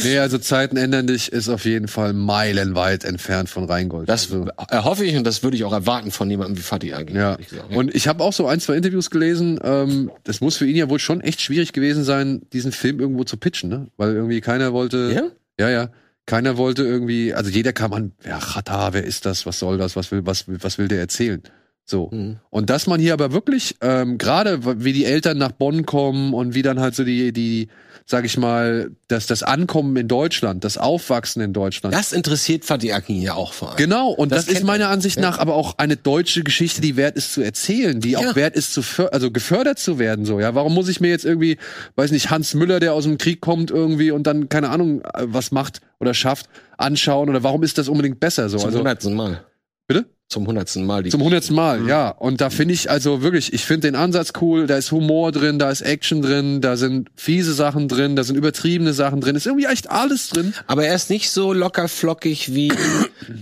Speaker 2: Nee, also Zeiten ändern dich ist auf jeden Fall meilenweit entfernt von Rheingold.
Speaker 3: Das
Speaker 2: also,
Speaker 3: erhoffe Äh, ich und das würde ich auch erwarten von jemandem wie Fatih Agin.
Speaker 2: ja. Und ich habe auch so ein, zwei Interviews gelesen. Ähm, das muss für ihn ja wohl schon echt schwierig gewesen sein, diesen Film irgendwo zu pitchen, ne? Weil irgendwie keiner wollte.
Speaker 3: ja?
Speaker 2: Ja, ja. Keiner wollte irgendwie, also jeder kam an, wer Chata, wer ist das, was soll das, was will, was, was will der erzählen? So.
Speaker 3: Mhm.
Speaker 2: Und dass man hier aber wirklich, ähm, gerade w- wie die Eltern nach Bonn kommen und wie dann halt so die, die, sag ich mal, das, das Ankommen in Deutschland, das Aufwachsen in Deutschland,
Speaker 3: Das interessiert Fatih Agin ja auch vor allem.
Speaker 2: Genau, und
Speaker 3: Das
Speaker 2: das,
Speaker 3: kennt
Speaker 2: ist meiner
Speaker 3: man.
Speaker 2: Ansicht
Speaker 3: Ja.
Speaker 2: nach aber auch eine deutsche Geschichte, die wert ist zu erzählen, die
Speaker 3: Ja.
Speaker 2: auch wert ist zu för- also gefördert zu werden so. Ja, warum muss ich mir jetzt irgendwie, weiß nicht, Hans Müller, der aus dem Krieg kommt irgendwie und dann keine Ahnung, äh, was macht oder schafft, anschauen oder warum ist das unbedingt besser so?
Speaker 3: Zum
Speaker 2: also
Speaker 3: hundertsten Mal.
Speaker 2: Bitte?
Speaker 3: Zum hundertsten Mal. Mhm. Die
Speaker 2: zum hundertsten Mal, ja. Und da finde ich also wirklich, ich finde den Ansatz cool, da ist Humor drin, da ist Action drin, da sind fiese Sachen drin, da sind übertriebene Sachen drin, ist irgendwie echt alles drin.
Speaker 3: Aber er ist nicht so locker flockig wie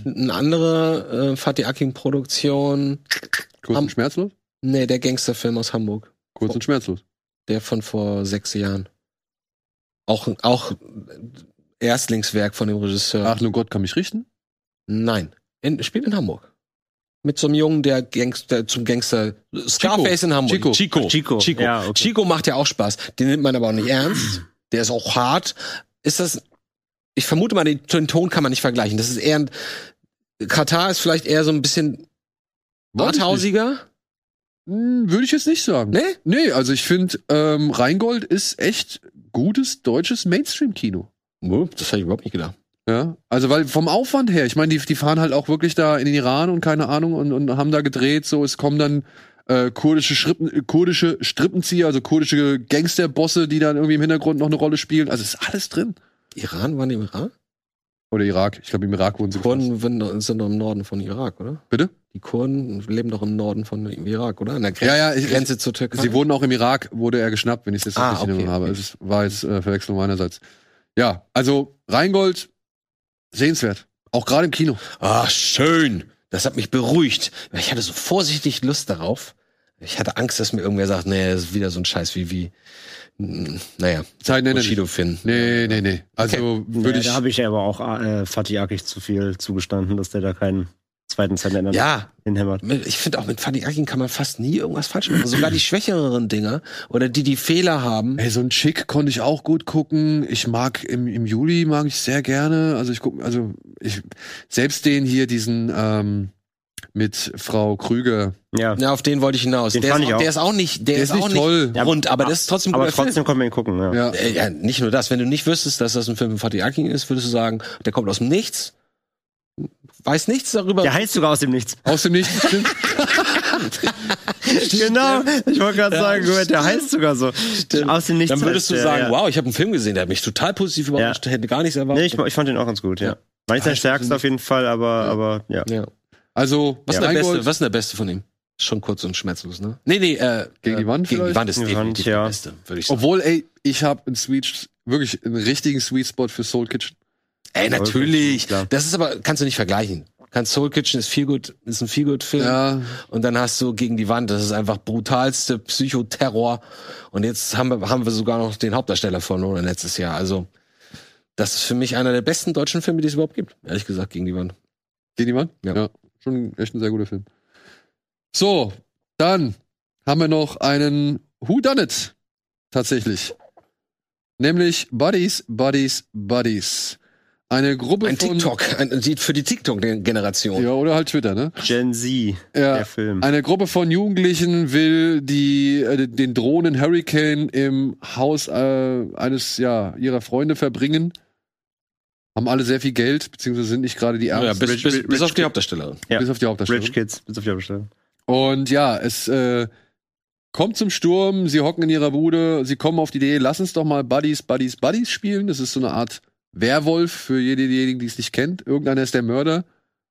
Speaker 3: eine andere äh, Fatih Akin Produktion.
Speaker 2: Kurz
Speaker 3: Am- Oh.
Speaker 2: und schmerzlos?
Speaker 3: Nee, der Gangsterfilm aus Hamburg.
Speaker 2: Kurz und schmerzlos.
Speaker 3: Der von vor sechs Jahren. Auch, auch Erstlingswerk von dem Regisseur.
Speaker 2: Ach, nur Gott kann mich richten?
Speaker 3: Nein. In, spielt in Hamburg. mit so einem Jungen, der, Gangster, der zum Gangster Scarface in
Speaker 2: Chico.
Speaker 3: Hamburg. Chico.
Speaker 4: Chico.
Speaker 3: Chico.
Speaker 4: Ja, okay.
Speaker 3: Chico macht ja auch Spaß. Den nimmt man aber auch nicht ernst. Der ist auch hart. Ist das, ich vermute mal, den, den Ton kann man nicht vergleichen. Das ist eher ein, Katar ist vielleicht eher so ein bisschen
Speaker 2: Weiß ich nicht.
Speaker 3: arthausiger.
Speaker 2: Hm, Würde ich jetzt nicht sagen.
Speaker 3: Nee?
Speaker 2: Nee, also ich finde, ähm, Rheingold ist echt gutes deutsches Mainstream-Kino.
Speaker 3: Das hätte ich überhaupt nicht gedacht.
Speaker 2: Ja, also weil vom Aufwand her, ich meine, die, die fahren halt auch wirklich da in den Iran und keine Ahnung und, und haben da gedreht, so es kommen dann äh, kurdische, Schrippen, äh, kurdische Strippenzieher, also kurdische Gangsterbosse, die dann irgendwie im Hintergrund noch eine Rolle spielen. Also ist alles drin.
Speaker 3: Iran waren die im Iran?
Speaker 2: Oder Irak, ich glaube im Irak wurden sie gefasst.
Speaker 3: Kurden sind- sind doch im Norden von Irak, oder?
Speaker 2: Bitte?
Speaker 3: Die Kurden leben doch im Norden von Irak, oder? An der Grenze,
Speaker 2: Ja, ja, ich, ich,
Speaker 3: Grenze zur Türkei.
Speaker 2: sie wurden auch im Irak, wurde er geschnappt, wenn ich das jetzt
Speaker 3: Ah,
Speaker 2: richtig in
Speaker 3: okay,
Speaker 2: Erinnerung habe.
Speaker 3: okay.
Speaker 2: Es ist- war jetzt äh, Verwechslung meinerseits. Ja, also Rheingold, sehenswert. Auch gerade im Kino.
Speaker 3: Ah, schön. Das hat mich beruhigt. Ich hatte so vorsichtig Lust darauf. Ich hatte Angst, dass mir irgendwer sagt, nee, das ist wieder so ein Scheiß wie, wie, mm, naja,
Speaker 2: Zeiten ändern sich.
Speaker 3: Bushido Finn.
Speaker 2: Nee, nee, nee. Also würde
Speaker 4: Nee,
Speaker 2: ich.
Speaker 4: Da habe ich aber auch äh, Fatih Akic zu viel zugestanden, dass der da keinen zweiten Zeitländer
Speaker 3: Ja,
Speaker 4: hinhämmert.
Speaker 3: mit- ich finde auch mit Fanny Akin kann man fast nie irgendwas falsch machen. Sogar die schwächeren Dinger oder die, die Fehler haben.
Speaker 2: Ey, so ein Chick konnte ich auch gut gucken. Ich mag im, im Juli mag ich sehr gerne. Also ich gucke, also ich selbst den hier diesen ähm, mit Frau Krüger.
Speaker 4: Ja,
Speaker 3: Ja, auf den wollte ich hinaus.
Speaker 4: Den
Speaker 3: Der
Speaker 4: fand
Speaker 3: ist,
Speaker 4: ich
Speaker 3: auch,
Speaker 4: auch.
Speaker 3: der ist auch nicht, der,
Speaker 2: Der
Speaker 3: ist,
Speaker 2: ist nicht
Speaker 3: auch
Speaker 2: toll.
Speaker 3: nicht rund, aber das ist trotzdem ein
Speaker 4: aber
Speaker 3: guter Film.
Speaker 4: trotzdem kann man ihn gucken. Ja.
Speaker 2: Ja.
Speaker 3: Äh, ja, nicht nur das. Wenn du nicht wüsstest, dass das ein Film von Fatih Akin ist, würdest du sagen, der kommt aus dem Nichts, weiß nichts darüber.
Speaker 4: Der heißt sogar aus dem Nichts.
Speaker 2: Aus dem Nichts. stimmt.
Speaker 4: Genau, ich wollte gerade sagen,
Speaker 3: stimmt.
Speaker 4: der heißt sogar so. Aus dem Nichts.
Speaker 3: Dann würdest du
Speaker 4: heißt der,
Speaker 3: sagen,
Speaker 4: ja.
Speaker 3: wow, ich habe einen Film gesehen, der hat mich total positiv überrascht, hätte gar nichts
Speaker 4: Nee,
Speaker 3: erwartet.
Speaker 4: ich, ich fand den auch ganz gut, ja.
Speaker 3: Ja.
Speaker 4: War nicht
Speaker 3: Ja,
Speaker 4: sein
Speaker 3: ich-
Speaker 4: stärkster auf jeden Fall, aber, aber ja.
Speaker 3: ja.
Speaker 2: Also
Speaker 3: Was, ist der
Speaker 2: Rheingold-
Speaker 3: beste, was ist der beste von ihm? Schon kurz und schmerzlos, ne? Nee, nee, äh,
Speaker 2: Gegen
Speaker 3: äh,
Speaker 2: die Wand
Speaker 3: Gegen die
Speaker 2: vielleicht?
Speaker 3: Wand ist
Speaker 4: Gegen die Wand,
Speaker 3: definitiv
Speaker 4: ja.
Speaker 3: der beste, würde ich sagen.
Speaker 2: Obwohl, ey, ich habe einen Sweet, wirklich einen richtigen Sweet Spot für Soul Kitchen.
Speaker 3: Ey, natürlich.
Speaker 4: Klar.
Speaker 3: Das ist aber, kannst du nicht vergleichen. Kannst Soul Kitchen ist viel gut, ist ein viel gut Film.
Speaker 2: Ja,
Speaker 3: Und dann hast du gegen die Wand, das ist einfach brutalste Psychoterror. Und jetzt haben wir, haben wir sogar noch den Hauptdarsteller verloren letztes Jahr. Also, das ist für mich einer der besten deutschen Filme, die es überhaupt gibt. Ehrlich gesagt, gegen die Wand.
Speaker 2: geht jemand?
Speaker 3: Ja.
Speaker 2: schon echt ein sehr guter Film. So, dann haben wir noch einen Who Done It tatsächlich, nämlich Buddies, Buddies, Buddies. Eine Gruppe
Speaker 3: Ein
Speaker 2: von
Speaker 3: TikTok, ein, ein- für die TikTok-Generation.
Speaker 2: Ja, oder halt Twitter, ne?
Speaker 4: Gen Z,
Speaker 2: Ja.
Speaker 4: der Film.
Speaker 2: Eine Gruppe von Jugendlichen will die, äh, den Drohnen Hurricane im Haus äh, eines ja, ihrer Freunde verbringen. Haben alle sehr viel Geld, beziehungsweise sind nicht gerade die
Speaker 3: Ja,
Speaker 2: Ärmsten,
Speaker 3: bis,
Speaker 4: Rich-
Speaker 3: bis,
Speaker 4: Rich-
Speaker 3: bis auf
Speaker 4: Rich-
Speaker 3: die Hauptdarstellerin.
Speaker 4: ja.
Speaker 2: bis auf die Hauptdarstellung.
Speaker 4: Rich Kids, bis auf die Abstellung.
Speaker 2: Und ja, es äh, kommt zum Sturm, sie hocken in ihrer Bude, sie kommen auf die Idee, lass uns doch mal Buddies, Buddies, Buddies spielen. Das ist so eine Art Werwolf für jede- diejenigen, die es nicht kennt. Irgendeiner ist der Mörder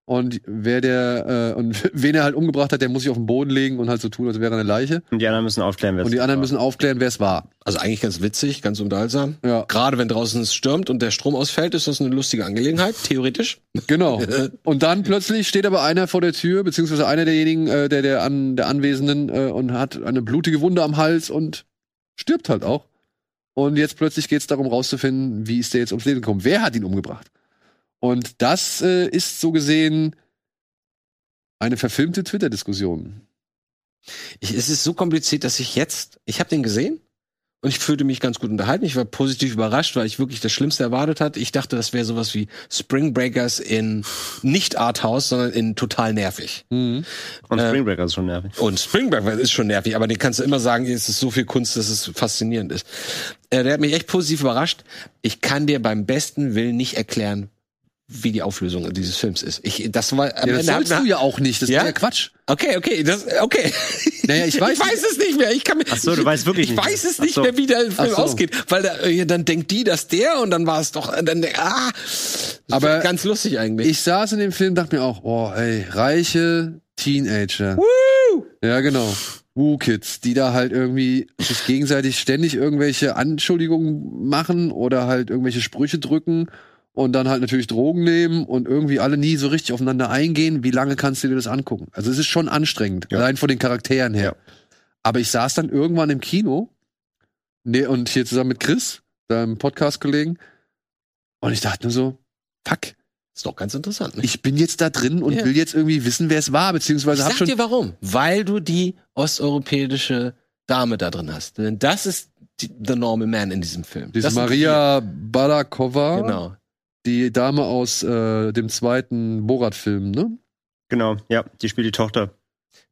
Speaker 2: und wer der äh, und wen er halt umgebracht hat, der muss sich auf den Boden legen und halt so tun, als wäre er eine Leiche.
Speaker 4: Und die anderen müssen aufklären, wer es
Speaker 2: Und die anderen
Speaker 4: war.
Speaker 2: müssen aufklären, wer es war.
Speaker 3: Also eigentlich ganz witzig, ganz unterhaltsam.
Speaker 2: Ja,
Speaker 3: Gerade wenn draußen es stürmt und der Strom ausfällt, ist das eine lustige Angelegenheit, theoretisch.
Speaker 2: genau. Und dann plötzlich steht aber einer vor der Tür, beziehungsweise einer derjenigen, äh, der der an der Anwesenden äh, und hat eine blutige Wunde am Hals und stirbt halt auch. Und jetzt plötzlich geht es darum, rauszufinden, wie ist der jetzt ums Leben gekommen? Wer hat ihn umgebracht? Und das äh, ist so gesehen eine verfilmte Twitter-Diskussion.
Speaker 3: Ich, es ist so kompliziert, dass ich jetzt, ich habe den gesehen und ich fühlte mich ganz gut unterhalten. Ich war positiv überrascht, weil ich wirklich das Schlimmste erwartet hatte. Ich dachte, das wäre sowas wie Spring Breakers in nicht Arthouse, sondern in total nervig.
Speaker 2: Mhm.
Speaker 4: Und
Speaker 3: äh,
Speaker 4: Spring Breakers ist schon nervig.
Speaker 3: Und Spring Breakers ist schon nervig, aber den kannst du immer sagen, es ist so viel Kunst, dass es faszinierend ist. Äh, der hat mich echt positiv überrascht. Ich kann dir beim besten Willen nicht erklären, wie die Auflösung dieses Films ist. Ich, das war, am
Speaker 2: Ja, das
Speaker 3: Ende
Speaker 2: sollst
Speaker 3: hat-
Speaker 2: du ja auch nicht. Das
Speaker 3: Ja?
Speaker 2: ist ja Quatsch.
Speaker 3: Okay, okay, das, okay.
Speaker 2: Naja, ich weiß
Speaker 3: ich weiß es nicht mehr. Ich kann mir,
Speaker 4: Ach so, du weißt wirklich
Speaker 3: Ich
Speaker 4: nicht
Speaker 3: weiß
Speaker 4: mehr.
Speaker 3: es nicht
Speaker 4: Ach so.
Speaker 3: mehr, wie der
Speaker 2: Ach
Speaker 3: Film
Speaker 2: so.
Speaker 3: ausgeht, weil da, äh, dann denkt die, dass der und dann war es doch, äh, dann, ah.
Speaker 2: Aber
Speaker 3: Das ist ganz lustig eigentlich.
Speaker 2: Ich saß in dem Film, dachte mir auch, oh, ey, reiche Teenager. Ja, genau. Woo-Kids, die da halt irgendwie sich gegenseitig ständig irgendwelche Anschuldigungen machen oder halt irgendwelche Sprüche drücken und dann halt natürlich Drogen nehmen und irgendwie alle nie so richtig aufeinander eingehen. Wie lange kannst du dir das angucken? Also es ist schon anstrengend,
Speaker 4: Ja.
Speaker 2: allein von den Charakteren her.
Speaker 4: Ja.
Speaker 2: Aber ich saß dann irgendwann im Kino ne, und hier zusammen mit Chris, deinem Podcast-Kollegen, und ich dachte nur so, fuck,
Speaker 3: Ist doch ganz interessant. Ne?
Speaker 2: Ich bin jetzt da drin und
Speaker 3: Ja.
Speaker 2: will jetzt irgendwie wissen, wer es war,
Speaker 3: Ich
Speaker 2: beziehungsweise hab
Speaker 3: sag
Speaker 2: schon.
Speaker 3: dir warum. Also Weil du die osteuropäische Dame da drin hast. Denn das ist die, the normal man in diesem Film.
Speaker 2: Diese
Speaker 3: Das sind
Speaker 2: Maria
Speaker 3: die-
Speaker 2: Balakova,
Speaker 3: Genau.
Speaker 2: die Dame aus äh, dem zweiten Borat-Film, ne?
Speaker 4: Genau, ja, die spielt die Tochter.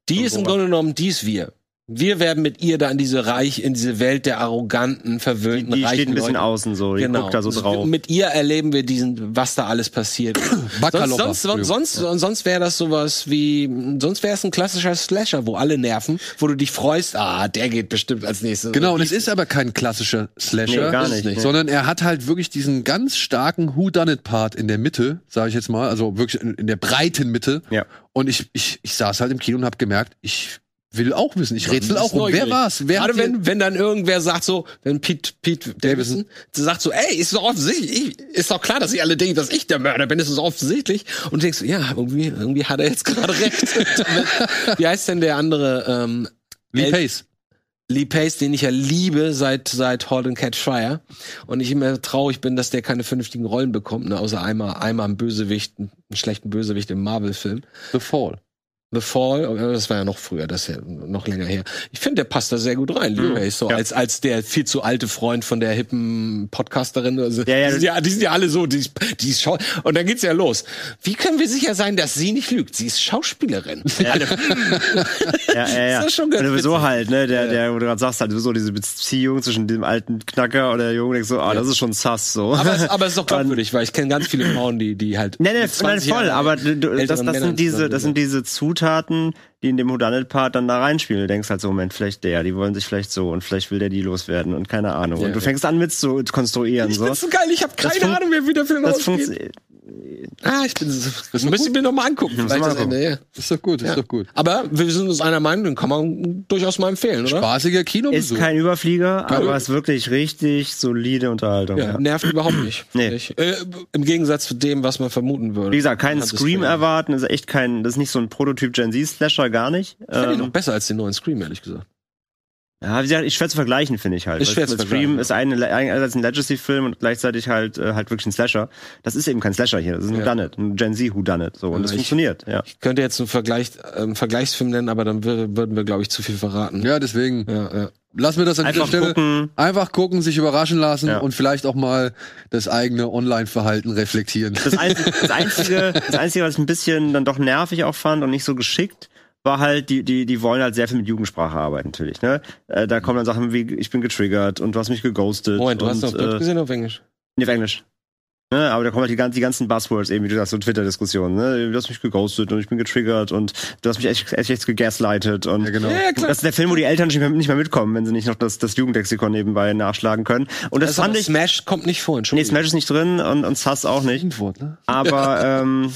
Speaker 3: Die
Speaker 4: Von
Speaker 3: ist im
Speaker 4: Borat.
Speaker 3: Grunde genommen dies wir. Wir werden mit ihr da in diese Reich, in diese Welt der arroganten,
Speaker 4: Die,
Speaker 3: verwöhnten,
Speaker 4: die
Speaker 3: reichen
Speaker 4: steht ein bisschen
Speaker 3: Leute.
Speaker 4: außen so, die
Speaker 3: Genau.
Speaker 4: guckt da so
Speaker 3: Also
Speaker 4: drauf.
Speaker 3: Mit ihr erleben wir diesen, was da alles passiert.
Speaker 2: Bakalova,
Speaker 3: sonst sonst,
Speaker 2: Entschuldigung.
Speaker 3: sonst, sonst, äh, sonst wäre das sowas wie, sonst wäre es ein klassischer Slasher, wo alle nerven, wo du dich freust, ah, der geht bestimmt als nächstes.
Speaker 2: Genau, und es ist aber kein klassischer Slasher.
Speaker 3: ne?
Speaker 4: Nee, gar
Speaker 2: Ist es
Speaker 4: nicht, ne? nee.
Speaker 2: Sondern er hat halt wirklich diesen ganz starken Who-Done-It-Part in der Mitte, sage ich jetzt mal, also wirklich in, in der breiten Mitte.
Speaker 4: Ja.
Speaker 2: Und ich, ich, ich saß halt im Kino und habe gemerkt, ich will auch wissen, ich rätsel
Speaker 3: bist
Speaker 2: auch rum. Wer
Speaker 3: neugierig.
Speaker 2: war's? Wer hat
Speaker 3: Gerade
Speaker 2: hier-
Speaker 3: wenn, wenn dann irgendwer sagt so, wenn Pete, Pete Davidson sagt so, ey, ist doch offensichtlich, ich- ist doch klar, dass ihr alle denken, dass ich der Mörder bin, ist doch offensichtlich. Und denkst du, ja, irgendwie, irgendwie hat er jetzt gerade recht. Wie heißt denn der andere, ähm,
Speaker 2: Lee
Speaker 3: Ey,
Speaker 2: Pace.
Speaker 3: Lee Pace, den ich ja liebe seit, seit Hot and Catch Fire. Und ich immer traurig bin, dass der keine vernünftigen Rollen bekommt, ne? außer einmal, einmal einen Bösewicht, einen schlechten Bösewicht im Marvel-Film.
Speaker 2: The Fall.
Speaker 3: The Fall, aber äh, das war ja noch früher, das ist ja noch länger her. Ich finde, der passt da sehr gut rein, Lee
Speaker 4: Mhm,
Speaker 3: Pace, so
Speaker 4: ja.
Speaker 3: als, als der viel zu alte Freund von der hippen Podcasterin. Also,
Speaker 4: Ja, ja,
Speaker 3: die, sind
Speaker 4: das-
Speaker 3: ja, die sind ja alle so, die, die ist Schau Und dann geht's ja los. Wie können wir sicher sein, dass sie nicht lügt? Sie ist Schauspielerin. Alle,
Speaker 4: Ja, ja, ja.
Speaker 3: Das ist schon ganz
Speaker 4: Und sowieso
Speaker 3: witzig.
Speaker 4: halt, ne, der, der, wo du gerade sagst, halt sowieso diese Beziehung zwischen dem alten Knacker und der Jungen, denkst so, ah, das ist schon sass, so.
Speaker 3: aber, es, aber es ist doch glaubwürdig, weil ich kenne ganz viele Frauen, die, die halt.
Speaker 4: Nee, nee,
Speaker 3: mit
Speaker 4: nein,
Speaker 3: 20
Speaker 4: voll,
Speaker 3: Jahren
Speaker 4: aber du, du, das,
Speaker 3: älteren
Speaker 4: das,
Speaker 3: Männern
Speaker 4: sind diese, das
Speaker 3: zusammen
Speaker 4: sind diese Zutaten, die in dem Houdanet-Part dann da reinspielen. Du denkst halt so, Moment, vielleicht der, die wollen sich vielleicht so und vielleicht will der die loswerden und keine Ahnung.
Speaker 3: Ja,
Speaker 4: und du
Speaker 3: ja.
Speaker 4: fängst an mit zu konstruieren.
Speaker 3: Ich
Speaker 4: so.
Speaker 3: bin so geil, ich habe keine
Speaker 4: fun-
Speaker 3: Ahnung mehr, wie der Film
Speaker 4: Das
Speaker 3: ausgeht.
Speaker 4: funktioniert.
Speaker 3: Ah, ich bin so, das müsst ihr mir nochmal angucken. Vielleicht
Speaker 4: mal
Speaker 3: das Ende, ja.
Speaker 2: Ist doch gut, ist doch gut.
Speaker 3: Aber wir sind uns einer Meinung, den kann man durchaus mal empfehlen, oder?
Speaker 2: Spaßiger
Speaker 4: Ist
Speaker 2: Kinobesuch.
Speaker 4: kein Überflieger, aber ist wirklich richtig solide Unterhaltung.
Speaker 3: Ja,
Speaker 4: Ja.
Speaker 3: nervt überhaupt nicht.
Speaker 4: Nee.
Speaker 3: Nicht. Äh, Im Gegensatz zu dem, was man vermuten würde.
Speaker 4: Wie gesagt, keinen
Speaker 3: Hat es
Speaker 4: Scream
Speaker 3: mir-
Speaker 4: erwarten, ist echt kein, das ist nicht so ein Prototyp Gen Z-Slasher, gar nicht.
Speaker 3: Ich finde ihn
Speaker 4: Ähm,
Speaker 3: noch besser als den neuen Scream, ehrlich gesagt.
Speaker 4: Ja, wie gesagt, ist schwer zu vergleichen, finde ich halt.
Speaker 3: Ist
Speaker 4: Weil
Speaker 3: schwer zu vergleichen,
Speaker 4: Scream
Speaker 3: ja.
Speaker 4: ist eine, einerseits ein Legacy-Film und gleichzeitig halt, äh, halt wirklich ein Slasher. Das ist eben kein Slasher hier, das ist ein
Speaker 3: Ja.
Speaker 4: Whodunit, ein Gen Z Whodunit, so. Und
Speaker 3: Ja,
Speaker 4: das
Speaker 3: ich-
Speaker 4: funktioniert, ja.
Speaker 3: Ich könnte jetzt einen Vergleich, ähm, Vergleichsfilm nennen, aber dann wür- würden wir, glaube ich, zu viel verraten.
Speaker 2: Ja, deswegen
Speaker 3: ja, ja.
Speaker 2: lassen wir das an dieser
Speaker 4: Einfach
Speaker 2: Stelle.
Speaker 4: gucken.
Speaker 2: Einfach gucken, sich überraschen lassen
Speaker 4: Ja.
Speaker 2: und vielleicht auch mal das eigene Online-Verhalten reflektieren.
Speaker 4: Das einzige, das einzige, das einzige, was ich ein bisschen dann doch nervig auch fand und nicht so geschickt, war halt, die, die, die wollen halt sehr viel mit Jugendsprache arbeiten, natürlich, ne? Äh, da kommen dann Sachen wie, ich bin getriggert und du hast mich geghostet.
Speaker 3: Moment, du
Speaker 4: und,
Speaker 3: hast noch Bild
Speaker 4: äh,
Speaker 3: gesehen auf Englisch?
Speaker 4: Nee, auf Englisch. Ne, aber da kommen halt die, gan- die ganzen Buzzwords, eben wie du sagst, so Twitter-Diskussionen. Ne? Du hast mich geghostet und ich bin getriggert und du hast mich echt, echt, echt gegaslightet. Und
Speaker 2: Ja, genau.
Speaker 3: Ja, klar.
Speaker 4: das ist der Film, wo die Eltern nicht mehr, nicht mehr mitkommen, wenn sie nicht noch das, das Jugendlexikon nebenbei nachschlagen können. Und das
Speaker 3: Also,
Speaker 4: fand
Speaker 3: aber
Speaker 4: ich...
Speaker 3: Smash kommt nicht vor,
Speaker 4: Nee,
Speaker 3: Entschuldigung.
Speaker 4: Smash ist nicht drin und, und Sass auch nicht.
Speaker 2: Wort, ne?
Speaker 4: Aber, ähm,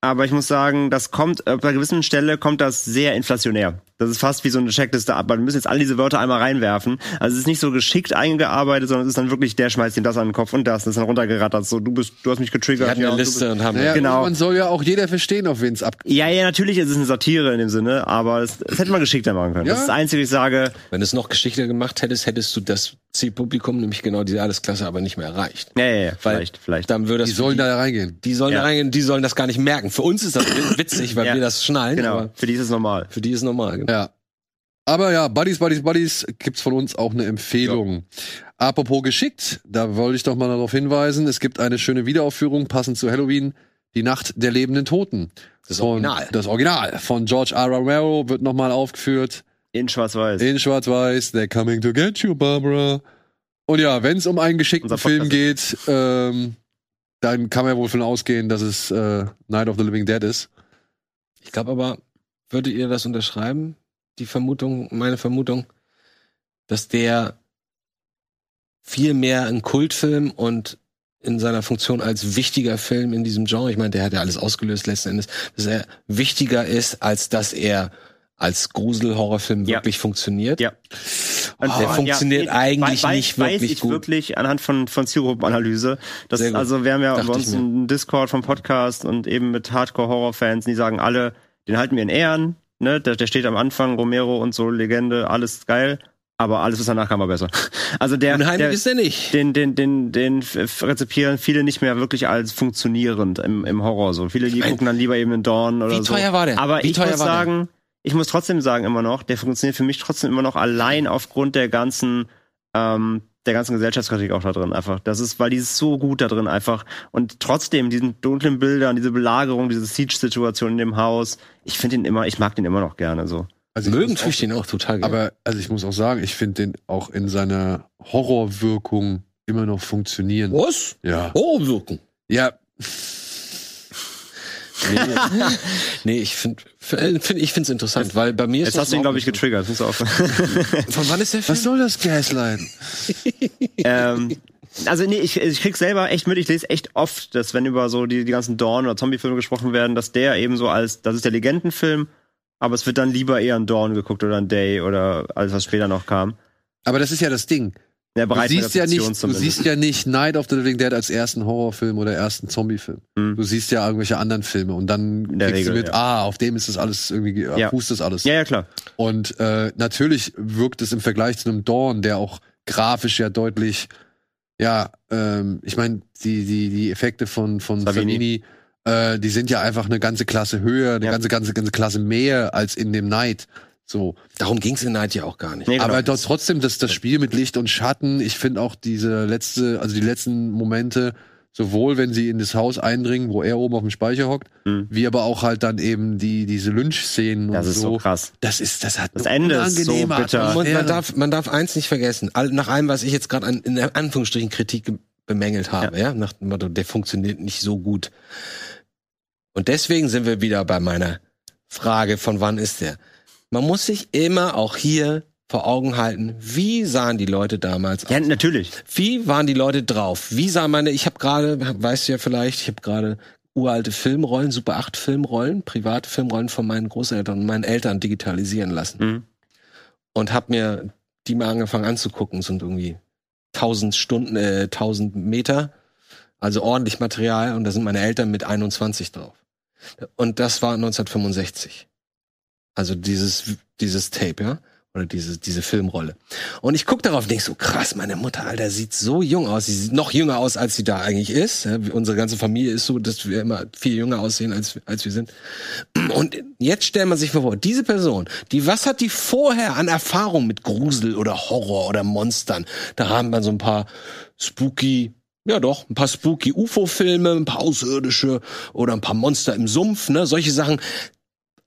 Speaker 4: aber ich muss sagen, das kommt, äh, bei einer gewissen Stelle kommt das sehr inflationär. Das ist fast wie so eine Checkliste, aber wir müssen jetzt all diese Wörter einmal reinwerfen. Also es ist nicht so geschickt eingearbeitet, sondern es ist dann wirklich, der schmeißt ihm das an den Kopf und das, das ist dann runtergerattert. So, du bist, du hast mich
Speaker 3: Wir
Speaker 4: getriggert.
Speaker 3: hatten eine
Speaker 4: und du
Speaker 3: Liste
Speaker 4: bist-
Speaker 3: und haben.
Speaker 2: Naja,
Speaker 4: Genau.
Speaker 2: Man soll ja auch jeder verstehen, auf wen es ab.
Speaker 4: Ja, ja, natürlich ist es eine Satire in dem Sinne, aber es, es hätte man geschickter machen können.
Speaker 2: Ja.
Speaker 4: Das ist das Einzige, was ich sage,
Speaker 3: Wenn du es noch geschickter gemacht hättest, hättest du das Zielpublikum, nämlich genau diese Allesklasse, aber nicht mehr erreicht.
Speaker 4: ja, ja, ja, vielleicht, vielleicht.
Speaker 3: Dann würde das
Speaker 2: Die sollen da reingehen.
Speaker 3: Die sollen
Speaker 4: Ja.
Speaker 3: da reingehen, die sollen das gar nicht merken. Für uns ist das witzig, weil
Speaker 4: Ja.
Speaker 3: wir das schnallen.
Speaker 4: Genau,
Speaker 3: Aber
Speaker 4: für die ist es normal.
Speaker 3: für die ist normal. Genau.
Speaker 2: Ja. Aber ja, Buddies, Buddies, Buddies gibt's von uns auch eine Empfehlung. Apropos geschickt, da wollte ich doch mal darauf hinweisen, es gibt eine schöne Wiederaufführung, passend zu Halloween, die Nacht der lebenden Toten.
Speaker 3: Das
Speaker 2: Von-
Speaker 3: Original.
Speaker 2: Das Original von George R. R. Romero wird nochmal aufgeführt
Speaker 4: In schwarz-weiß.
Speaker 2: in Schwarz-Weiß, They're Coming to Get You, Barbara. Und ja, wenn es um einen geschickten
Speaker 4: Unser
Speaker 2: Film
Speaker 4: Podcast.
Speaker 2: geht, ähm, dann kann man ja wohl von ausgehen, dass es äh, Night of the Living Dead ist.
Speaker 3: Ich glaube aber, würdet ihr das unterschreiben? Die Vermutung, meine Vermutung, dass der viel mehr ein Kultfilm und in seiner Funktion als wichtiger Film in diesem Genre, ich meine, der hat ja alles ausgelöst letzten Endes, dass er wichtiger ist, als dass er als Grusel-Horrorfilm
Speaker 4: Ja.
Speaker 3: wirklich funktioniert.
Speaker 4: Ja. Ah, Und
Speaker 3: Der funktioniert eigentlich
Speaker 4: weiß,
Speaker 3: nicht
Speaker 4: weiß
Speaker 3: wirklich
Speaker 4: ich
Speaker 3: gut.
Speaker 4: wirklich anhand von, von Zielgruppenanalyse. Das,
Speaker 3: Sehr gut.
Speaker 4: also wir haben ja
Speaker 3: Dachte
Speaker 4: bei
Speaker 3: ich
Speaker 4: uns
Speaker 3: mir.
Speaker 4: einen Discord vom Podcast und eben mit Hardcore-Horror-Fans, die sagen alle, den halten wir in Ehren, ne, der, der steht am Anfang, Romero und so, Legende, alles geil. aber alles, was danach kam, war besser. Also der,
Speaker 3: Unheimlich
Speaker 4: der
Speaker 3: ist er nicht.
Speaker 4: den, den, den, den f- rezipieren viele nicht mehr wirklich als funktionierend im, im Horror. So viele, die gucken dann lieber eben in Dawn oder
Speaker 3: Wie
Speaker 4: so.
Speaker 3: teuer war der?
Speaker 4: Aber
Speaker 3: Wie
Speaker 4: ich
Speaker 3: teuer
Speaker 4: muss
Speaker 3: war der?
Speaker 4: sagen, ich muss trotzdem sagen immer noch, der funktioniert für mich trotzdem immer noch allein aufgrund der ganzen, ähm, der ganzen Gesellschaftskritik auch da drin einfach. Das ist, weil die ist so gut da drin einfach. Und trotzdem, diesen dunklen Bildern, diese Belagerung, diese Siege-Situation in dem Haus, ich finde ihn immer, ich mag den immer noch gerne so.
Speaker 2: Also ich
Speaker 3: Mögen
Speaker 2: muss
Speaker 3: tue ich den auch total gerne.
Speaker 2: Aber also ich muss auch sagen, ich finde den auch in seiner Horrorwirkung immer noch funktionieren.
Speaker 3: was?
Speaker 2: Ja.
Speaker 3: Oh, wirken.
Speaker 2: Ja,
Speaker 3: Nee, nee ich finde find, ich find's interessant, weil bei mir ist
Speaker 4: Jetzt hast du ihn, glaube ich, getriggert. Musst du aufhören.
Speaker 3: Von wann ist der Film?
Speaker 2: was soll das Gaslighten?
Speaker 4: ähm, also nee, ich, ich krieg selber echt mit, ich lese echt oft, dass wenn über so die, die ganzen Dawn- oder Zombie-Filme gesprochen werden, dass der eben so als, das ist der Legendenfilm, aber es wird dann lieber eher an Dawn geguckt oder an Day oder alles, was später noch kam.
Speaker 2: Aber das ist ja das Ding.
Speaker 4: Der
Speaker 2: Du
Speaker 4: breiten
Speaker 2: siehst, ja
Speaker 4: Rezeption
Speaker 2: nicht, du
Speaker 4: zumindest.
Speaker 2: siehst ja nicht Night of the Living Dead als ersten Horrorfilm oder ersten Zombiefilm.
Speaker 4: Mhm.
Speaker 2: Du siehst ja irgendwelche anderen Filme und dann
Speaker 4: In der
Speaker 2: kriegst du
Speaker 4: Regel,
Speaker 2: mit,
Speaker 4: ja.
Speaker 2: ah, auf dem ist das alles irgendwie, ge-
Speaker 4: Ja.
Speaker 2: fußt das alles.
Speaker 4: ja, ja, klar.
Speaker 2: Und äh, natürlich wirkt es im Vergleich zu einem Dawn, der auch grafisch ja deutlich, ja, ähm, ich meine, die, die, die Effekte von, von Savini,
Speaker 4: Savini.
Speaker 2: äh, die sind ja einfach eine ganze Klasse höher, eine
Speaker 4: Ja.
Speaker 2: ganze, ganze, ganze Klasse mehr als in dem Night. So.
Speaker 3: Darum ging's in Night ja auch gar nicht.
Speaker 4: Nee, genau.
Speaker 2: Aber doch trotzdem, das, das Spiel mit Licht und Schatten, ich finde auch diese letzte, also die letzten Momente, sowohl wenn sie in das Haus eindringen, wo er oben auf dem Speicher hockt,
Speaker 4: Mhm.
Speaker 2: wie aber auch halt dann eben die, diese Lynch-Szenen und
Speaker 4: das ist so krass.
Speaker 2: das ist, das hat
Speaker 4: Das
Speaker 2: eine
Speaker 4: Ende ist so
Speaker 2: unangenehme
Speaker 4: bitter.
Speaker 2: Atmosphäre.
Speaker 3: Und man darf, man darf eins nicht vergessen. All, nach allem, was ich jetzt gerade an, in Anführungsstrichen Kritik ge- bemängelt habe, ja. nach dem Motto, der funktioniert nicht so gut. Und deswegen sind wir wieder bei meiner Frage, von wann ist der? Man muss sich immer auch hier vor Augen halten, wie sahen die Leute damals
Speaker 4: Ja, natürlich.
Speaker 3: wie waren die Leute drauf? Wie sah meine, ich habe gerade, weißt du ja vielleicht, ich habe gerade uralte Filmrollen, Super 8 Filmrollen, private Filmrollen von meinen Großeltern und meinen Eltern digitalisieren lassen.
Speaker 4: Mhm.
Speaker 3: Und habe mir die mal angefangen anzugucken, Es sind irgendwie 1000 Stunden, äh, 1000 Meter, also ordentlich Material und da sind meine Eltern mit 21 drauf. Und das war 1965. Also dieses, dieses Tape, ja? Oder diese, diese Filmrolle. Und ich guck darauf und denk so, krass, meine Mutter, Alter, sieht so jung aus. Sie sieht noch jünger aus, als sie da eigentlich ist. Ja, unsere ganze Familie ist so, dass wir immer viel jünger aussehen, als, als wir sind. Und jetzt stellt man sich mal vor, diese Person, die, was hat die vorher an Erfahrung mit Grusel oder Horror oder Monstern? Da haben wir so ein paar spooky, ja doch, ein paar spooky UFO-Filme, ein paar außerirdische oder ein paar Monster im Sumpf, ne, solche Sachen.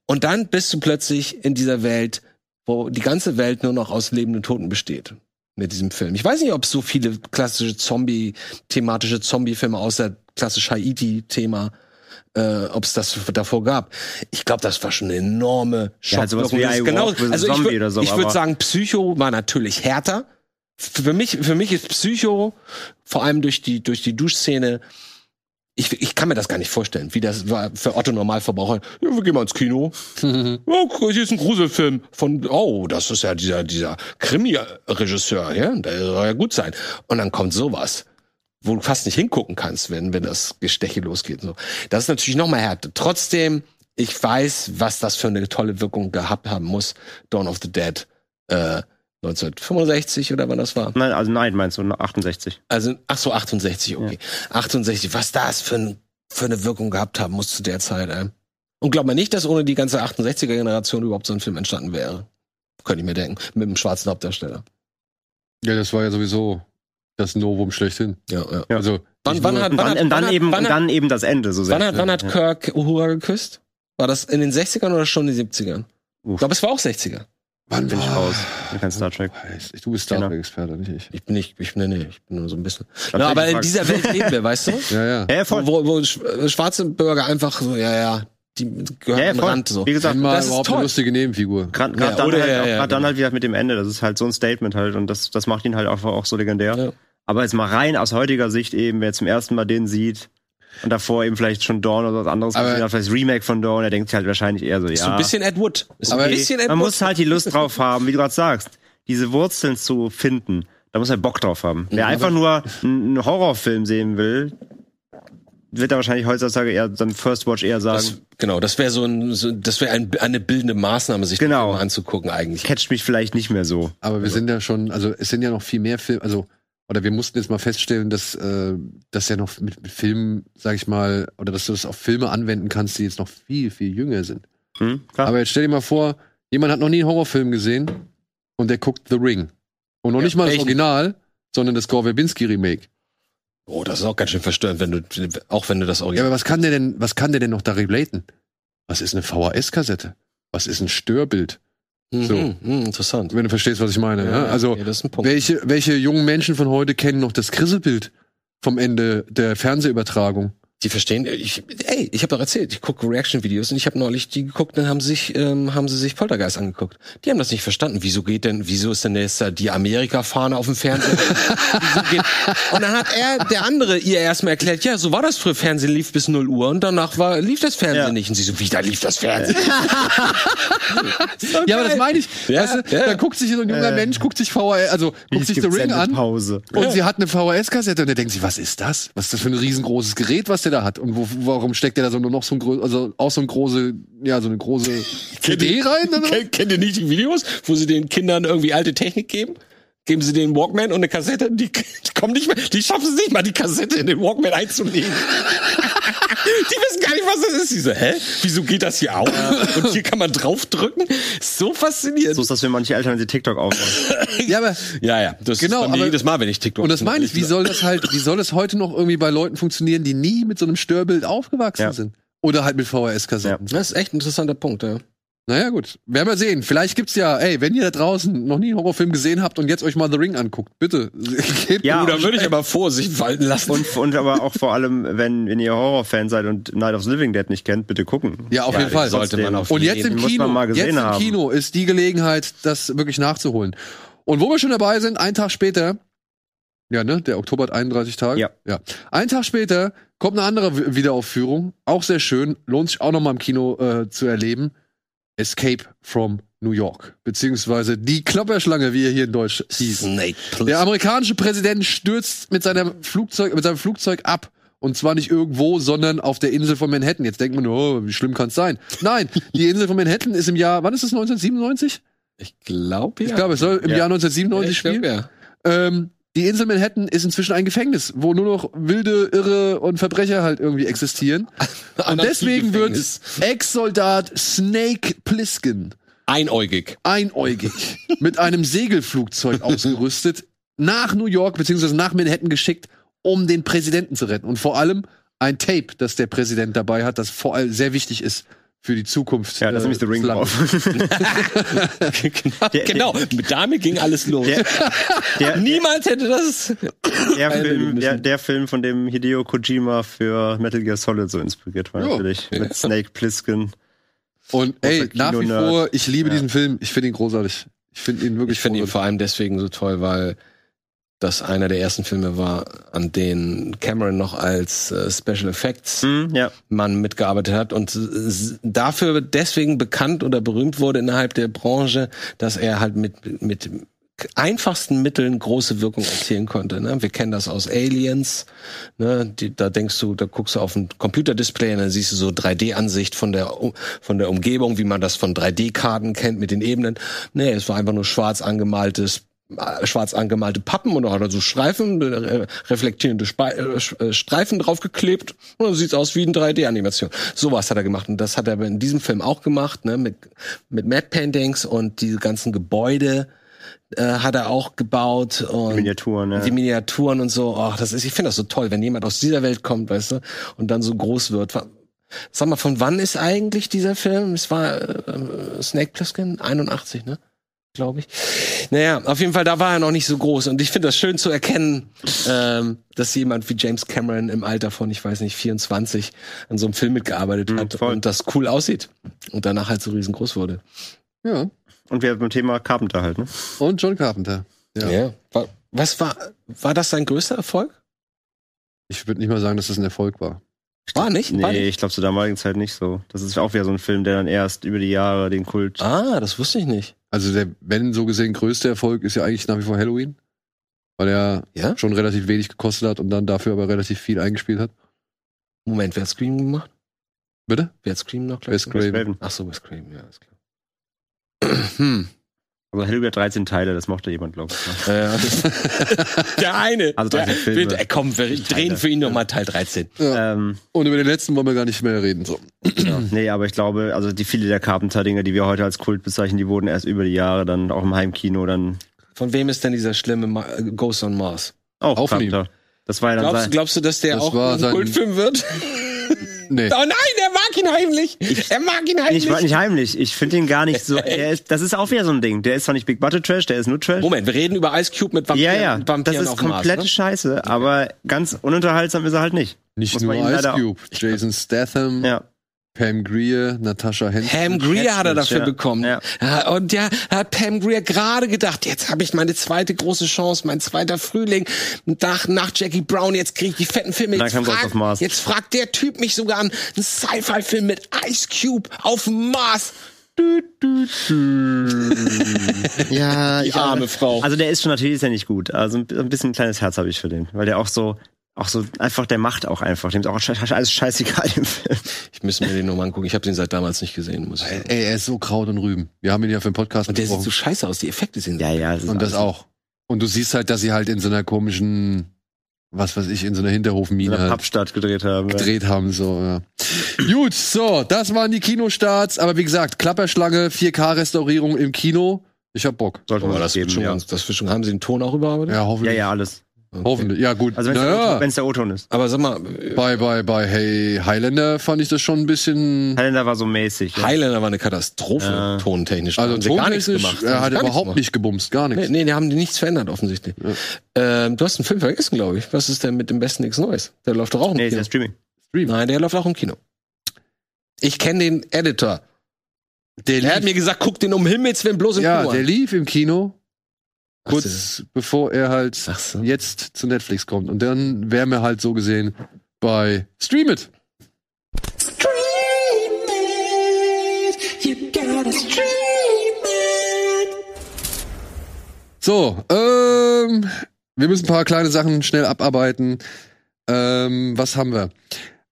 Speaker 3: Und dann bist du plötzlich in dieser Welt, wo die ganze Welt nur noch aus lebenden Toten besteht. Mit diesem Film. Ich weiß nicht, ob es so viele klassische Zombie, thematische Zombie-Filme außer klassisch Haiti-Thema, äh, ob es das davor gab. Ich glaube, das war schon eine enorme
Speaker 4: Ja, sowas
Speaker 3: Schockwirkung.
Speaker 4: wie
Speaker 3: Das ist
Speaker 4: I Walk with a
Speaker 3: also ich
Speaker 4: Zombie
Speaker 3: würd-
Speaker 4: oder so,
Speaker 3: Ich würde
Speaker 4: aber-
Speaker 3: sagen, Psycho war natürlich härter. Für mich, für mich ist Psycho, vor allem durch die, durch die Duschszene, ich, ich kann mir das gar nicht vorstellen, wie das war für Otto Normalverbraucher. Ja, wir gehen mal ins Kino. Oh, guck, hier ist ein Gruselfilm von, oh, das ist ja dieser, dieser Krimi-Regisseur, ja, der soll ja gut sein. Und dann kommt sowas, wo du fast nicht hingucken kannst, wenn, wenn das Gesteche losgeht. und So. Das ist natürlich nochmal Härte. Trotzdem, ich weiß, was das für eine tolle Wirkung gehabt haben muss. Dawn of the Dead, äh, 1965 oder wann das war.
Speaker 4: Nein, also nein, meinst du, 68.
Speaker 3: Also, ach so, 68, okay. 68, was das für, ein, für eine Wirkung gehabt haben muss zu der Zeit, ey. Und glaub mal nicht, dass ohne die ganze 68er-Generation überhaupt so ein Film entstanden wäre. Könnte ich mir denken. Mit dem schwarzen Hauptdarsteller.
Speaker 2: Ja, das war ja sowieso das Novum schlechthin.
Speaker 3: Ja, ja.
Speaker 4: Ja.
Speaker 2: Also,
Speaker 3: Wann,
Speaker 2: nicht
Speaker 3: wann
Speaker 2: nur-
Speaker 3: hat,
Speaker 4: Und
Speaker 3: wann
Speaker 4: dann,
Speaker 3: hat,
Speaker 4: und dann,
Speaker 3: wann
Speaker 4: eben,
Speaker 3: hat, wann, hat,
Speaker 4: dann eben das Ende so sehr.
Speaker 3: wann, hat, wann hat
Speaker 4: Ja.
Speaker 3: Kirk Uhura geküsst? War das in den 60ern oder schon in den 70ern? Ich
Speaker 4: Uff.
Speaker 3: glaube, es war auch 60er.
Speaker 2: wann
Speaker 4: bin ich
Speaker 2: war-
Speaker 4: raus. Kein Star Trek.
Speaker 2: Weiß ich, du bist Star
Speaker 4: Genau.
Speaker 2: Trek-Experte, nicht ich.
Speaker 3: Ich bin nicht, ich bin, nee, ich bin nur so ein bisschen. Na,
Speaker 4: Da bin
Speaker 3: aber
Speaker 4: ich
Speaker 3: in
Speaker 4: gefragt.
Speaker 3: dieser Oh, Welt leben wir, weißt du?
Speaker 2: Ja, ja.
Speaker 4: Ja, ja, voll.
Speaker 3: Wo, wo sch- äh, schwarze Bürger einfach so, ja, ja, die
Speaker 4: Ja,
Speaker 3: gehören
Speaker 4: ja,
Speaker 3: am
Speaker 4: voll.
Speaker 3: Rand so.
Speaker 4: Wie gesagt,
Speaker 2: Einmal
Speaker 3: das ist
Speaker 2: überhaupt
Speaker 3: toll.
Speaker 2: eine lustige Nebenfigur.
Speaker 4: Gerade
Speaker 3: Ja,
Speaker 4: grad dann,
Speaker 3: oder-
Speaker 4: halt,
Speaker 3: ja,
Speaker 4: auch,
Speaker 3: ja,
Speaker 4: grad dann
Speaker 3: genau.
Speaker 4: halt wieder mit dem Ende. Das ist halt so ein Statement halt und das, das macht ihn halt einfach auch so legendär.
Speaker 3: Ja.
Speaker 4: Aber jetzt mal rein aus heutiger Sicht eben, wer zum ersten Mal den sieht und davor eben vielleicht schon Dawn oder was anderes
Speaker 2: Aber-
Speaker 4: gesehen hat, vielleicht das Remake von Dawn, der denkt sich halt wahrscheinlich eher so, ja.
Speaker 3: Ist so ein bisschen Ed Wood. Ist
Speaker 2: Aber
Speaker 3: ein bisschen Ed
Speaker 4: man
Speaker 3: Wood.
Speaker 4: muss halt die Lust drauf haben, wie du gerade sagst, diese Wurzeln zu finden. Da muss man Bock drauf haben. Wer einfach nur einen Horrorfilm sehen will, wird er wahrscheinlich heutzutage eher dann First Watch eher sagen,
Speaker 3: Das, genau, das wäre so ein, so, das wäre ein, eine bildende Maßnahme, sich
Speaker 4: Genau.
Speaker 3: das mal anzugucken eigentlich.
Speaker 4: catcht mich vielleicht nicht mehr so.
Speaker 2: Aber wir sind ja schon, also es sind ja noch viel mehr Filme, also oder wir mussten jetzt mal feststellen, dass äh, dass ja noch mit, mit Filmen, sag ich mal, oder dass du das auf Filme anwenden kannst, die jetzt noch viel viel jünger sind.
Speaker 4: Hm? Klar.
Speaker 2: Aber jetzt stell dir mal vor, jemand hat noch nie einen Horrorfilm gesehen und der guckt The Ring und noch nicht mal das
Speaker 3: welchen?
Speaker 2: Original, sondern das Gore Verbinski Remake.
Speaker 3: Oh, das ist auch ganz schön verstörend, wenn du, auch wenn du das
Speaker 2: Ja,
Speaker 3: Original.
Speaker 2: aber was kann der denn, was kann der denn noch da relaten? Was ist eine VHS-Kassette? Was ist ein Störbild?
Speaker 3: Mhm,
Speaker 2: so.
Speaker 3: mhm, interessant.
Speaker 2: Wenn du verstehst, was ich meine. Ja, also
Speaker 3: ja, das ist ein Punkt.
Speaker 2: Welche, welche jungen Menschen von heute kennen noch das Krisselbild vom Ende der Fernsehübertragung?
Speaker 3: Die verstehen, ich, ey, ich habe doch erzählt, ich gucke Reaction-Videos und ich habe neulich die geguckt, dann haben sie sich, ähm, haben sie sich Poltergeist angeguckt. Die haben das nicht verstanden. Wieso geht denn, wieso ist denn jetzt da die Amerika-Fahne auf dem Fernseher? wieso geht, und dann hat er, der andere, ihr erstmal erklärt, ja, so war das früher. Fernsehen lief bis 0 Uhr und danach war, lief das Fernsehen
Speaker 4: Ja.
Speaker 3: nicht. Und sie so, wie, da lief das Fernsehen?
Speaker 2: Ja, aber das meine ich.
Speaker 3: Ja,
Speaker 2: weißt du,
Speaker 3: ja.
Speaker 2: da guckt sich so ein junger Mensch, guckt sich VHS, also guckt sich The Ring an
Speaker 4: Pause.
Speaker 2: und sie hat eine VHS-Kassette und der denkt sich, was ist das? Was ist das für ein riesengroßes Gerät, was der da hat? Und wo, warum steckt der da so nur noch so ein grö- also auch so ein große, ja, so eine große CD rein? Oder? so?
Speaker 3: Kennt, kennt ihr nicht die Videos, wo sie den Kindern irgendwie alte Technik geben? Geben sie den Walkman und eine Kassette, die, die kommen nicht mehr, die schaffen es nicht mal, die Kassette in den Walkman einzulegen. die wissen gar nicht, was das ist. Die so, hä? Wieso geht das hier auf? Und hier kann man draufdrücken? So faszinierend.
Speaker 4: So ist das für manche Eltern, wenn sie TikTok aufmachen.
Speaker 2: Ja, aber
Speaker 3: ja, ja. Das
Speaker 2: Genau,
Speaker 3: ist bei mir
Speaker 2: aber-
Speaker 3: jedes Mal, wenn ich TikTok
Speaker 2: und das meine ich, wie
Speaker 3: wieso?
Speaker 2: soll das halt, wie soll das heute noch irgendwie bei Leuten funktionieren, die nie mit so einem Störbild aufgewachsen
Speaker 4: Ja.
Speaker 2: sind? Oder halt mit VHS-Kassetten.
Speaker 3: Das ist echt ein interessanter Punkt, ja.
Speaker 2: Naja, gut. Werden wir sehen. Vielleicht gibt's ja, ey, wenn ihr da draußen noch nie einen Horrorfilm gesehen habt und jetzt euch mal The Ring anguckt, bitte. Geht
Speaker 4: Ja,
Speaker 3: Oder
Speaker 4: und-
Speaker 3: würde ich aber Vorsicht walten lassen.
Speaker 4: Und, und aber auch vor allem, wenn, wenn ihr Horrorfan seid und Night of the Living Dead nicht kennt, bitte gucken.
Speaker 2: Ja, auf jeden Fall.
Speaker 3: sollte man auf
Speaker 2: und jetzt
Speaker 3: jeden-
Speaker 2: im
Speaker 4: muss
Speaker 2: Kino,
Speaker 4: man mal
Speaker 2: jetzt
Speaker 4: gesehen
Speaker 2: im
Speaker 4: haben.
Speaker 2: Kino ist die Gelegenheit, das wirklich nachzuholen. Und wo wir schon dabei sind, einen Tag später, ja, ne, der Oktober hat 31 Tage.
Speaker 4: Ja.
Speaker 2: ja. Einen Tag später kommt eine andere W- Wiederaufführung, auch sehr schön, lohnt sich auch nochmal im Kino äh, zu erleben. Escape from New York, beziehungsweise die Klapperschlange, wie er hier in Deutsch hieß.
Speaker 3: Snake, please.
Speaker 2: Der amerikanische Präsident stürzt mit seinem Flugzeug, mit seinem Flugzeug ab. Und zwar nicht irgendwo, sondern auf der Insel von Manhattan. Jetzt denkt man, oh, wie schlimm kann's sein? Nein, die Insel von Manhattan ist im Jahr, wann ist das, 1997?
Speaker 3: ich glaube, ja.
Speaker 2: Ich glaube, es soll im
Speaker 4: Ja.
Speaker 2: Jahr 1997
Speaker 3: ich glaub,
Speaker 2: spielen.
Speaker 3: ja.
Speaker 2: Ähm, die Insel Manhattan ist inzwischen ein Gefängnis, wo nur noch wilde, irre und Verbrecher halt irgendwie existieren. Und deswegen wird
Speaker 3: Anarchiegefängnis.
Speaker 2: Ex-Soldat Snake Plissken
Speaker 3: einäugig.
Speaker 2: einäugig mit einem Segelflugzeug ausgerüstet nach New York bzw. nach Manhattan geschickt, um den Präsidenten zu retten. Und vor allem ein Tape, das der Präsident dabei hat, das vor allem sehr wichtig ist für die Zukunft. äh,
Speaker 4: Ja, da ist nämlich
Speaker 3: äh,
Speaker 4: The Ring
Speaker 2: des Landes.
Speaker 4: drauf.
Speaker 3: genau,
Speaker 4: Der-
Speaker 3: genau. Mit damit ging alles los.
Speaker 4: Der, der,
Speaker 3: Niemals hätte das.
Speaker 4: der,
Speaker 3: müssen.
Speaker 4: Film, der, der Film, von dem Hideo Kojima für Metal Gear Solid so inspiriert war,
Speaker 2: Ja.
Speaker 4: natürlich. Mit Snake Plissken.
Speaker 2: Und ey,
Speaker 4: Großer
Speaker 2: nach wie
Speaker 4: Kinonerd.
Speaker 2: vor, ich liebe
Speaker 4: Ja.
Speaker 2: diesen Film. Ich finde ihn großartig. Ich finde ihn wirklich
Speaker 3: Ich finde ihn vor allem deswegen so toll, weil das einer der ersten Filme war, an denen Cameron noch als äh, Special Effects
Speaker 4: Hm, ja.
Speaker 3: Mann mitgearbeitet hat und äh, s- dafür deswegen bekannt oder berühmt wurde innerhalb der Branche, dass er halt mit, mit einfachsten Mitteln große Wirkung erzielen konnte. Ne? Wir kennen das aus Aliens. Ne? Die, da denkst du, da guckst du auf ein Computerdisplay und dann siehst du so 3D-Ansicht von der, U- von der Umgebung, wie man das von 3D-Karten kennt mit den Ebenen. Nee, es war einfach nur schwarz angemaltes äh, schwarz angemalte Pappen und oder so Streifen, äh, reflektierende Spe äh, Sch- äh, Streifen draufgeklebt und dann sieht's aus wie eine 3D-Animation. Sowas hat er gemacht und das hat er aber in diesem Film auch gemacht, ne, mit, mit Matte Paintings und diese ganzen Gebäude äh, hat er auch gebaut und
Speaker 4: Miniaturen, ja.
Speaker 3: die Miniaturen und so. Ach, das ist, ich finde das so toll, wenn jemand aus dieser Welt kommt, weißt du, und dann so groß wird. Wa- Sag mal, von wann ist eigentlich dieser Film? Es war äh, äh, Snake Plissken 81, ne? Glaube ich. Naja, auf jeden Fall, da war er noch nicht so groß. Und ich finde das schön zu erkennen, ähm, dass jemand wie James Cameron im Alter von, ich weiß nicht, 24 an so einem Film mitgearbeitet
Speaker 4: Mhm,
Speaker 3: hat
Speaker 4: voll.
Speaker 3: und das cool aussieht. Und danach halt so riesengroß wurde.
Speaker 2: Ja.
Speaker 4: Und wir beim Thema Carpenter halt, ne?
Speaker 2: Und John Carpenter. Ja.
Speaker 3: Wa- Was war, war das sein größter Erfolg?
Speaker 2: Ich würde nicht mal sagen, dass das ein Erfolg war.
Speaker 3: War nicht? War
Speaker 4: Nee,
Speaker 3: nicht?
Speaker 4: ich glaube zur damaligen Zeit nicht so. Das ist auch wieder so ein Film, der dann erst über die Jahre den Kult.
Speaker 3: Ah, das wusste ich nicht.
Speaker 2: Also der, wenn so gesehen größte Erfolg ist ja eigentlich nach wie vor Halloween, weil er
Speaker 3: Ja?
Speaker 2: schon relativ wenig gekostet hat und dann dafür aber relativ viel eingespielt hat.
Speaker 3: Moment, wer hat Scream gemacht?
Speaker 2: Bitte?
Speaker 3: Wer hat Scream noch
Speaker 2: Wes
Speaker 4: Wes
Speaker 2: Craven.
Speaker 4: Craven.
Speaker 3: Ach so, Wes Craven, ja, ist klar. hm.
Speaker 4: Also Hellblatt 13 Teile, das mochte jemand, glaube ich. ne?
Speaker 3: Ja. der eine.
Speaker 4: Äh, Also
Speaker 3: der,
Speaker 4: 13 Filme.
Speaker 3: wird- ey, komm, wir drehen
Speaker 4: Teile.
Speaker 3: für ihn nochmal Teil 13.
Speaker 4: ähm,
Speaker 2: Und über den letzten wollen wir gar nicht mehr reden. So.
Speaker 4: nee, aber ich glaube, also die viele der Carpenter-Dinger, die wir heute als Kult bezeichnen, die wurden erst über die Jahre dann auch im Heimkino dann
Speaker 3: Von wem ist denn dieser schlimme Ma äh, Ghost on Mars?
Speaker 4: auch
Speaker 2: Auch von ihm.
Speaker 4: Carpenter. Das war ja dann
Speaker 3: Glaubst,
Speaker 4: sein.
Speaker 3: glaubst du, dass der
Speaker 2: Das
Speaker 3: auch
Speaker 2: war
Speaker 3: ein
Speaker 2: sein-
Speaker 3: Kultfilm wird?
Speaker 2: Nee.
Speaker 3: Oh nein, er mag ihn heimlich. er mag ihn heimlich.
Speaker 4: Ich war nicht heimlich. Ich finde ihn gar nicht so. Er ist, das ist auch wieder so ein Ding. Der ist zwar nicht Big Butter Trash, der ist nur Trash.
Speaker 3: Moment, wir reden über Ice Cube mit
Speaker 4: ja,
Speaker 3: Vampiren,
Speaker 4: ja. Das
Speaker 3: Vampiren
Speaker 4: ist
Speaker 3: auf
Speaker 4: komplett
Speaker 3: Mars, ne?
Speaker 4: scheiße, aber ganz ununterhaltsam ist er halt nicht.
Speaker 2: Nicht
Speaker 4: Muss
Speaker 2: nur
Speaker 4: man ihm
Speaker 2: Ice
Speaker 4: leider-
Speaker 2: Cube. Jason Statham,
Speaker 4: Ja.
Speaker 2: Pam Greer, Natasha
Speaker 3: ne?
Speaker 2: Henson.
Speaker 3: Pam Greer hat er dafür
Speaker 4: ja.
Speaker 3: bekommen.
Speaker 4: Ja.
Speaker 3: Ja, und ja, hat Pam Greer gerade gedacht, jetzt habe ich meine zweite große Chance, mein zweiter Frühling nach, nach Jackie Brown, jetzt kriege ich die fetten Filme.
Speaker 4: Dann
Speaker 3: Jetzt
Speaker 4: kam Ghost
Speaker 3: fragt-
Speaker 4: of Mars.
Speaker 3: jetzt fragt der Typ mich sogar an, ein Sci-Fi-Film mit Ice Cube auf dem Mars. Du, du,
Speaker 4: Ja,
Speaker 3: Die arme Frau.
Speaker 4: Also der ist schon natürlich ist er nicht gut. Also ein bi- ein bisschen ein kleines Herz habe ich für den, weil der auch so auch so einfach der macht auch einfach, dem ist auch sche- alles scheißegal im Film.
Speaker 3: Ich müsste mir den nochmal angucken. Ich habe den seit damals nicht gesehen, muss ich sagen. Oh.
Speaker 2: Ey, er ist so Kraut und Rüben. Wir haben ihn ja für den Podcast
Speaker 3: Und der sieht so
Speaker 2: besprochen.
Speaker 3: scheiße aus. Die Effekte sind
Speaker 4: Ja, ja, ist
Speaker 2: Und das auch. Und du siehst halt, dass sie halt in so einer komischen, was weiß ich, in so einer
Speaker 4: in
Speaker 2: Hinterhofmine
Speaker 4: der
Speaker 2: halt
Speaker 4: Pappstadt gedreht haben. ja.
Speaker 2: gedreht haben. So, ja. Gut, so, das waren die Kinostarts. Aber wie gesagt, Klapperschlange, 4K-Restaurierung im Kino. Ich hab Bock.
Speaker 4: Sollte man
Speaker 3: Aber
Speaker 4: das
Speaker 3: das wird
Speaker 4: geben,
Speaker 3: schon,
Speaker 4: ja.
Speaker 3: ganz- das wird schon, haben sie den Ton auch überarbeitet?
Speaker 2: Ja,
Speaker 4: ja,
Speaker 2: hoffentlich.
Speaker 4: ja, alles.
Speaker 3: Okay.
Speaker 2: Hoffentlich. Ja, gut.
Speaker 4: Also wenn es
Speaker 2: naja,
Speaker 4: der O-Ton ist.
Speaker 3: Aber sag mal, äh,
Speaker 2: bei, bei, bei Hey Highlander fand ich das schon ein bisschen.
Speaker 4: Highlander war so mäßig. Ja.
Speaker 3: Hm. Highlander war eine Katastrophe,
Speaker 4: Ja.
Speaker 3: tontechnisch. Da
Speaker 2: Also,
Speaker 3: haben sie gar nichts
Speaker 2: tontechnisch,
Speaker 3: gemacht.
Speaker 2: er hat
Speaker 3: Haben sie gar nichts
Speaker 2: überhaupt
Speaker 3: gemacht.
Speaker 2: nicht gebumst, gar nichts.
Speaker 3: Nee, nee, die haben die nichts verändert, offensichtlich. Ähm, du hast einen Film vergessen, glaube ich. Was ist denn mit dem besten nichts Neues? Der läuft doch auch im
Speaker 4: Nee, ist
Speaker 3: Kino.
Speaker 4: ja Streaming.
Speaker 3: Nein, der läuft auch im Kino. Ich kenne den Editor.
Speaker 2: Der
Speaker 3: Der hat
Speaker 2: lief,
Speaker 3: mir gesagt, guck den um Himmels Willen bloß im
Speaker 2: ja,
Speaker 3: Kino
Speaker 2: der
Speaker 3: an.
Speaker 2: lief im Kino,
Speaker 3: Ach,
Speaker 2: kurz
Speaker 3: das-
Speaker 2: bevor er halt
Speaker 3: Ach so.
Speaker 2: jetzt zu Netflix kommt. Und dann wären wir halt so gesehen bei Stream It.
Speaker 5: Stream it. You gotta stream it.
Speaker 2: So, ähm, wir müssen ein paar kleine Sachen schnell abarbeiten. Ähm, was haben wir?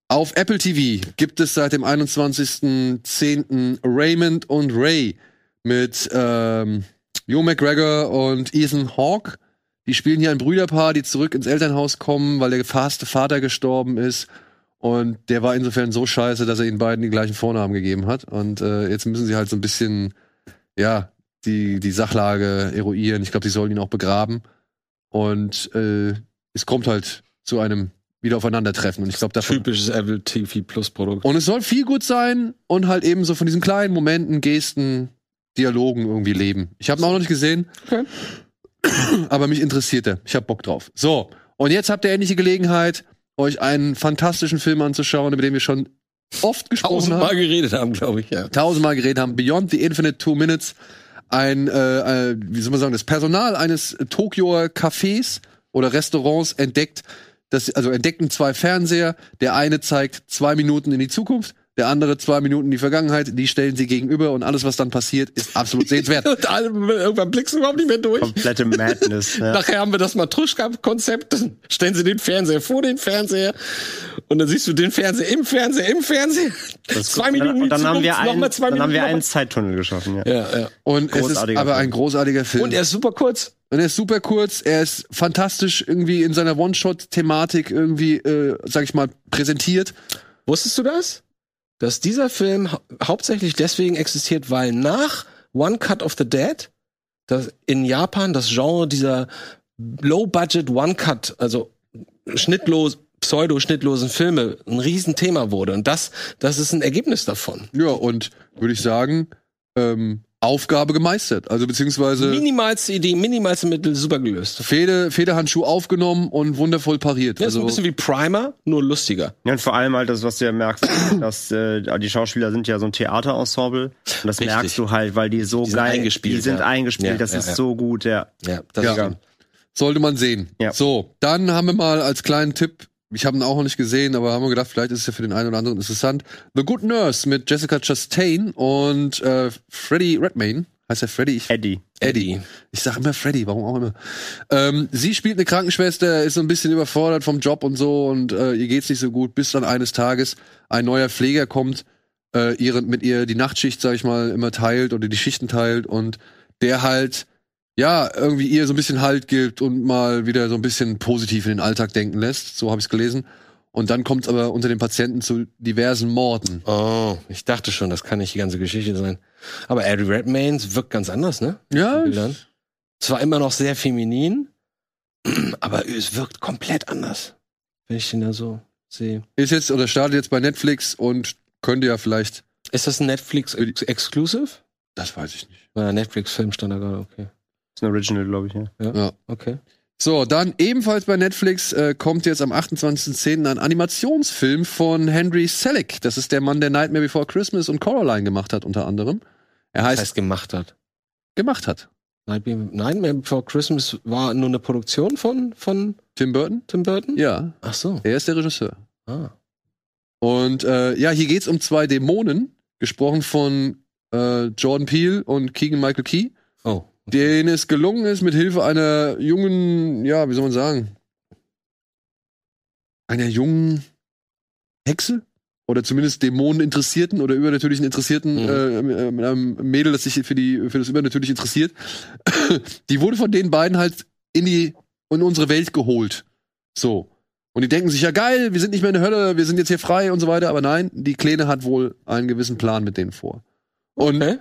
Speaker 2: Auf Apple TV gibt es seit dem 21.10. Raymond und Ray mit ähm, Joe McGregor und Ethan Hawke. Die spielen hier ein Brüderpaar, die zurück ins Elternhaus kommen, weil der gefasste Vater gestorben ist. Und der war insofern so scheiße, dass er ihnen beiden den gleichen Vornamen gegeben hat. Und äh, jetzt müssen sie halt so ein bisschen, ja, die, die Sachlage eruieren. Ich glaube, sie sollen ihn auch begraben. Und äh, es kommt halt zu einem Wiederaufeinandertreffen. Und ich glaube, davon
Speaker 3: Typisches Apple TV Plus Produkt.
Speaker 2: und es soll viel gut sein und halt eben so von diesen kleinen Momenten, Gesten, Dialogen irgendwie leben. Ich habe ihn auch noch nicht gesehen.
Speaker 3: Okay.
Speaker 2: Aber mich interessiert er. Ich habe Bock drauf. So, und jetzt habt ihr endlich die Gelegenheit, euch einen fantastischen Film anzuschauen, über den wir schon oft gesprochen haben
Speaker 3: Tausendmal geredet haben, glaube ich, ja.
Speaker 2: tausendmal geredet haben, Beyond the Infinite Two Minutes, ein, äh, äh, wie soll man sagen, das Personal eines Tokioer Cafés oder Restaurants entdeckt, das, also entdeckten zwei Fernseher, der eine zeigt zwei Minuten in die Zukunft, der andere zwei Minuten in die Vergangenheit, die stellen sie gegenüber und alles, was dann passiert, ist absolut sehenswert.
Speaker 3: Und alle, irgendwann blickst du überhaupt nicht mehr durch.
Speaker 4: Komplette Madness. Ja.
Speaker 3: Nachher haben wir das Matruschka-Konzept. Stellen Sie den Fernseher vor den Fernseher. Und dann siehst du den Fernseher im Fernseher, im Fernseher.
Speaker 4: Das ist
Speaker 3: zwei
Speaker 4: gut.
Speaker 3: Minuten
Speaker 4: Und dann
Speaker 3: in die
Speaker 4: haben wir
Speaker 3: Zukunft,
Speaker 4: einen,
Speaker 3: nochmal zwei
Speaker 4: dann haben wir einen
Speaker 3: Minuten.
Speaker 4: Zeittunnel geschaffen. Ja.
Speaker 3: ja, ja.
Speaker 2: Und es ist
Speaker 4: Großartiger
Speaker 2: aber
Speaker 4: Film.
Speaker 2: ein großartiger Film.
Speaker 3: Und er ist super kurz.
Speaker 2: Und er ist super kurz, er ist fantastisch irgendwie in seiner One-Shot-Thematik irgendwie, äh, sag ich mal, präsentiert.
Speaker 3: Wusstest du das? Dass dieser Film hau hauptsächlich deswegen existiert, weil nach One Cut of the Dead das in Japan das Genre dieser Low-Budget One-Cut, also schnittlos, pseudo-schnittlosen Filme ein Riesenthema wurde. Und das, das ist ein Ergebnis davon.
Speaker 2: Ja, und würde ich sagen, ähm, Aufgabe gemeistert. Also
Speaker 3: Äh.
Speaker 2: beziehungsweise
Speaker 3: Minimalste Idee, minimalste Mittel, super gelöst.
Speaker 2: Fede, Federhandschuh aufgenommen und wundervoll pariert.
Speaker 3: Das ist ein
Speaker 2: Also,
Speaker 3: bisschen wie Primer, nur lustiger.
Speaker 4: Ja, und vor allem halt das, was du ja merkst, dass äh, die Schauspieler sind ja so ein Theaterensemble. Und das
Speaker 3: Richtig.
Speaker 4: merkst du halt, weil die so
Speaker 3: Die sind
Speaker 4: geil
Speaker 3: eingespielt,
Speaker 4: Die sind
Speaker 3: ja.
Speaker 4: eingespielt,
Speaker 3: Ja,
Speaker 4: das
Speaker 3: ja,
Speaker 4: ist
Speaker 3: ja.
Speaker 4: so gut, ja.
Speaker 3: Ja, das
Speaker 2: Ja.
Speaker 3: Ist,
Speaker 2: sollte man sehen.
Speaker 4: Ja.
Speaker 2: So, dann haben wir mal als kleinen Tipp, ich habe ihn auch noch nicht gesehen, aber haben wir gedacht, vielleicht ist es ja für den einen oder anderen interessant. The Good Nurse mit Jessica Chastain und äh, Freddie Redmayne. Heißt er Freddy? Ich,
Speaker 4: Eddie.
Speaker 2: Eddie. Ich sag immer Freddy, warum auch immer. Ähm, sie spielt eine Krankenschwester, ist so ein bisschen überfordert vom Job und so und äh, ihr geht's nicht so gut, bis dann eines Tages ein neuer Pfleger kommt, äh, ihre, mit ihr die Nachtschicht, sag ich mal, immer teilt oder die Schichten teilt und der halt, ja, irgendwie ihr so ein bisschen Halt gibt und mal wieder so ein bisschen positiv in den Alltag denken lässt. So habe ich's gelesen. Und dann kommt's aber unter den Patienten zu diversen Morden.
Speaker 3: Oh, ich dachte schon, das kann nicht die ganze Geschichte sein. Aber Eddie Redmayne wirkt ganz anders, ne?
Speaker 2: Ja,
Speaker 3: Bildern. Zwar immer noch sehr feminin, aber es wirkt komplett anders, wenn ich den da so sehe.
Speaker 2: ist jetzt oder startet jetzt bei Netflix und könnte ja vielleicht.
Speaker 3: Ist das ein Netflix ex Exclusive?
Speaker 2: Das weiß ich nicht.
Speaker 3: Na, Ah, Netflix-Film stand da gerade, okay.
Speaker 4: Ist ein Original, glaube ich, ja.
Speaker 3: Okay.
Speaker 2: So, dann ebenfalls bei Netflix äh, kommt jetzt am 28.10. ein Animationsfilm von Henry Selick. Das ist der Mann, der Nightmare Before Christmas und Coraline gemacht hat, unter anderem. Er
Speaker 3: Was
Speaker 2: heißt,
Speaker 3: heißt gemacht hat.
Speaker 2: gemacht hat.
Speaker 3: Nightmare, Nightmare Before Christmas war nur eine Produktion von, von
Speaker 2: Tim Burton?
Speaker 3: Tim Burton?
Speaker 2: Ja,
Speaker 3: Ach so.
Speaker 2: er ist der Regisseur.
Speaker 3: Ah.
Speaker 2: Und äh, ja, hier geht's um zwei Dämonen, gesprochen von äh, Jordan Peele und Keegan Michael Key.
Speaker 3: Oh.
Speaker 2: denen es gelungen ist, mit Hilfe einer jungen, ja, wie soll man sagen, einer jungen Hexe oder zumindest Dämoneninteressierten oder übernatürlichen Interessierten,
Speaker 3: Mhm.
Speaker 2: äh, äh, mit einem Mädel, das sich für die für das Übernatürliche interessiert, die wurde von den beiden halt in die in unsere Welt geholt, so. Und die denken sich ja geil, wir sind nicht mehr in der Hölle, wir sind jetzt hier frei und so weiter. Aber nein, die Kleine hat wohl einen gewissen Plan mit denen vor. Und
Speaker 3: Okay.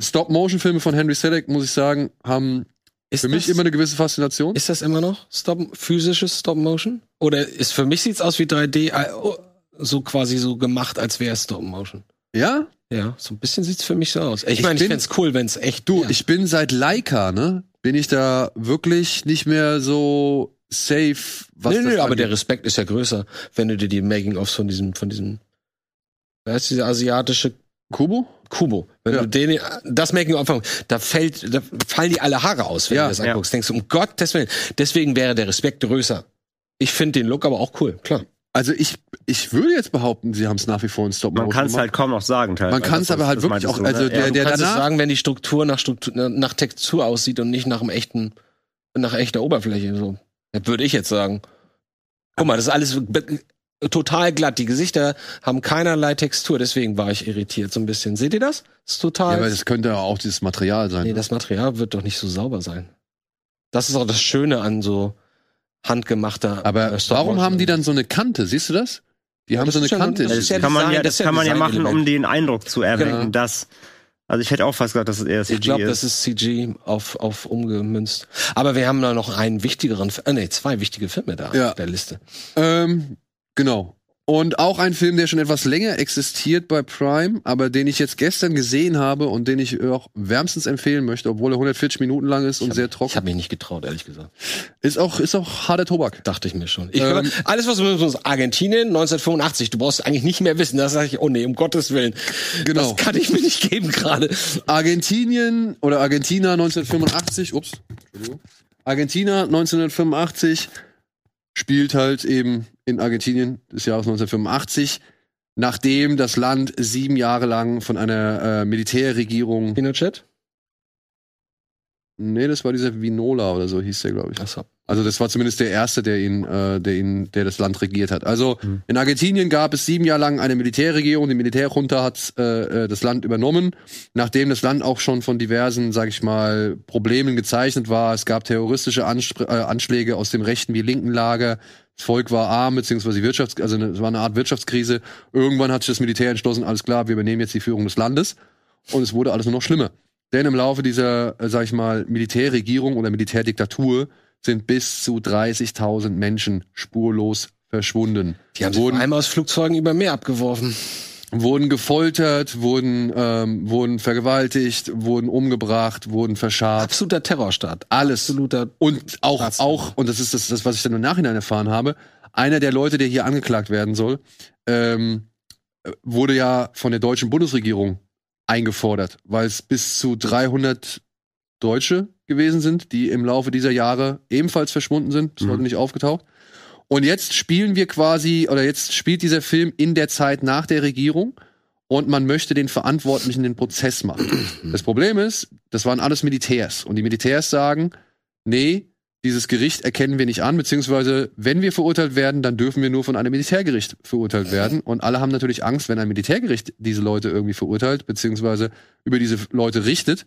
Speaker 2: Stop-Motion-Filme von Henry Selleck, muss ich sagen, haben
Speaker 3: Ist
Speaker 2: für mich
Speaker 3: das-
Speaker 2: immer eine gewisse Faszination.
Speaker 3: Ist das immer noch Stop, physisches Stop Motion? Oder ist für mich sieht's aus wie 3D, äh, oh, so quasi so gemacht, als wäre es Stop Motion.
Speaker 2: ja?
Speaker 3: Ja, so ein bisschen sieht's für mich so aus. Ich
Speaker 2: Ich
Speaker 3: meine, ich,
Speaker 2: bin-
Speaker 3: fänd's cool, wenn's echt
Speaker 2: Du,
Speaker 3: ja.
Speaker 2: ich bin seit Leica, ne? Bin ich da wirklich nicht mehr so safe, was das
Speaker 3: nö, nö, aber der
Speaker 2: angeht.
Speaker 3: Respekt ist ja größer, wenn du dir die Making-ofs von diesem, von diesem, wer ist dieser asiatische
Speaker 2: Kubo?
Speaker 3: Kubo? Wenn
Speaker 2: Ja.
Speaker 3: du den, das Making-of, da fällt, da fallen die alle Haare aus, wenn
Speaker 2: Ja,
Speaker 3: du das
Speaker 4: ja.
Speaker 3: anguckst. Denkst du, um Gottes Willen. Deswegen wäre der Respekt größer. Ich finde den Look aber auch cool, klar.
Speaker 2: Also ich, ich würde jetzt behaupten, sie haben es nach wie vor in Stop-Motion
Speaker 4: Man kann es
Speaker 2: gemacht.
Speaker 4: halt kaum noch sagen, teilweise.
Speaker 2: Man kann's
Speaker 4: Das-
Speaker 2: aber halt
Speaker 4: das
Speaker 2: wirklich
Speaker 4: meintest
Speaker 2: auch-
Speaker 4: du, ne?
Speaker 2: also der-
Speaker 3: du
Speaker 2: der-
Speaker 3: kannst es
Speaker 2: danach-
Speaker 3: sagen, wenn die Struktur nach, Struktur nach Textur aussieht und nicht nach einem echten, nach echter Oberfläche. So, das würde ich jetzt sagen. Guck mal, das ist alles be- total glatt. Die Gesichter haben keinerlei Textur. Deswegen war ich irritiert so ein bisschen. Seht ihr das? Das
Speaker 2: Ja,
Speaker 3: ist total.
Speaker 2: aber das könnte ja auch dieses Material sein.
Speaker 3: halt nee, das Material wird doch nicht so sauber sein. Das ist auch das Schöne an so handgemachter.
Speaker 2: aber
Speaker 3: äh, Stop-Motion.
Speaker 2: warum haben die dann so eine Kante? Siehst du das? Die haben
Speaker 3: das
Speaker 2: so eine
Speaker 3: ist ja nur-
Speaker 2: Kante.
Speaker 3: das
Speaker 2: in
Speaker 3: ist
Speaker 2: diesem-
Speaker 3: ja
Speaker 4: kann man
Speaker 3: Design-
Speaker 4: ja,
Speaker 3: das
Speaker 4: Also das
Speaker 3: ist ja
Speaker 4: kann man ja machen,
Speaker 3: Designelement.
Speaker 4: um den Eindruck zu erwecken,
Speaker 2: Genau.
Speaker 4: dass. Also ich hätte auch fast gedacht, dass es eher CG
Speaker 3: Ich glaube,
Speaker 4: ist.
Speaker 3: das ist CG auf, auf umgemünzt. Aber wir haben da noch einen wichtigeren, Fi- äh, nee, zwei wichtige Filme da
Speaker 2: Ja.
Speaker 3: auf der Liste.
Speaker 2: Ähm, genau. Und auch ein Film, der schon etwas länger existiert bei Prime, aber den ich jetzt gestern gesehen habe und den ich auch wärmstens empfehlen möchte, obwohl er 140 Minuten lang ist und sehr
Speaker 3: Ich
Speaker 2: trocken.
Speaker 3: habe mich nicht getraut, ehrlich gesagt.
Speaker 2: Ist auch, ist auch harter Tobak.
Speaker 3: Dachte ich mir schon. Ich
Speaker 2: Ähm.
Speaker 3: höre, alles, was wir uns Argentinien 1985, du brauchst eigentlich nicht mehr wissen. Da sage ich, oh nee, um Gottes Willen.
Speaker 2: Genau.
Speaker 3: Das kann ich mir nicht geben gerade.
Speaker 2: Argentinien oder Argentina 1985, ups, Entschuldigung. Argentina 1985 spielt halt eben in Argentinien des Jahres 1985, nachdem das Land sieben Jahre lang von einer äh, Militärregierung
Speaker 3: Pinochet?
Speaker 2: Nee, das war dieser Vinola oder so hieß der, glaube ich.
Speaker 3: Achso.
Speaker 2: Also das war zumindest der erste, der ihn, äh, der ihn, der das Land regiert hat. Also
Speaker 4: Mhm.
Speaker 2: in Argentinien gab es sieben Jahre lang eine Militärregierung. Die Militärjunta hat äh, äh, das Land übernommen, nachdem das Land auch schon von diversen, sag ich mal, Problemen gezeichnet war. Es gab terroristische Anspr äh, Anschläge aus dem rechten wie linken Lager. Das Volk war arm, beziehungsweise Wirtschafts also eine- es war eine Art Wirtschaftskrise. Irgendwann hat sich das Militär entschlossen, alles klar, wir übernehmen jetzt die Führung des Landes. Und es wurde alles nur noch schlimmer. Denn im Laufe dieser, äh, sag ich mal, Militärregierung oder Militärdiktatur sind bis zu 30.000 Menschen spurlos verschwunden.
Speaker 3: Die haben sich vor
Speaker 2: wurden,
Speaker 3: allem aus Flugzeugen über Meer abgeworfen.
Speaker 2: wurden gefoltert, wurden, ähm, wurden vergewaltigt, wurden umgebracht, wurden verscharrt.
Speaker 3: Absoluter Terrorstaat.
Speaker 2: Alles.
Speaker 3: Absoluter.
Speaker 2: Und auch,
Speaker 3: Krass.
Speaker 2: auch, und das ist das, das, was ich dann im Nachhinein erfahren habe, einer der Leute, der hier angeklagt werden soll, ähm, äh, wurde ja von der deutschen Bundesregierung eingefordert, weil es bis zu 300 Deutsche gewesen sind, die im Laufe dieser Jahre ebenfalls verschwunden sind, bis
Speaker 4: Mhm.
Speaker 2: heute nicht aufgetaucht. Und jetzt spielen wir quasi, oder jetzt spielt dieser Film in der Zeit nach der Regierung und man möchte den Verantwortlichen den Prozess machen. Das Problem ist, das waren alles Militärs und die Militärs sagen, nee, dieses Gericht erkennen wir nicht an, beziehungsweise wenn wir verurteilt werden, dann dürfen wir nur von einem Militärgericht verurteilt werden. Und alle haben natürlich Angst, wenn ein Militärgericht diese Leute irgendwie verurteilt, beziehungsweise über diese Leute richtet,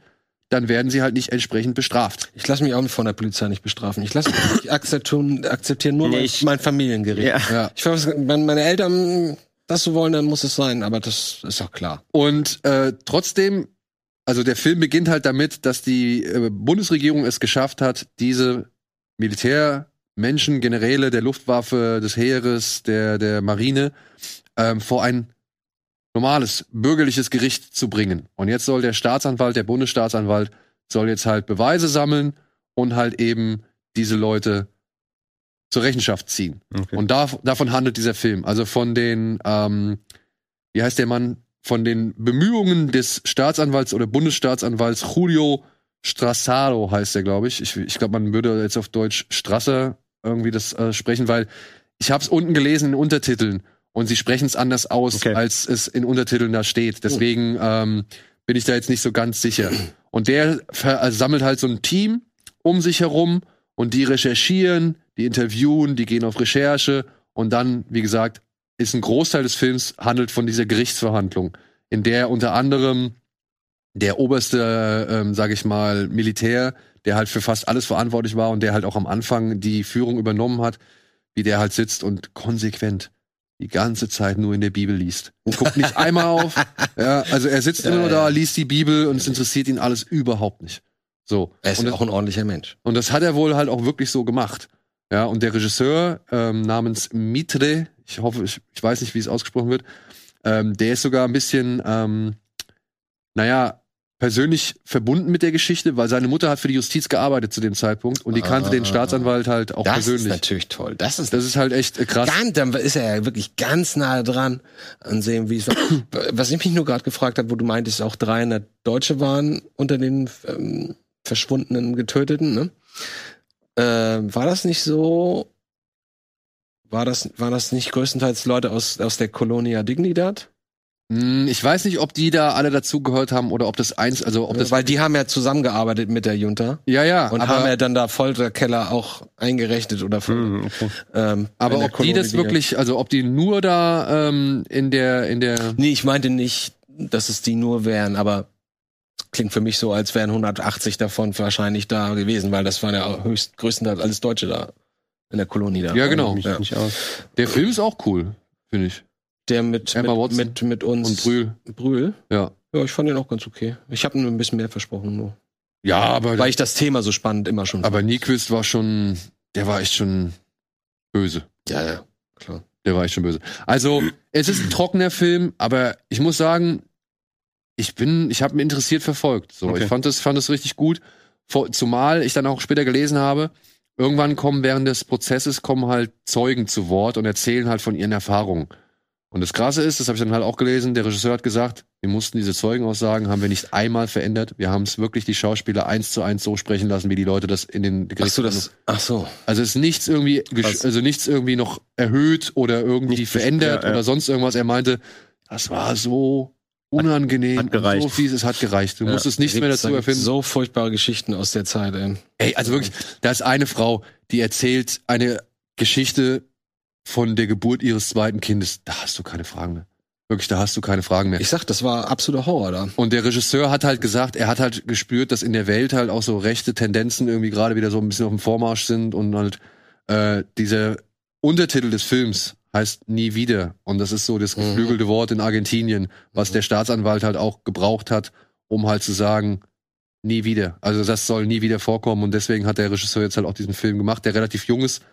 Speaker 2: dann werden sie halt nicht entsprechend bestraft.
Speaker 3: Ich lasse mich auch von der Polizei nicht bestrafen. Ich lasse mich akzeptieren, akzeptieren nur mein,
Speaker 4: Ich-
Speaker 3: mein Familiengericht.
Speaker 4: Ja.
Speaker 2: Ja.
Speaker 3: Ich weiß, wenn meine Eltern das so wollen, dann muss es sein, aber das ist doch klar.
Speaker 2: Und äh, trotzdem, also der Film beginnt halt damit, dass die äh, Bundesregierung es geschafft hat, diese Militärmenschen, Generäle der Luftwaffe, des Heeres, der, der Marine ähm, vor ein normales bürgerliches Gericht zu bringen. Und jetzt soll der Staatsanwalt, der Bundesstaatsanwalt, soll jetzt halt Beweise sammeln und halt eben diese Leute zur Rechenschaft ziehen.
Speaker 4: Okay.
Speaker 2: Und dav- davon handelt dieser Film. Also von den, ähm, wie heißt der Mann, von den Bemühungen des Staatsanwalts oder Bundesstaatsanwalts Julio Strassado heißt der, glaube ich. Ich, ich glaube, man würde jetzt auf Deutsch Strasser irgendwie das äh, sprechen, weil ich habe es unten gelesen in Untertiteln und sie sprechen es anders aus,
Speaker 4: Okay.
Speaker 2: als es in Untertiteln da steht. Deswegen ähm, bin ich da jetzt nicht so ganz sicher. Und der ver- äh, sammelt halt so ein Team um sich herum und die recherchieren, die interviewen, die gehen auf Recherche und dann, wie gesagt, ist ein Großteil des Films handelt von dieser Gerichtsverhandlung, in der unter anderem der oberste, ähm, sage ich mal, Militär, der halt für fast alles verantwortlich war und der halt auch am Anfang die Führung übernommen hat, wie der halt sitzt und konsequent die ganze Zeit nur in der Bibel liest. Und guckt nicht einmal auf. Ja, also er sitzt immer nur da, liest die Bibel und es interessiert ihn alles überhaupt nicht. So.
Speaker 3: Er ist
Speaker 2: und
Speaker 3: ja auch ein ordentlicher Mensch.
Speaker 2: und das hat er wohl halt auch wirklich so gemacht. Ja, und der Regisseur ähm, namens Mitre, ich hoffe, ich, ich weiß nicht, wie es ausgesprochen wird, ähm, der ist sogar ein bisschen, ähm, naja, persönlich verbunden mit der Geschichte, weil seine Mutter hat für die Justiz gearbeitet zu dem Zeitpunkt und die kannte
Speaker 3: Ah.
Speaker 2: den Staatsanwalt halt auch
Speaker 3: das ist
Speaker 2: persönlich.
Speaker 3: natürlich toll. Das ist
Speaker 2: Das ist halt echt äh, krass.
Speaker 3: Ganz, dann ist er ja wirklich ganz nahe dran an sehen, wie es war. Was ich mich nur gerade gefragt habe, wo du meintest, auch 300 Deutsche waren unter den ähm, verschwundenen Getöteten, ne? Ähm, war das nicht so? War das, war das nicht größtenteils Leute aus, aus der Colonia Dignidad?
Speaker 2: Hm, Ich weiß nicht, ob die da alle dazugehört haben oder ob das eins, also ob das.
Speaker 3: Weil die haben ja zusammengearbeitet mit der Junta
Speaker 2: Ja, ja,
Speaker 3: und haben ja dann da Folterkeller auch eingerechnet oder von,
Speaker 4: Hm, okay.
Speaker 3: ähm, in
Speaker 2: aber
Speaker 3: der
Speaker 2: ob die das
Speaker 3: Colonia Dignidad.
Speaker 2: wirklich, also ob die nur da ähm, in der, in der.
Speaker 3: Nee, ich meinte nicht, dass es die nur wären, aber es klingt für mich so, als wären 180 davon wahrscheinlich da gewesen, weil das waren ja höchst größtenteils alles Deutsche da in der Kolonie da.
Speaker 2: Ja, genau.
Speaker 4: Mich
Speaker 3: Ja.
Speaker 4: nicht aus.
Speaker 2: Der Film ist auch cool, finde ich.
Speaker 3: Der mit
Speaker 2: Emma
Speaker 3: mit,
Speaker 2: Watson
Speaker 3: mit mit uns
Speaker 2: Und Brühl.
Speaker 3: Brühl.
Speaker 2: Ja.
Speaker 3: Ja, ich fand den auch ganz okay. Ich habe nur ein bisschen mehr versprochen nur,
Speaker 2: Ja, aber,
Speaker 3: weil ich das Thema so spannend immer schon.
Speaker 2: aber Nyquist war schon, der war echt schon böse.
Speaker 3: ja, ja, klar.
Speaker 2: Der war echt schon böse. Also, es ist ein trockener Film, aber ich muss sagen, ich bin, ich habe ihn interessiert verfolgt. So,
Speaker 4: Okay.
Speaker 2: ich fand das, fand das richtig gut. Vor, zumal ich dann auch später gelesen habe, irgendwann kommen während des Prozesses kommen halt Zeugen zu Wort und erzählen halt von ihren Erfahrungen. Und das Krasse ist, das habe ich dann halt auch gelesen, der Regisseur hat gesagt, wir mussten diese Zeugenaussagen, haben wir nicht einmal verändert. Wir haben es wirklich die Schauspieler eins zu eins so sprechen lassen, wie die Leute das in den
Speaker 3: Ach so, das Ach so.
Speaker 2: also es ist nichts irgendwie, gesch-
Speaker 4: Krass.
Speaker 2: also nichts irgendwie noch erhöht oder irgendwie
Speaker 4: Nicht-
Speaker 2: verändert
Speaker 4: ja, ja.
Speaker 2: oder sonst irgendwas. Er meinte, das war so unangenehm,
Speaker 4: hat
Speaker 2: und
Speaker 4: gereicht.
Speaker 2: so fies, es hat gereicht. Du
Speaker 3: Ja,
Speaker 2: musstest nichts
Speaker 3: da
Speaker 2: mehr
Speaker 3: gibt's- da
Speaker 2: dazu
Speaker 3: gibt's
Speaker 2: erfinden.
Speaker 3: So furchtbare Geschichten aus der Zeit, ey.
Speaker 2: Ey, also wirklich, da ist eine Frau, die erzählt eine Geschichte von der Geburt ihres zweiten Kindes. Da hast du keine Fragen mehr. Wirklich, da hast du keine Fragen mehr.
Speaker 3: Ich sag, das war absoluter Horror da.
Speaker 2: Und der Regisseur hat halt gesagt, er hat halt gespürt, dass in der Welt halt auch so rechte Tendenzen irgendwie gerade wieder so ein bisschen auf dem Vormarsch sind und halt äh, dieser Untertitel des Films heißt Nie wieder. Und das ist so das
Speaker 3: Mhm.
Speaker 2: geflügelte Wort in Argentinien, was der Staatsanwalt halt auch gebraucht hat, um halt zu sagen, nie wieder. Also das soll nie wieder vorkommen und deswegen hat der Regisseur jetzt halt auch diesen Film gemacht, der relativ jung ist.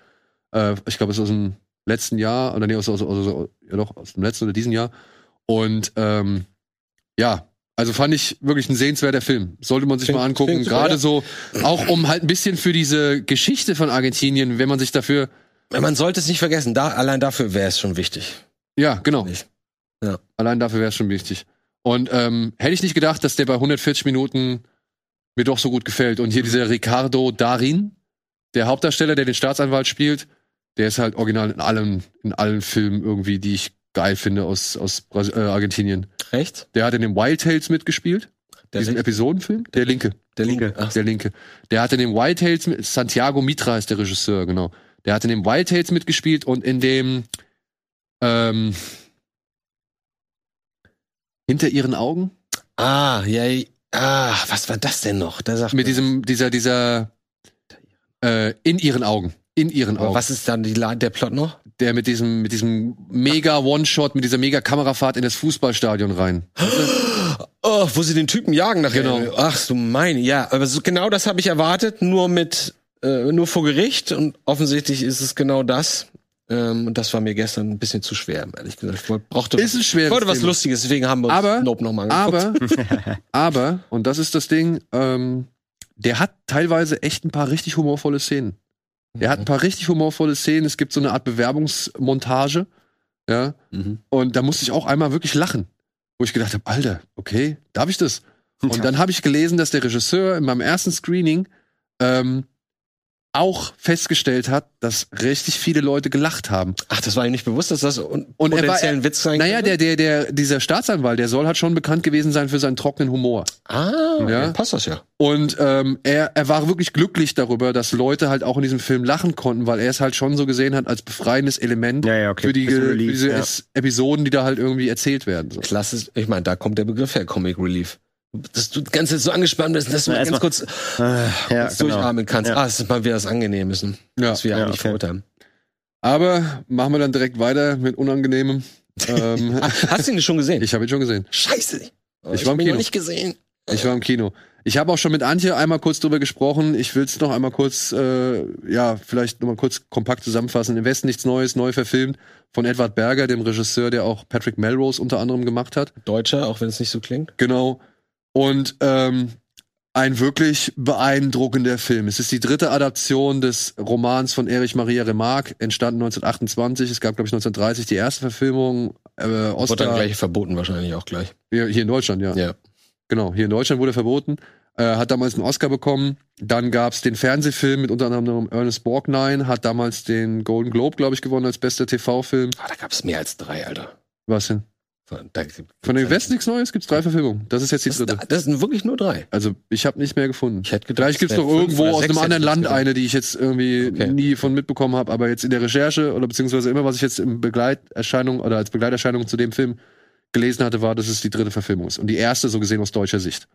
Speaker 2: Äh, ich glaube, es ist aus dem letzten Jahr oder nee, aus, aus, aus, aus, ja doch, aus dem letzten oder diesem Jahr. Und ähm, ja, also fand ich wirklich ein sehenswerter Film. Sollte man sich
Speaker 3: Klingt-
Speaker 2: mal angucken.
Speaker 3: klingt super,
Speaker 2: Gerade
Speaker 3: ja.
Speaker 2: so, auch um halt ein bisschen für diese Geschichte von Argentinien, wenn man sich dafür.
Speaker 3: Man sollte es nicht vergessen, da allein dafür wäre es schon wichtig.
Speaker 2: Ja, genau.
Speaker 3: Nicht. Ja.
Speaker 2: Allein dafür wäre es schon wichtig. Und ähm, hätte ich nicht gedacht, dass der bei 140 Minuten mir doch so gut gefällt. Und hier dieser Ricardo Darin, der Hauptdarsteller, der den Staatsanwalt spielt, der ist halt original in allen, in allen Filmen irgendwie, die ich geil finde aus, aus Bras- äh, Argentinien.
Speaker 3: Rechts?
Speaker 2: Der hat in dem Wild Tales mitgespielt,
Speaker 3: Der,
Speaker 2: diesem
Speaker 3: Rechts?
Speaker 2: Episodenfilm. Der Linke,
Speaker 3: der
Speaker 4: Linke.
Speaker 3: linke. Ach,
Speaker 2: der Linke. Der hat in dem Wild Tales, mit- Santiago Mitra ist der Regisseur, genau. Der hat in dem Wild Tales mitgespielt und in dem ähm, Hinter ihren Augen?
Speaker 3: ah, ja. Ah, was war das denn noch? Da sagt
Speaker 2: Mit
Speaker 3: mir-
Speaker 2: diesem, dieser, dieser äh, in ihren Augen. In ihren
Speaker 3: Aber
Speaker 2: Augen.
Speaker 3: was ist dann die, La- der Plot noch?
Speaker 2: Der mit diesem, mit diesem mega One-Shot, mit dieser mega Kamerafahrt in das Fußballstadion rein.
Speaker 3: Oh, wo sie den Typen jagen nachher.
Speaker 2: Genau.
Speaker 3: Ach du meine, ja, aber so, genau das habe ich erwartet, nur mit äh, nur vor Gericht und offensichtlich ist es genau das. Ähm, und das war mir gestern ein bisschen zu schwer, um ehrlich gesagt. Ich wollte, brauchte,
Speaker 2: Ist ein schweres
Speaker 3: wollte was
Speaker 2: Thema.
Speaker 3: Lustiges, deswegen haben wir uns
Speaker 2: Aber-
Speaker 3: Nope nochmal
Speaker 2: Aber, aber, und das ist das Ding, ähm, der hat teilweise echt ein paar richtig humorvolle Szenen. Der
Speaker 3: Mhm.
Speaker 2: hat ein paar richtig humorvolle Szenen. Es gibt so eine Art Bewerbungsmontage. Ja.
Speaker 3: Mhm.
Speaker 2: Und da musste ich auch einmal wirklich lachen, wo ich gedacht habe, Alter, okay, darf ich das? Und dann habe ich gelesen, dass der Regisseur in meinem ersten Screening ähm, auch festgestellt hat, dass richtig viele Leute gelacht haben.
Speaker 3: Ach, das war ihm nicht bewusst, dass das un
Speaker 2: Und er war-
Speaker 3: potenziell ein Witz sein
Speaker 2: Naja, der,
Speaker 3: könnte?
Speaker 2: der, der, dieser Staatsanwalt, der soll halt schon bekannt gewesen sein für seinen trockenen Humor.
Speaker 3: Ah,
Speaker 2: Ja.
Speaker 3: ja. passt das ja.
Speaker 2: Und ähm, er, er war wirklich glücklich darüber, dass Leute halt auch in diesem Film lachen konnten, weil er es halt schon so gesehen hat als befreiendes Element
Speaker 4: Ja, ja, okay.
Speaker 2: für, die,
Speaker 4: Bisschen
Speaker 2: für
Speaker 4: Relief,
Speaker 2: diese
Speaker 4: ja.
Speaker 2: Es- Episoden, die da halt irgendwie erzählt werden. So.
Speaker 3: Klasse, ich meine, da kommt der Begriff her, Comic Relief. Dass du die ganze Zeit so angespannt bist, dass du
Speaker 4: Na,
Speaker 3: mal
Speaker 4: erst
Speaker 3: ganz
Speaker 4: mal-
Speaker 3: kurz
Speaker 4: Äh, ja,
Speaker 3: kurz durchatmen kannst.
Speaker 4: Ja.
Speaker 3: Ah, es ist mal wieder das Angenehmste,
Speaker 2: Ja.
Speaker 3: was wir
Speaker 4: Ja,
Speaker 3: eigentlich
Speaker 4: okay.
Speaker 3: verurteilen.
Speaker 2: Aber machen wir dann direkt weiter mit Unangenehmem. ähm,
Speaker 3: Ah, Hast du ihn schon gesehen?
Speaker 2: ich habe ihn schon gesehen.
Speaker 3: Scheiße. Oh,
Speaker 2: Ich war im
Speaker 3: hab ihn
Speaker 2: Kino.
Speaker 3: noch nicht gesehen.
Speaker 2: Ich war im Kino. Ich habe auch schon mit Antje einmal kurz drüber gesprochen. Ich will es noch einmal kurz, äh, ja, vielleicht noch mal kurz kompakt zusammenfassen. Im Westen nichts Neues, neu verfilmt von Edward Berger, dem Regisseur, der auch Patrick Melrose unter anderem gemacht hat.
Speaker 3: Deutscher, auch wenn es nicht so klingt.
Speaker 2: Genau. Und ähm, ein wirklich beeindruckender Film. Es ist die dritte Adaption des Romans von Erich Maria Remarque, entstanden 1928. Es gab, glaube ich, 1930 die erste Verfilmung. Äh,
Speaker 3: Wird dann
Speaker 2: Oscar,
Speaker 3: gleich verboten wahrscheinlich auch gleich.
Speaker 2: hier, hier in Deutschland, ja.
Speaker 3: Ja.
Speaker 2: Genau, hier in Deutschland wurde er verboten. Äh, hat damals einen Oscar bekommen. Dann gab es den Fernsehfilm mit unter anderem Ernest Borgnine, hat damals den Golden Globe, glaube ich, gewonnen als bester TV-Film.
Speaker 3: Ah, da gab es mehr als drei, Alter.
Speaker 2: Was denn?
Speaker 3: Da gibt-
Speaker 2: Von dem Westen nichts Neues gibt's drei Verfilmungen. Das ist jetzt die
Speaker 3: Das,
Speaker 2: dritte.
Speaker 3: das sind wirklich nur drei.
Speaker 2: Also ich habe nicht mehr gefunden.
Speaker 3: Ich hätte gedacht,
Speaker 2: Vielleicht gibt's
Speaker 3: es wären
Speaker 2: doch
Speaker 3: fünf
Speaker 2: irgendwo
Speaker 3: oder
Speaker 2: aus
Speaker 3: sechs,
Speaker 2: einem
Speaker 3: hätte
Speaker 2: anderen
Speaker 3: ich
Speaker 2: Land
Speaker 3: gedacht.
Speaker 2: eine, die ich jetzt irgendwie
Speaker 3: Okay.
Speaker 2: nie von mitbekommen habe, aber jetzt in der Recherche oder beziehungsweise immer, was ich jetzt in Begleiterscheinung oder als Begleiterscheinung zu dem Film gelesen hatte, war, dass es die dritte Verfilmung ist. Und die erste, so gesehen, aus deutscher Sicht.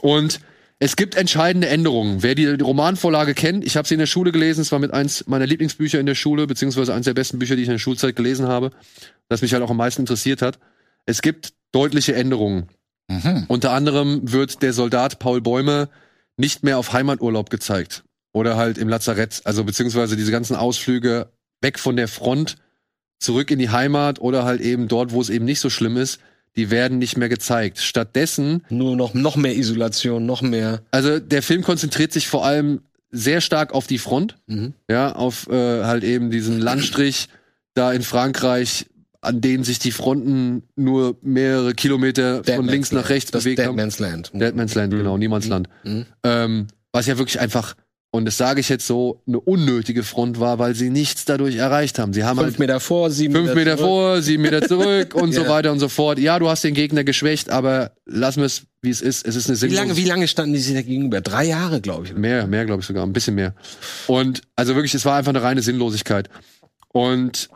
Speaker 2: Und es gibt entscheidende Änderungen. Wer die Romanvorlage kennt, ich habe sie in der Schule gelesen, es war mit eins meiner Lieblingsbücher in der Schule, beziehungsweise eines der besten Bücher, die ich in der Schulzeit gelesen habe, das mich halt auch am meisten interessiert hat. Es gibt deutliche Änderungen.
Speaker 3: Mhm.
Speaker 2: Unter anderem wird der Soldat Paul Bäume nicht mehr auf Heimaturlaub gezeigt. Oder halt im Lazarett. Also beziehungsweise diese ganzen Ausflüge weg von der Front, zurück in die Heimat oder halt eben dort, wo es eben nicht so schlimm ist, die werden nicht mehr gezeigt. Stattdessen,
Speaker 3: Nur noch, noch mehr Isolation, noch mehr.
Speaker 2: also der Film konzentriert sich vor allem sehr stark auf die Front,
Speaker 3: Mhm.
Speaker 2: ja, auf äh, halt eben diesen Landstrich da in Frankreich, an denen sich die Fronten nur mehrere Kilometer
Speaker 3: Dead
Speaker 2: von
Speaker 3: Man's
Speaker 2: links
Speaker 3: Land.
Speaker 2: nach rechts
Speaker 3: das
Speaker 2: bewegt
Speaker 3: Dead
Speaker 2: haben.
Speaker 3: Man's Land.
Speaker 2: Dead Man's Land, genau, Niemandsland.
Speaker 3: Mhm.
Speaker 2: Ähm, was ja wirklich einfach, und das sage ich jetzt so, eine unnötige Front war, weil sie nichts dadurch erreicht haben. Sie haben
Speaker 3: Fünf
Speaker 2: halt
Speaker 3: Meter vor, sieben
Speaker 2: fünf Meter
Speaker 3: zurück.
Speaker 2: vor, sieben Meter zurück und so
Speaker 3: Ja.
Speaker 2: weiter und so fort. Ja, du hast den Gegner geschwächt, aber lassen wir es, wie es ist. Es ist eine
Speaker 3: Wie
Speaker 2: sinnlose
Speaker 3: lange, wie lange standen die sich da gegenüber? Drei Jahre, glaube ich.
Speaker 2: Mehr, mehr glaube ich sogar, ein bisschen mehr. Und also wirklich, es war einfach eine reine Sinnlosigkeit. Und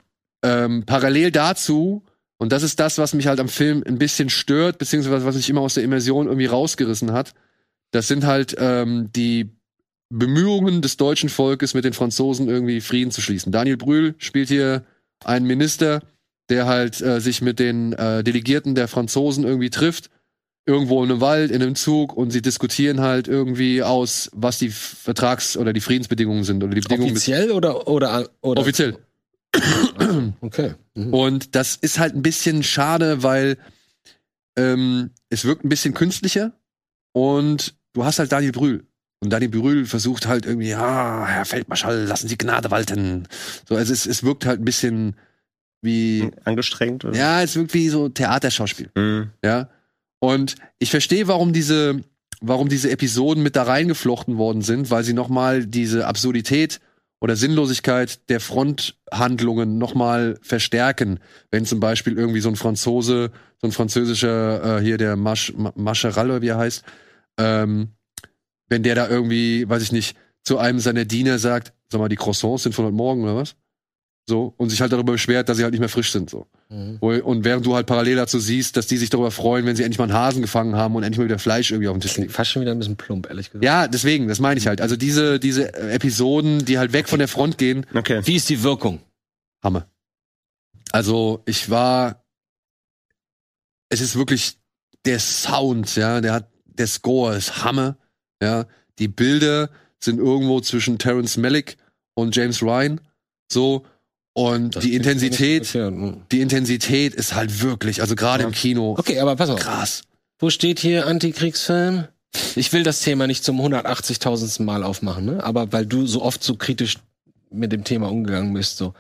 Speaker 2: ähm, parallel dazu, und das ist das, was mich halt am Film ein bisschen stört, beziehungsweise was mich immer aus der Immersion irgendwie rausgerissen hat, das sind halt ähm, die Bemühungen des deutschen Volkes, mit den Franzosen irgendwie Frieden zu schließen. Daniel Brühl spielt hier einen Minister, der halt äh, sich mit den äh, Delegierten der Franzosen irgendwie trifft, irgendwo in einem Wald, in einem Zug und sie diskutieren halt irgendwie aus, was die Vertrags- oder die Friedensbedingungen sind oder die Bedingungen.
Speaker 3: Offiziell oder, oder, oder?
Speaker 2: Offiziell. Oh.
Speaker 3: Okay. Mhm.
Speaker 2: Und das ist halt ein bisschen schade, weil ähm, es wirkt ein bisschen künstlicher und du hast halt Daniel Brühl. Und Daniel Brühl versucht halt irgendwie, ja, Herr Feldmarschall, lassen Sie Gnade walten. So, also es, es wirkt halt ein bisschen wie,
Speaker 4: Angestrengt. oder?
Speaker 2: ja, es wirkt wie so Theaterschauspiel.
Speaker 4: Mhm.
Speaker 2: Ja. Und ich verstehe, warum diese, warum diese Episoden mit da reingeflochten worden sind, weil sie nochmal diese Absurdität oder Sinnlosigkeit der Fronthandlungen nochmal verstärken. Wenn zum Beispiel irgendwie so ein Franzose, so ein französischer, äh, hier der Masch, Ma- Mascheral, oder wie er heißt, ähm, wenn der da irgendwie, weiß ich nicht, zu einem seiner Diener sagt, sag mal, die Croissants sind von heute Morgen oder was? So, und sich halt darüber beschwert, dass sie halt nicht mehr frisch sind, so.
Speaker 3: Mhm.
Speaker 2: Wo, und während du halt parallel dazu siehst, dass die sich darüber freuen, wenn sie endlich mal einen Hasen gefangen haben und endlich mal wieder Fleisch irgendwie auf den Tisch
Speaker 3: Klingt
Speaker 2: legen.
Speaker 3: fast schon wieder ein bisschen plump, ehrlich gesagt.
Speaker 2: Ja, deswegen, das meine ich halt. Also diese, diese äh, Episoden, die halt weg von der Front gehen,
Speaker 4: Okay.
Speaker 3: Wie ist die Wirkung?
Speaker 2: Hammer. Also ich war, es ist wirklich der Sound, ja, der hat, der Score ist Hammer, ja. Die Bilder sind irgendwo zwischen Terence Malick und James Ryan, so. Und die Intensität,
Speaker 3: Okay,
Speaker 2: die Intensität ist halt wirklich, also gerade im Kino,
Speaker 3: Mhm. okay, aber pass auf.
Speaker 2: krass.
Speaker 3: Wo steht hier Antikriegsfilm? Ich will das Thema nicht zum 180.000. Mal aufmachen, ne? aber weil du so oft so kritisch mit dem Thema umgegangen bist, so.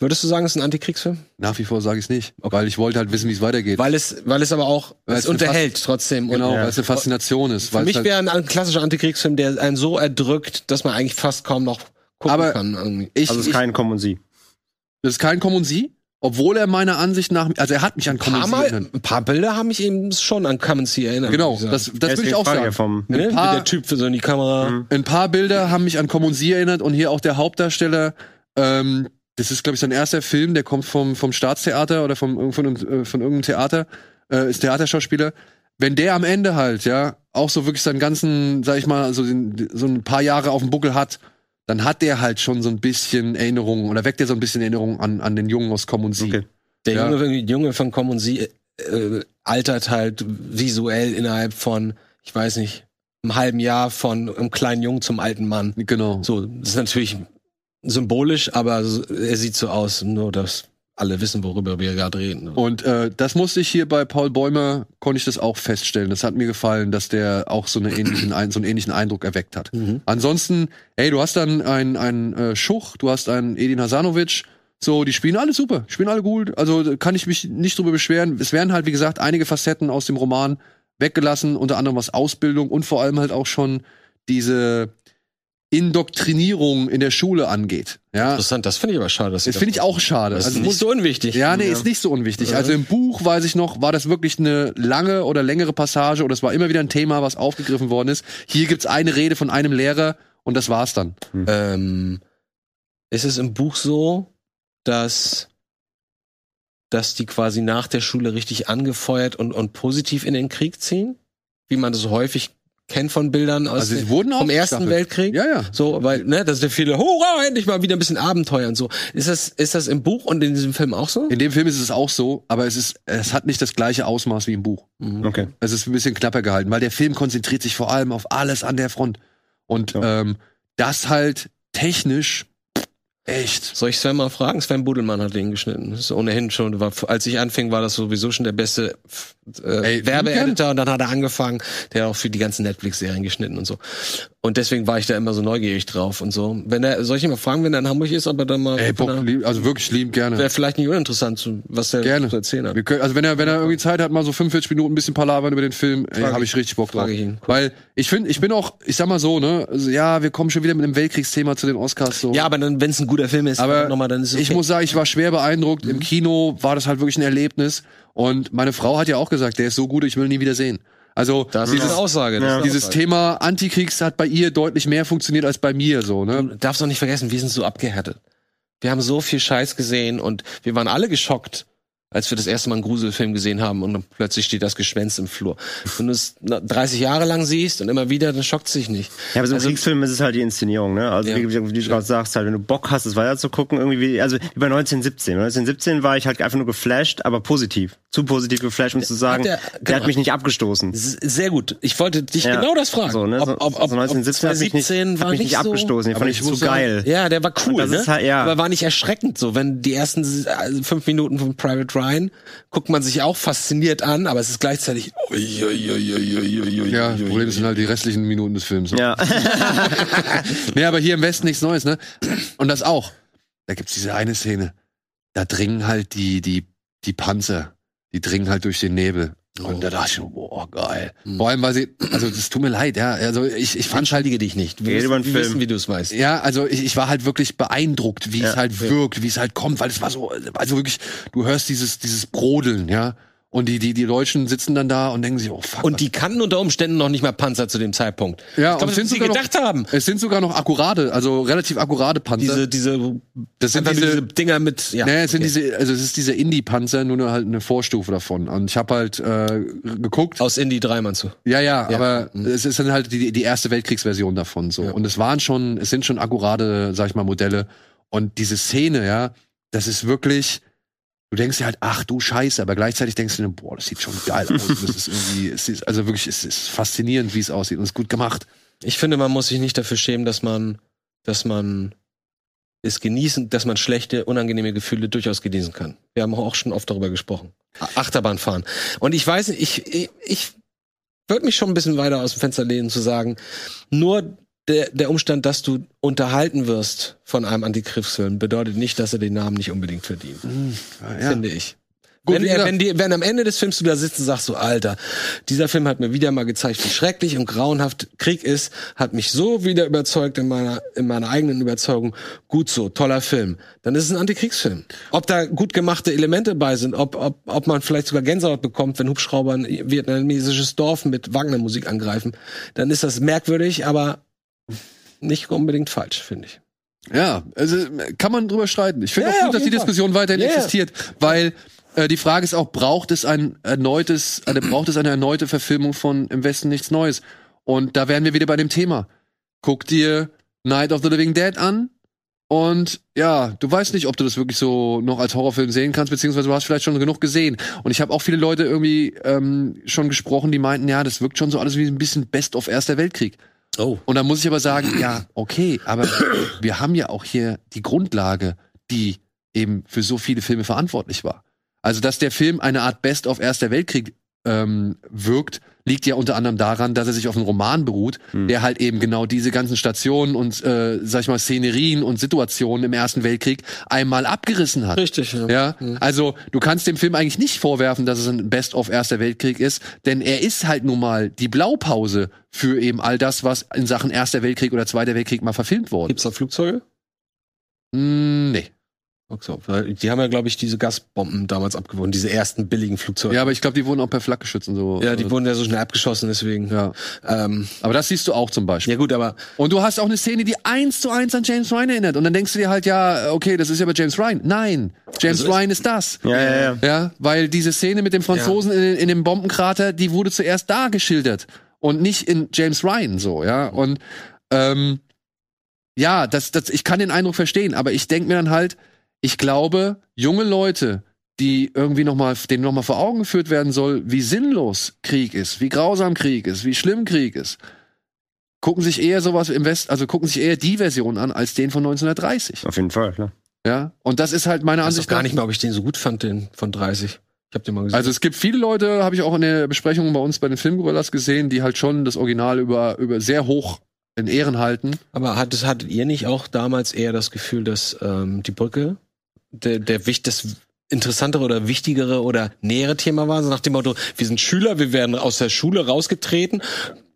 Speaker 3: Würdest du sagen, es ist ein Antikriegsfilm?
Speaker 2: Nach wie vor sage ich es nicht, weil ich wollte halt wissen, wie es weitergeht.
Speaker 3: Weil es, weil es aber auch,
Speaker 2: Weil
Speaker 3: es
Speaker 2: es eine
Speaker 3: unterhält trotzdem.
Speaker 2: genau,
Speaker 4: Ja.
Speaker 2: weil es eine Faszination ist.
Speaker 3: Für
Speaker 2: weil es
Speaker 3: mich
Speaker 2: halt-
Speaker 3: wäre ein, ein klassischer Antikriegsfilm, der einen so erdrückt, dass man eigentlich fast kaum noch gucken
Speaker 2: Aber
Speaker 3: kann. Irgendwie.
Speaker 2: ich,
Speaker 4: Also es
Speaker 2: ich,
Speaker 4: ist kein Kommen und Sie.
Speaker 2: Das ist kein Common Sie, obwohl er meiner Ansicht nach, also er hat mich an
Speaker 3: Ein paar,
Speaker 2: Common
Speaker 3: Mal,
Speaker 2: Sie erinnert.
Speaker 3: ein paar Bilder haben mich eben schon an Come erinnert.
Speaker 2: Genau,
Speaker 3: muss ich sagen.
Speaker 2: das, das würde
Speaker 4: Deswegen
Speaker 2: ich auch
Speaker 4: frage ja
Speaker 2: sagen.
Speaker 4: Vom,
Speaker 2: ein
Speaker 3: ne?
Speaker 2: paar-
Speaker 3: Wie der Typ für so in die Kamera.
Speaker 4: Mhm.
Speaker 2: Ein paar Bilder haben mich an Common Sie erinnert und hier auch der Hauptdarsteller, ähm, das ist, glaube ich, sein erster Film, der kommt vom, vom Staatstheater oder vom, irgend- von, einem- äh, von irgendeinem Theater, äh, ist Theaterschauspieler. Wenn der am Ende halt, ja, auch so wirklich seinen ganzen, sag ich mal, so, den, so ein paar Jahre auf dem Buckel hat, dann hat der halt schon so ein bisschen Erinnerungen oder weckt er so ein bisschen Erinnerungen an, an den Jungen aus Common Sie.
Speaker 4: Okay.
Speaker 3: Der
Speaker 2: Ja.
Speaker 3: Junge, Junge von Komm und Sie äh, altert halt visuell innerhalb von, ich weiß nicht, einem halben Jahr von einem kleinen Jungen zum alten Mann.
Speaker 2: Genau.
Speaker 3: So, das ist natürlich symbolisch, aber so- er sieht so aus, nur dass alle wissen, worüber wir gerade reden.
Speaker 2: Und äh, das musste ich hier bei Paul Bäumer, konnte ich das auch feststellen. Das hat mir gefallen, dass der auch so, eine ähnlichen, ein- so einen ähnlichen Eindruck erweckt hat.
Speaker 3: Mhm.
Speaker 2: Ansonsten, ey, du hast dann einen, einen äh, Schuch, du hast einen Edin Hasanovic, so, die spielen alle super, spielen alle gut. Also da kann ich mich nicht drüber beschweren. Es werden halt, wie gesagt, einige Facetten aus dem Roman weggelassen, unter anderem was Ausbildung und vor allem halt auch schon diese Indoktrinierung in der Schule angeht. Ja,
Speaker 3: Interessant, das finde ich aber schade. Dass sie
Speaker 2: das finde ich auch schade.
Speaker 3: Das ist
Speaker 2: Also,
Speaker 3: nicht so unwichtig.
Speaker 2: ja, nee, ist nicht so unwichtig.
Speaker 3: Ja. Äh.
Speaker 2: Also im Buch, weiß ich noch, war das wirklich eine lange oder längere Passage oder es war immer wieder ein Thema, was aufgegriffen worden ist. Hier gibt's eine Rede von einem Lehrer und das war's dann.
Speaker 3: Ähm, ist es im Buch so, dass, dass die quasi nach der Schule richtig angefeuert und, und positiv in den Krieg ziehen? Wie man das so häufig kennt von Bildern aus
Speaker 2: Also sie
Speaker 3: den-
Speaker 2: wurden auch
Speaker 3: vom Ersten Weltkrieg?
Speaker 2: Ja, ja.
Speaker 3: So, weil, ne, das sind viele, hurra, endlich mal wieder ein bisschen Abenteuer und so. Ist das, ist das im Buch und in diesem Film auch so?
Speaker 2: In dem Film ist es auch so, aber es ist, es hat nicht das gleiche Ausmaß wie im Buch.
Speaker 3: Mhm.
Speaker 4: Okay.
Speaker 2: Es ist ein bisschen knapper gehalten, weil der Film konzentriert sich vor allem auf alles an der Front. Und
Speaker 4: Ja.
Speaker 2: ähm, das halt technisch echt.
Speaker 3: Soll ich Sven mal fragen? Sven Budelmann hat den geschnitten. Das ist ohnehin schon, war, als ich anfing, war das sowieso schon der beste äh,
Speaker 2: Ey,
Speaker 3: Werbeeditor und dann hat er angefangen, der hat auch für die ganzen Netflix-Serien geschnitten und so. Und deswegen war ich da immer so neugierig drauf und so. Wenn er, soll ich ihn mal fragen, wenn er in Hamburg ist, ob er dann mal,
Speaker 2: Ey, Bock,
Speaker 3: wäre
Speaker 2: lieb, also wirklich lieb gerne.
Speaker 3: vielleicht nicht uninteressant, zu- was er
Speaker 2: Gerne.
Speaker 3: zu erzählen hat.
Speaker 2: Wir können, also wenn er, wenn er irgendwie Zeit hat, mal so 45 Minuten ein bisschen palavern über den Film, ey,
Speaker 3: Frage
Speaker 2: habe
Speaker 3: ich-
Speaker 2: ich richtig Bock drauf.
Speaker 3: frage ich ihn.
Speaker 2: Weil ich finde, ich bin auch, ich sag mal so, ne, also, ja, wir kommen schon wieder mit einem Weltkriegsthema zu den Oscars so.
Speaker 3: Ja, aber dann, wenn es ein guter Film ist,
Speaker 2: aber
Speaker 3: nochmal, dann ist es Mhm.
Speaker 2: ich muss sagen, ich war schwer beeindruckt. Im Kino war das halt wirklich ein Erlebnis. Und meine Frau hat ja auch gesagt, der ist so gut, ich will ihn nie wieder sehen. Also
Speaker 3: das ist eine Aussage. Das ist
Speaker 4: Ja.
Speaker 3: eine
Speaker 2: dieses
Speaker 3: Aussage.
Speaker 2: Thema Antikriegs hat bei ihr deutlich mehr funktioniert als bei mir so, ne?
Speaker 3: Du darfst doch nicht vergessen, wir sind so abgehärtet. Wir haben so viel Scheiß gesehen und wir waren alle geschockt, als wir das erste Mal einen Gruselfilm gesehen haben und dann plötzlich steht das Gespenst im Flur. Wenn du es na- 30 Jahre lang siehst und immer wieder, dann schockt es dich nicht.
Speaker 4: Ja, aber so im
Speaker 3: Also-
Speaker 4: Kriegsfilm ist es halt die Inszenierung, ne? Also
Speaker 3: Ja.
Speaker 4: wie, wie, wie du gerade sagst, halt, wenn du Bock hast, es weiter zu gucken, irgendwie, wie, also wie bei 1917. Bei 1917 war ich halt einfach nur geflasht, aber positiv. Zu positiv geflasht, um zu sagen,
Speaker 3: der-
Speaker 4: der, hat mich nicht abgestoßen.
Speaker 3: S- Sehr gut. Ich wollte dich
Speaker 4: Ja.
Speaker 3: genau das fragen.
Speaker 4: So, ne? so, so 1917 hat mich nicht,
Speaker 3: 2017
Speaker 4: hat mich nicht abgestoßen. Den
Speaker 2: Aber
Speaker 4: fand ich
Speaker 2: ich
Speaker 4: zu
Speaker 2: muss sagen,
Speaker 4: geil.
Speaker 3: Ja, der war cool,
Speaker 4: das
Speaker 3: ne?
Speaker 4: ist halt- ja.
Speaker 3: aber war nicht erschreckend so. Wenn die ersten äh, fünf Minuten von Private Ryan guckt man sich auch fasziniert an, aber es ist gleichzeitig.
Speaker 2: Ja, das Problem sind halt die restlichen Minuten des Films. ne?
Speaker 4: Ja.
Speaker 2: Nee, aber hier im Westen nichts Neues, ne? Und das auch. Da gibt's diese eine Szene. Da dringen halt die, die, die Panzer. Die dringen halt durch den Nebel.
Speaker 3: Oh.
Speaker 2: Und da dachte ich, schon, boah, geil.
Speaker 3: Hm.
Speaker 2: Vor allem, weil sie, also es tut mir leid, ja. Also ich, ich fand halt,
Speaker 3: Entschuldige dich nicht. Wir,
Speaker 4: Red über
Speaker 3: wissen,
Speaker 4: den
Speaker 3: wir
Speaker 4: Film.
Speaker 3: wissen, wie du es weißt.
Speaker 2: ja, also ich, ich war halt wirklich beeindruckt, wie es halt wirkt, wie es halt kommt, weil es war so, also wirklich, du hörst dieses, dieses Brodeln, ja. Und die, die, die Deutschen sitzen dann da und denken sich, oh fuck.
Speaker 3: Und die kannten unter Umständen noch nicht mal Panzer zu dem Zeitpunkt.
Speaker 2: ja,
Speaker 3: ich glaube,
Speaker 2: und
Speaker 3: das sie
Speaker 2: sogar
Speaker 3: gedacht
Speaker 2: noch,
Speaker 3: haben.
Speaker 2: Es sind sogar noch akkurate, also relativ akkurate Panzer.
Speaker 3: Diese, diese,
Speaker 2: Das sind
Speaker 3: einfach nur
Speaker 2: diese-
Speaker 3: Dinger mit, ja.
Speaker 2: naja, es sind diese, also es ist dieser Indie-Panzer, nur eine- halt eine Vorstufe davon. Und ich habe halt äh, geguckt.
Speaker 3: Aus Indie 3 meinst du?
Speaker 2: Ja, ja, aber
Speaker 3: Mhm.
Speaker 2: es ist dann halt die, die erste Weltkriegsversion davon so. Und es waren schon, es sind schon akkurate, sag ich mal, Modelle. Und diese Szene, ja, das ist wirklich. Du denkst dir halt, ach du Scheiße, aber gleichzeitig denkst du dir, boah, das sieht schon geil aus. das ist irgendwie, es ist, also wirklich, es ist faszinierend, wie es aussieht und es ist gut gemacht.
Speaker 3: Ich finde, man muss sich nicht dafür schämen, dass man, dass man es genießen, dass man schlechte, unangenehme Gefühle durchaus genießen kann. Wir haben auch schon oft darüber gesprochen. A- Achterbahnfahren. Und ich weiß nicht, ich, ich, ich würde mich schon ein bisschen weiter aus dem Fenster lehnen zu sagen, nur der, der Umstand, dass du unterhalten wirst von einem Antikriegsfilm, bedeutet nicht, dass er den Namen nicht unbedingt verdient,
Speaker 2: Ja.
Speaker 3: finde ich.
Speaker 2: Gut,
Speaker 3: wenn,
Speaker 2: wie
Speaker 3: er,
Speaker 2: gesagt-
Speaker 3: wenn, die, wenn am Ende des Films du da sitzt und sagst so, Alter, dieser Film hat mir wieder mal gezeigt, wie schrecklich und grauenhaft Krieg ist, hat mich so wieder überzeugt in meiner, in meiner eigenen Überzeugung, gut so, toller Film, dann ist es ein Antikriegsfilm. Ob da gut gemachte Elemente bei sind, ob, ob, ob man vielleicht sogar Gänsehaut bekommt, wenn Hubschrauber ein vietnamesisches Dorf mit Wagner-Musik angreifen, dann ist das merkwürdig, aber nicht unbedingt falsch, finde ich.
Speaker 2: Ja, also kann man drüber streiten. Ich finde
Speaker 3: Ja,
Speaker 2: auch
Speaker 3: ja,
Speaker 2: gut,
Speaker 3: auf
Speaker 2: dass die
Speaker 3: jeden Fall.
Speaker 2: Diskussion weiterhin
Speaker 3: Ja, ja.
Speaker 2: existiert, weil äh, die Frage ist auch, braucht es ein erneutes, eine, braucht es eine erneute Verfilmung von Im Westen nichts Neues? Und da wären wir wieder bei dem Thema. Guck dir Night of the Living Dead an und ja, du weißt nicht, ob du das wirklich so noch als Horrorfilm sehen kannst, beziehungsweise du hast vielleicht schon genug gesehen. Und ich habe auch viele Leute irgendwie ähm, schon gesprochen, die meinten, ja, das wirkt schon so alles wie ein bisschen Best of Erster Weltkrieg.
Speaker 3: Oh.
Speaker 2: Und dann muss ich aber sagen, ja, okay, aber wir haben ja auch hier die Grundlage, die eben für so viele Filme verantwortlich war. Also, dass der Film eine Art Best of Erster Weltkrieg ähm, wirkt, liegt ja unter anderem daran, dass er sich auf einen Roman beruht, der halt eben genau diese ganzen Stationen und, äh, sag ich mal, Szenerien und Situationen im Ersten Weltkrieg einmal abgerissen hat.
Speaker 3: Richtig, ja.
Speaker 2: Ja, also du kannst dem Film eigentlich nicht vorwerfen, dass es ein Best of Erster Weltkrieg ist, denn er ist halt nun mal die Blaupause für eben all das, was in Sachen Erster Weltkrieg oder Zweiter Weltkrieg mal verfilmt wurde.
Speaker 3: Gibt's da Flugzeuge?
Speaker 2: Mm, nee.
Speaker 3: Ach so, weil Die haben ja, glaube ich, diese Gasbomben damals abgeworfen, diese ersten billigen Flugzeuge.
Speaker 2: Ja, aber ich glaube, die wurden auch per Flak geschützt und so.
Speaker 3: Ja, die wurden ja so schnell abgeschossen, deswegen.
Speaker 2: Ja.
Speaker 3: Ähm,
Speaker 2: Aber das siehst du auch zum Beispiel.
Speaker 3: ja gut, aber
Speaker 2: Und du hast auch eine Szene, die eins zu eins an James Ryan erinnert. Und dann denkst du dir halt, ja, okay, das ist ja bei James Ryan. Nein, James
Speaker 3: Also ist-
Speaker 2: Ryan ist das.
Speaker 4: Ja, ja, ja.
Speaker 2: Ja, weil diese Szene mit dem Franzosen in, in dem Bombenkrater, die wurde zuerst da geschildert und nicht in James Ryan so, ja. Und ähm, ja, das, das, ich kann den Eindruck verstehen, aber ich denke mir dann halt, ich glaube, junge Leute, die irgendwie nochmal, denen nochmal vor Augen geführt werden soll, wie sinnlos Krieg ist, wie grausam Krieg ist, wie schlimm Krieg ist, gucken sich eher sowas im West, also gucken sich eher die Version an als den von 1930.
Speaker 4: Auf jeden Fall, klar.
Speaker 2: Ja. Und das ist halt meiner
Speaker 3: ich weiß auch
Speaker 2: Ansicht
Speaker 3: gar nicht mal, ob ich den so gut fand, den von 30. Ich habe den mal gesehen.
Speaker 2: Also es gibt viele Leute, habe ich auch in der Besprechung bei uns bei den Filmgorillas gesehen, die halt schon das Original über, über sehr hoch in Ehren halten.
Speaker 3: aber hat, das- hattet ihr nicht auch damals eher das Gefühl, dass ähm, die Brücke der, der Wicht, das interessantere oder wichtigere oder nähere Thema war? So nach dem Motto, wir sind Schüler, wir werden aus der Schule rausgetreten,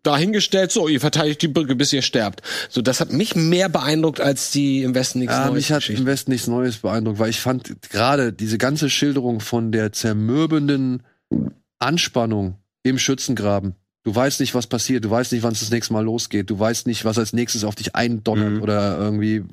Speaker 3: dahingestellt, so, ihr verteidigt die Brücke, bis ihr sterbt. So, das hat mich mehr beeindruckt als die im Westen nichts
Speaker 2: Ja,
Speaker 3: Neues
Speaker 2: Ähm, mich hat
Speaker 3: Geschichte.
Speaker 2: im Westen nichts Neues beeindruckt, weil ich fand gerade diese ganze Schilderung von der zermürbenden Anspannung im Schützengraben. Du weißt nicht, was passiert, du weißt nicht, wann es das nächste Mal losgeht, du weißt nicht, was als nächstes auf dich eindonnert
Speaker 4: Mhm.
Speaker 2: oder irgendwie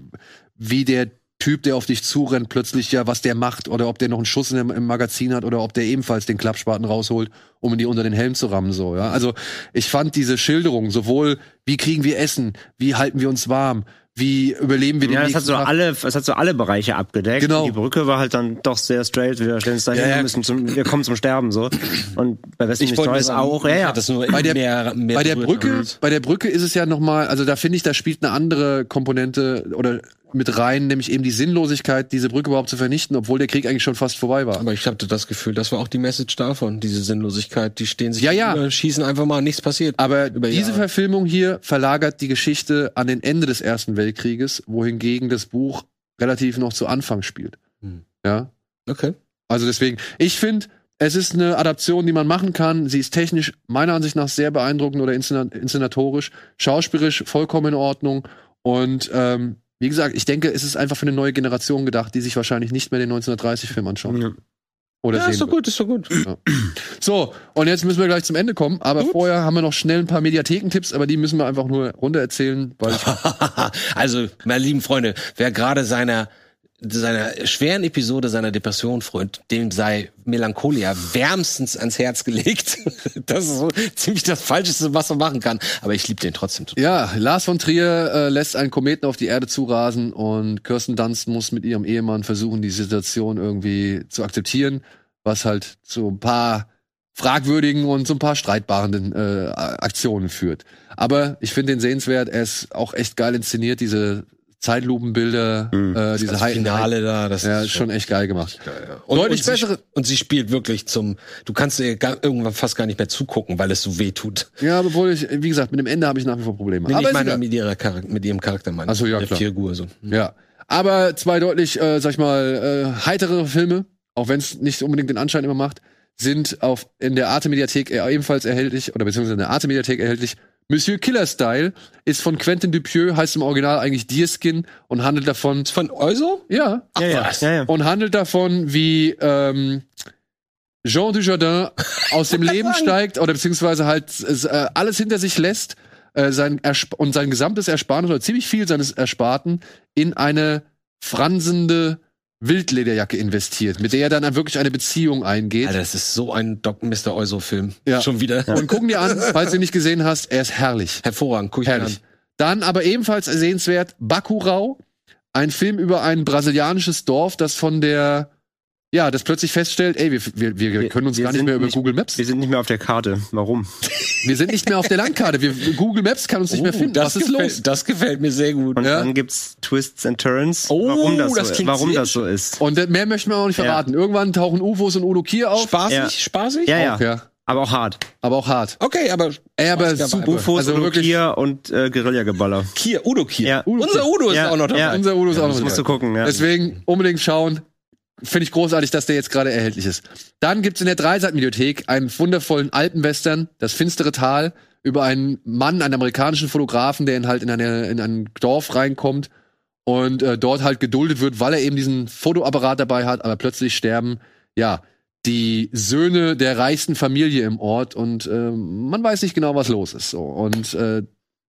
Speaker 2: wie der Typ, der auf dich zurennt, plötzlich ja, was der macht oder ob der noch einen Schuss in dem, im Magazin hat oder ob der ebenfalls den Klappspaten rausholt, um ihn dir unter den Helm zu rammen, so, ja. Also, ich fand diese Schilderung, sowohl wie kriegen wir Essen, wie halten wir uns warm, wie überleben wir den
Speaker 4: Ja, das
Speaker 2: nächsten
Speaker 4: hat, so
Speaker 2: Tag?
Speaker 4: alle, das hat so alle Bereiche abgedeckt.
Speaker 2: Genau.
Speaker 4: Und Die Brücke war halt dann doch sehr straight. Wir stellen uns dahin,
Speaker 3: Ja, ja.
Speaker 4: Wir, müssen zum, wir kommen zum Sterben so. Und bei Westen nichts
Speaker 3: wollte nur
Speaker 4: Neues
Speaker 3: sagen,
Speaker 4: auch. Ja,
Speaker 3: mich
Speaker 4: ja.
Speaker 3: hat Das nur
Speaker 2: Bei der-
Speaker 3: mehr, mehr
Speaker 2: bei der
Speaker 3: berührt. mhm.
Speaker 2: Brücke, bei der Brücke ist es ja noch mal, also da finde ich, da spielt eine andere Komponente oder mit rein, nämlich eben die Sinnlosigkeit, diese Brücke überhaupt zu vernichten, obwohl der Krieg eigentlich schon fast vorbei war.
Speaker 3: Aber ich hatte das Gefühl, das war auch die Message davon, diese Sinnlosigkeit. Die stehen sich
Speaker 2: Ja, ja.
Speaker 3: gegenüber, schießen einfach mal, nichts passiert. Ah,
Speaker 2: Aber
Speaker 3: Über
Speaker 2: diese
Speaker 3: Jahre.
Speaker 2: Verfilmung hier verlagert die Geschichte an den Ende des Ersten Weltkrieges, wohingegen das Buch relativ noch zu Anfang spielt.
Speaker 3: Hm.
Speaker 2: Ja,
Speaker 3: okay.
Speaker 2: also deswegen, ich finde, Es ist eine Adaption, die man machen kann. Sie ist technisch meiner Ansicht nach sehr beeindruckend oder inszen- inszenatorisch, schauspielerisch vollkommen in Ordnung. Und ähm, wie gesagt, ich denke, es ist einfach für eine neue Generation gedacht, die sich wahrscheinlich nicht mehr den 1930-Film anschaut. Oder
Speaker 3: Ja,
Speaker 2: sehen
Speaker 3: ist doch
Speaker 2: wird.
Speaker 3: gut, ist doch gut.
Speaker 2: So, und jetzt müssen wir gleich zum Ende kommen. Aber vorher haben wir noch schnell ein paar Mediathekentipps, aber die müssen wir einfach nur runter erzählen, weil ich
Speaker 3: also, meine lieben Freunde, wer gerade seiner seiner schweren Episode seiner Depression freut, dem sei Melancholia wärmstens ans Herz gelegt. Das ist so ziemlich das Falscheste, was man machen kann. Aber ich liebe den trotzdem total.
Speaker 2: Ja, Lars von Trier äh, lässt einen Kometen auf die Erde zurasen und Kirsten Dunst muss mit ihrem Ehemann versuchen, die Situation irgendwie zu akzeptieren, was halt zu ein paar fragwürdigen und so ein paar streitbaren äh, Aktionen führt. Aber ich finde den sehenswert, er ist auch echt geil inszeniert, diese Zeitlupenbilder, äh, diese
Speaker 3: Mhm. Das
Speaker 2: High-
Speaker 3: Finale da, das
Speaker 2: Ja, ist schon echt geil gemacht.
Speaker 3: Und,
Speaker 2: Deutlich
Speaker 3: und sie,
Speaker 2: bessere-
Speaker 3: Und sie spielt wirklich zum. Du kannst ihr gar, irgendwann fast gar nicht mehr zugucken, weil es so weh tut.
Speaker 2: Ja, obwohl ich, wie gesagt, mit dem Ende habe ich nach wie vor Probleme.
Speaker 3: Nee,
Speaker 2: Aber
Speaker 3: ich
Speaker 2: ist
Speaker 3: meine
Speaker 2: egal.
Speaker 3: mit, ihrer Charak mit ihrem Charakter, meine
Speaker 2: Ach so, ja,
Speaker 3: der
Speaker 2: klar.
Speaker 3: Figur so.
Speaker 2: Ja. Aber zwei deutlich, äh, sag ich mal, äh, heitere Filme, auch wenn es nicht unbedingt den Anschein immer macht, sind auf, in der Arte-Mediathek äh, ebenfalls erhältlich, oder beziehungsweise in der Arte-Mediathek erhältlich. Monsieur Killer Style ist von Quentin Dupieux, heißt im Original eigentlich Deerskin und handelt davon,
Speaker 3: Ist von Euso?
Speaker 2: ja,
Speaker 4: Ja, ja,
Speaker 3: was.
Speaker 4: ja, ja.
Speaker 2: und handelt davon, wie ähm, Jean Dujardin aus dem Leben steigt oder beziehungsweise halt äh, alles hinter sich lässt äh, sein Ersp und sein gesamtes Ersparnis oder ziemlich viel seines Ersparten in eine fransende Wildlederjacke investiert, mit der er dann wirklich eine Beziehung eingeht.
Speaker 3: Alter, das ist so ein Doc Mr. Euso-Film.
Speaker 2: Ja.
Speaker 3: Schon wieder.
Speaker 2: Und gucken dir an, falls du ihn nicht gesehen hast, er ist herrlich.
Speaker 3: Hervorragend, guck ich mir an.
Speaker 2: Herrlich. Dann aber ebenfalls sehenswert Bakurau, ein Film über ein brasilianisches Dorf, das von der, ja, das plötzlich feststellt, ey, wir, wir, wir
Speaker 4: Wir-
Speaker 2: können uns
Speaker 4: wir
Speaker 2: gar nicht
Speaker 4: sind
Speaker 2: mehr über
Speaker 4: nicht-
Speaker 2: Google Maps,
Speaker 4: Wir sind nicht mehr auf der Karte. Warum?
Speaker 2: wir sind nicht mehr auf der Landkarte, wir, Google Maps kann uns nicht mehr
Speaker 3: Oh,
Speaker 2: finden. Was
Speaker 3: Das
Speaker 2: ist
Speaker 3: gefällt,
Speaker 2: los?
Speaker 3: Das gefällt mir sehr gut. ne?
Speaker 4: Und
Speaker 2: Ja.
Speaker 4: dann gibt's Twists and Turns.
Speaker 3: Oh,
Speaker 4: warum das,
Speaker 3: das
Speaker 4: so,
Speaker 3: klingt
Speaker 4: warum
Speaker 3: sehr
Speaker 4: das so ist.
Speaker 2: Und äh, mehr möchten wir auch nicht
Speaker 4: Ja.
Speaker 2: verraten. Irgendwann tauchen UFOs und Ulukir auf.
Speaker 3: spaßig,
Speaker 4: Ja.
Speaker 3: spaßig.
Speaker 4: Ja, ja.
Speaker 2: Ja,
Speaker 4: Aber auch hart.
Speaker 2: aber auch hart.
Speaker 3: Okay, aber
Speaker 2: Ey, aber
Speaker 3: Spaßiger
Speaker 2: super.
Speaker 3: Vibe.
Speaker 4: UFOs
Speaker 2: Also
Speaker 4: und
Speaker 2: wirklich-
Speaker 4: Kier und äh, Guerillageballer.
Speaker 3: Kier, Udo Kier.
Speaker 4: Ja.
Speaker 3: Udo Unser Udo ist
Speaker 4: Ja,
Speaker 3: auch noch dabei.
Speaker 4: ja.
Speaker 2: Unser Udo ist auch noch
Speaker 4: Das musst du
Speaker 2: dabei.
Speaker 4: gucken, ja.
Speaker 2: Deswegen unbedingt schauen. Finde ich großartig, dass der jetzt gerade erhältlich ist. Dann gibt's in der Dreisat-Bibliothek einen wundervollen Alpenwestern, das finstere Tal, über einen Mann, einen amerikanischen Fotografen, der in halt in, eine, in ein Dorf reinkommt und äh, dort halt geduldet wird, weil er eben diesen Fotoapparat dabei hat, aber plötzlich sterben, ja, die Söhne der reichsten Familie im Ort und äh, man weiß nicht genau, was los ist. So. Und äh,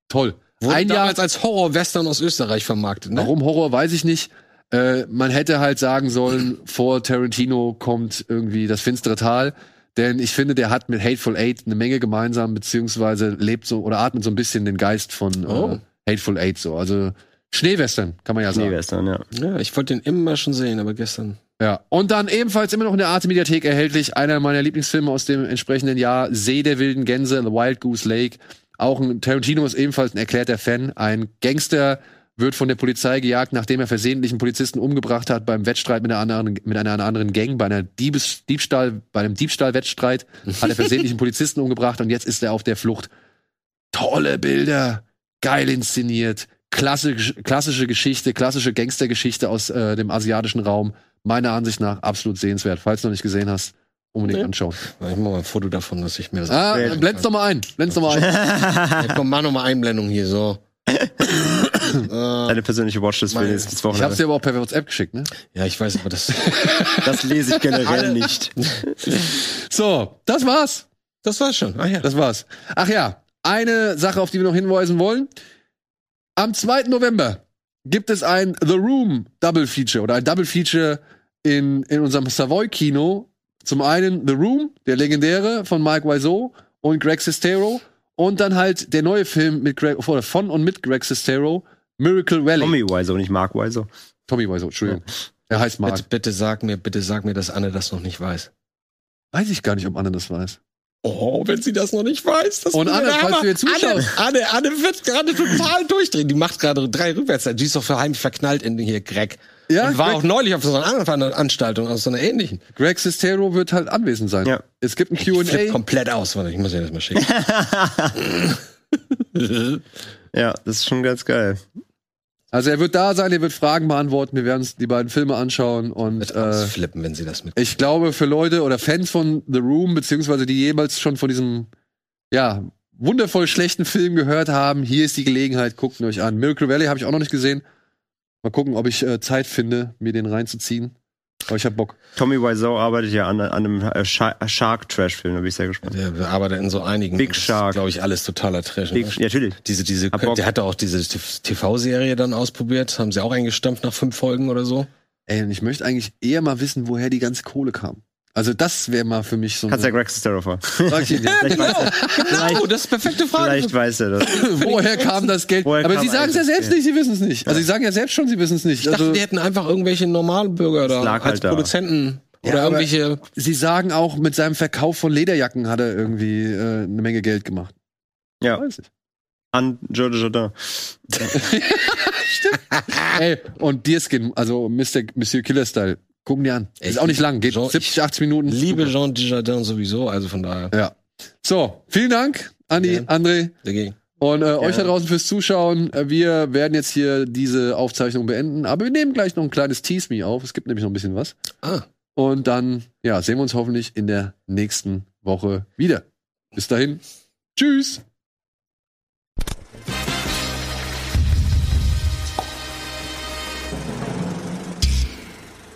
Speaker 2: toll.
Speaker 3: Wurde
Speaker 2: Ein Jahr
Speaker 3: damals als Horror-Western aus Österreich vermarktet. Ne?
Speaker 2: Warum Horror, weiß ich nicht. Äh, man hätte halt sagen sollen, vor Tarantino kommt irgendwie das finstere Tal. Denn ich finde, der hat mit Hateful Eight eine Menge gemeinsam, beziehungsweise lebt so oder atmet so ein bisschen den Geist von
Speaker 3: Oh.
Speaker 2: äh, Hateful Eight so. Also Schneewestern, kann man ja sagen.
Speaker 4: Schneewestern, ja.
Speaker 3: Ja, ich wollte den immer schon sehen, aber gestern.
Speaker 2: Ja. Und dann ebenfalls immer noch in der Arte Mediathek erhältlich einer meiner Lieblingsfilme aus dem entsprechenden Jahr, See der wilden Gänse, The Wild Goose Lake. Auch ein Tarantino ist ebenfalls ein erklärter Fan. Ein Gangster wird von der Polizei gejagt, nachdem er versehentlich einen Polizisten umgebracht hat beim Wettstreit mit einer anderen, mit einer anderen Gang, bei einer Diebes, Diebstahl, bei einem Diebstahlwettstreit hat er versehentlich einen Polizisten umgebracht und jetzt ist er auf der Flucht. Tolle Bilder, geil inszeniert, klassisch, klassische Geschichte, klassische Gangstergeschichte aus äh, dem asiatischen Raum. Meiner Ansicht nach absolut sehenswert. Falls du noch nicht gesehen hast, unbedingt
Speaker 3: Nee.
Speaker 2: anschauen.
Speaker 3: Ich mach mal ein Foto davon, dass ich mir das.
Speaker 2: Ah,
Speaker 4: Sehr
Speaker 2: blend's doch mal ein. Blend's doch mal ein.
Speaker 3: Ja, komm, mach nochmal Einblendung hier so. äh,
Speaker 4: Deine persönliche Watchlist für
Speaker 3: Meine-
Speaker 4: nächstes
Speaker 2: Ich hab's
Speaker 4: Wochenende.
Speaker 2: dir aber auch per WhatsApp geschickt, ne?
Speaker 3: ja, ich weiß, aber das.
Speaker 4: Das lese ich generell nicht.
Speaker 2: So, das war's.
Speaker 3: Das war's schon. Ah, ja.
Speaker 2: Das war's. Ach ja, eine Sache, auf die wir noch hinweisen wollen. Am 2. November gibt es ein The Room Double Feature oder ein Double Feature in, in unserem Savoy Kino. Zum einen The Room, der legendäre von Mike Wiseau und Greg Sestero und dann halt der neue Film mit Greg, oder von und mit Greg Sestero, Miracle Valley.
Speaker 4: Tommy Wiseau, nicht Mark Wiseau.
Speaker 2: Tommy Wiseau, Entschuldigung. Er heißt Mark.
Speaker 3: Bitte, bitte sag mir, bitte sag mir, dass Anne das noch nicht weiß.
Speaker 2: Weiß ich gar nicht, ob Anne das weiß.
Speaker 3: Oh, wenn sie das noch nicht weiß, das
Speaker 2: Und
Speaker 3: wird
Speaker 2: Anne,
Speaker 3: der
Speaker 2: falls
Speaker 3: Hammer.
Speaker 2: du hier zuschaust.
Speaker 3: Anne, Anne, Anne wird gerade total durchdrehen. Die macht gerade drei rückwärts. Die ist doch für heimlich verknallt in hier Greg.
Speaker 2: Ja,
Speaker 3: und war
Speaker 2: Greg-
Speaker 3: auch neulich auf so einer anderen Veranstaltung, aus so einer ähnlichen.
Speaker 2: Greg Sestero wird halt anwesend sein.
Speaker 4: Ja.
Speaker 2: Es gibt ein
Speaker 3: Ich flipp
Speaker 2: QA.
Speaker 3: komplett aus. Warte, ich muss ihr das mal schicken.
Speaker 4: Ja, das ist schon ganz geil.
Speaker 2: Also er wird da sein, er wird Fragen beantworten, wir werden uns die beiden Filme anschauen und
Speaker 3: Wird
Speaker 2: äh,
Speaker 3: ausflippen, wenn sie das mit.
Speaker 2: ich glaube für Leute oder Fans von The Room, beziehungsweise die jemals schon von diesem, ja, wundervoll schlechten Film gehört haben, hier ist die Gelegenheit, guckt ihn euch an. Miracle Valley habe ich auch noch nicht gesehen. Mal gucken, ob ich äh, Zeit finde, mir den reinzuziehen. Aber ich hab Bock.
Speaker 4: Tommy Wiseau arbeitet ja an, an einem äh, Sha- Shark-Trash-Film, da bin ich sehr gespannt.
Speaker 3: Der der arbeitet in so einigen.
Speaker 4: Big
Speaker 3: Das ist,
Speaker 4: Shark.
Speaker 3: Glaube ich, alles totaler Trash.
Speaker 4: Big- Ja, natürlich.
Speaker 3: Diese, diese,
Speaker 4: Hab Bock.
Speaker 3: der hatte auch diese TV-Serie dann ausprobiert, haben sie auch eingestampft nach fünf Folgen oder so.
Speaker 2: Ey, und Ähm, ich möchte eigentlich eher mal wissen, woher die ganze Kohle kam. Also das wäre mal für mich so
Speaker 4: Kannst ja
Speaker 2: eine
Speaker 4: Greg Sestero fragen.
Speaker 2: Frag ich ihn jetzt.
Speaker 4: Vielleicht weiß er, Genau.
Speaker 3: Oh, das ist perfekte Frage.
Speaker 4: vielleicht weiß er das.
Speaker 2: Woher kam das Geld?
Speaker 4: Woher
Speaker 2: Aber
Speaker 4: kam
Speaker 2: sie sagen es ja
Speaker 4: eigentlich
Speaker 2: selbst
Speaker 4: das
Speaker 2: nicht, sie wissen es nicht. Also sie sagen ja selbst schon, sie wissen es nicht.
Speaker 3: Ich dachte,
Speaker 2: Also,
Speaker 3: die hätten einfach irgendwelche Normalbürger da
Speaker 4: lag
Speaker 3: als
Speaker 4: halt da.
Speaker 3: Produzenten
Speaker 2: Ja,
Speaker 3: oder
Speaker 2: aber-
Speaker 3: irgendwelche.
Speaker 2: sie sagen auch, mit seinem Verkauf von Lederjacken hat er irgendwie äh, eine Menge Geld gemacht.
Speaker 4: Ja.
Speaker 2: Weiß ich.
Speaker 4: An George Jardin.
Speaker 2: Ey, und Deerskin, also Mr. Monsieur Killer Style, gucken die an.
Speaker 3: Ey,
Speaker 2: Ist auch nicht lang, geht
Speaker 3: Jean-
Speaker 2: 70, 80 Minuten.
Speaker 3: Liebe Jean Dujardin sowieso, also von daher
Speaker 2: Ja. So, vielen Dank, Andi,
Speaker 3: Ja.
Speaker 2: André.
Speaker 3: dagegen.
Speaker 2: Und äh, euch da draußen fürs Zuschauen. Äh, Wir werden jetzt hier diese Aufzeichnung beenden, aber wir nehmen gleich noch ein kleines Tease Me auf. Es gibt nämlich noch ein bisschen was.
Speaker 3: Ah.
Speaker 2: Und dann, ja, sehen wir uns hoffentlich in der nächsten Woche wieder. Bis dahin. Tschüss.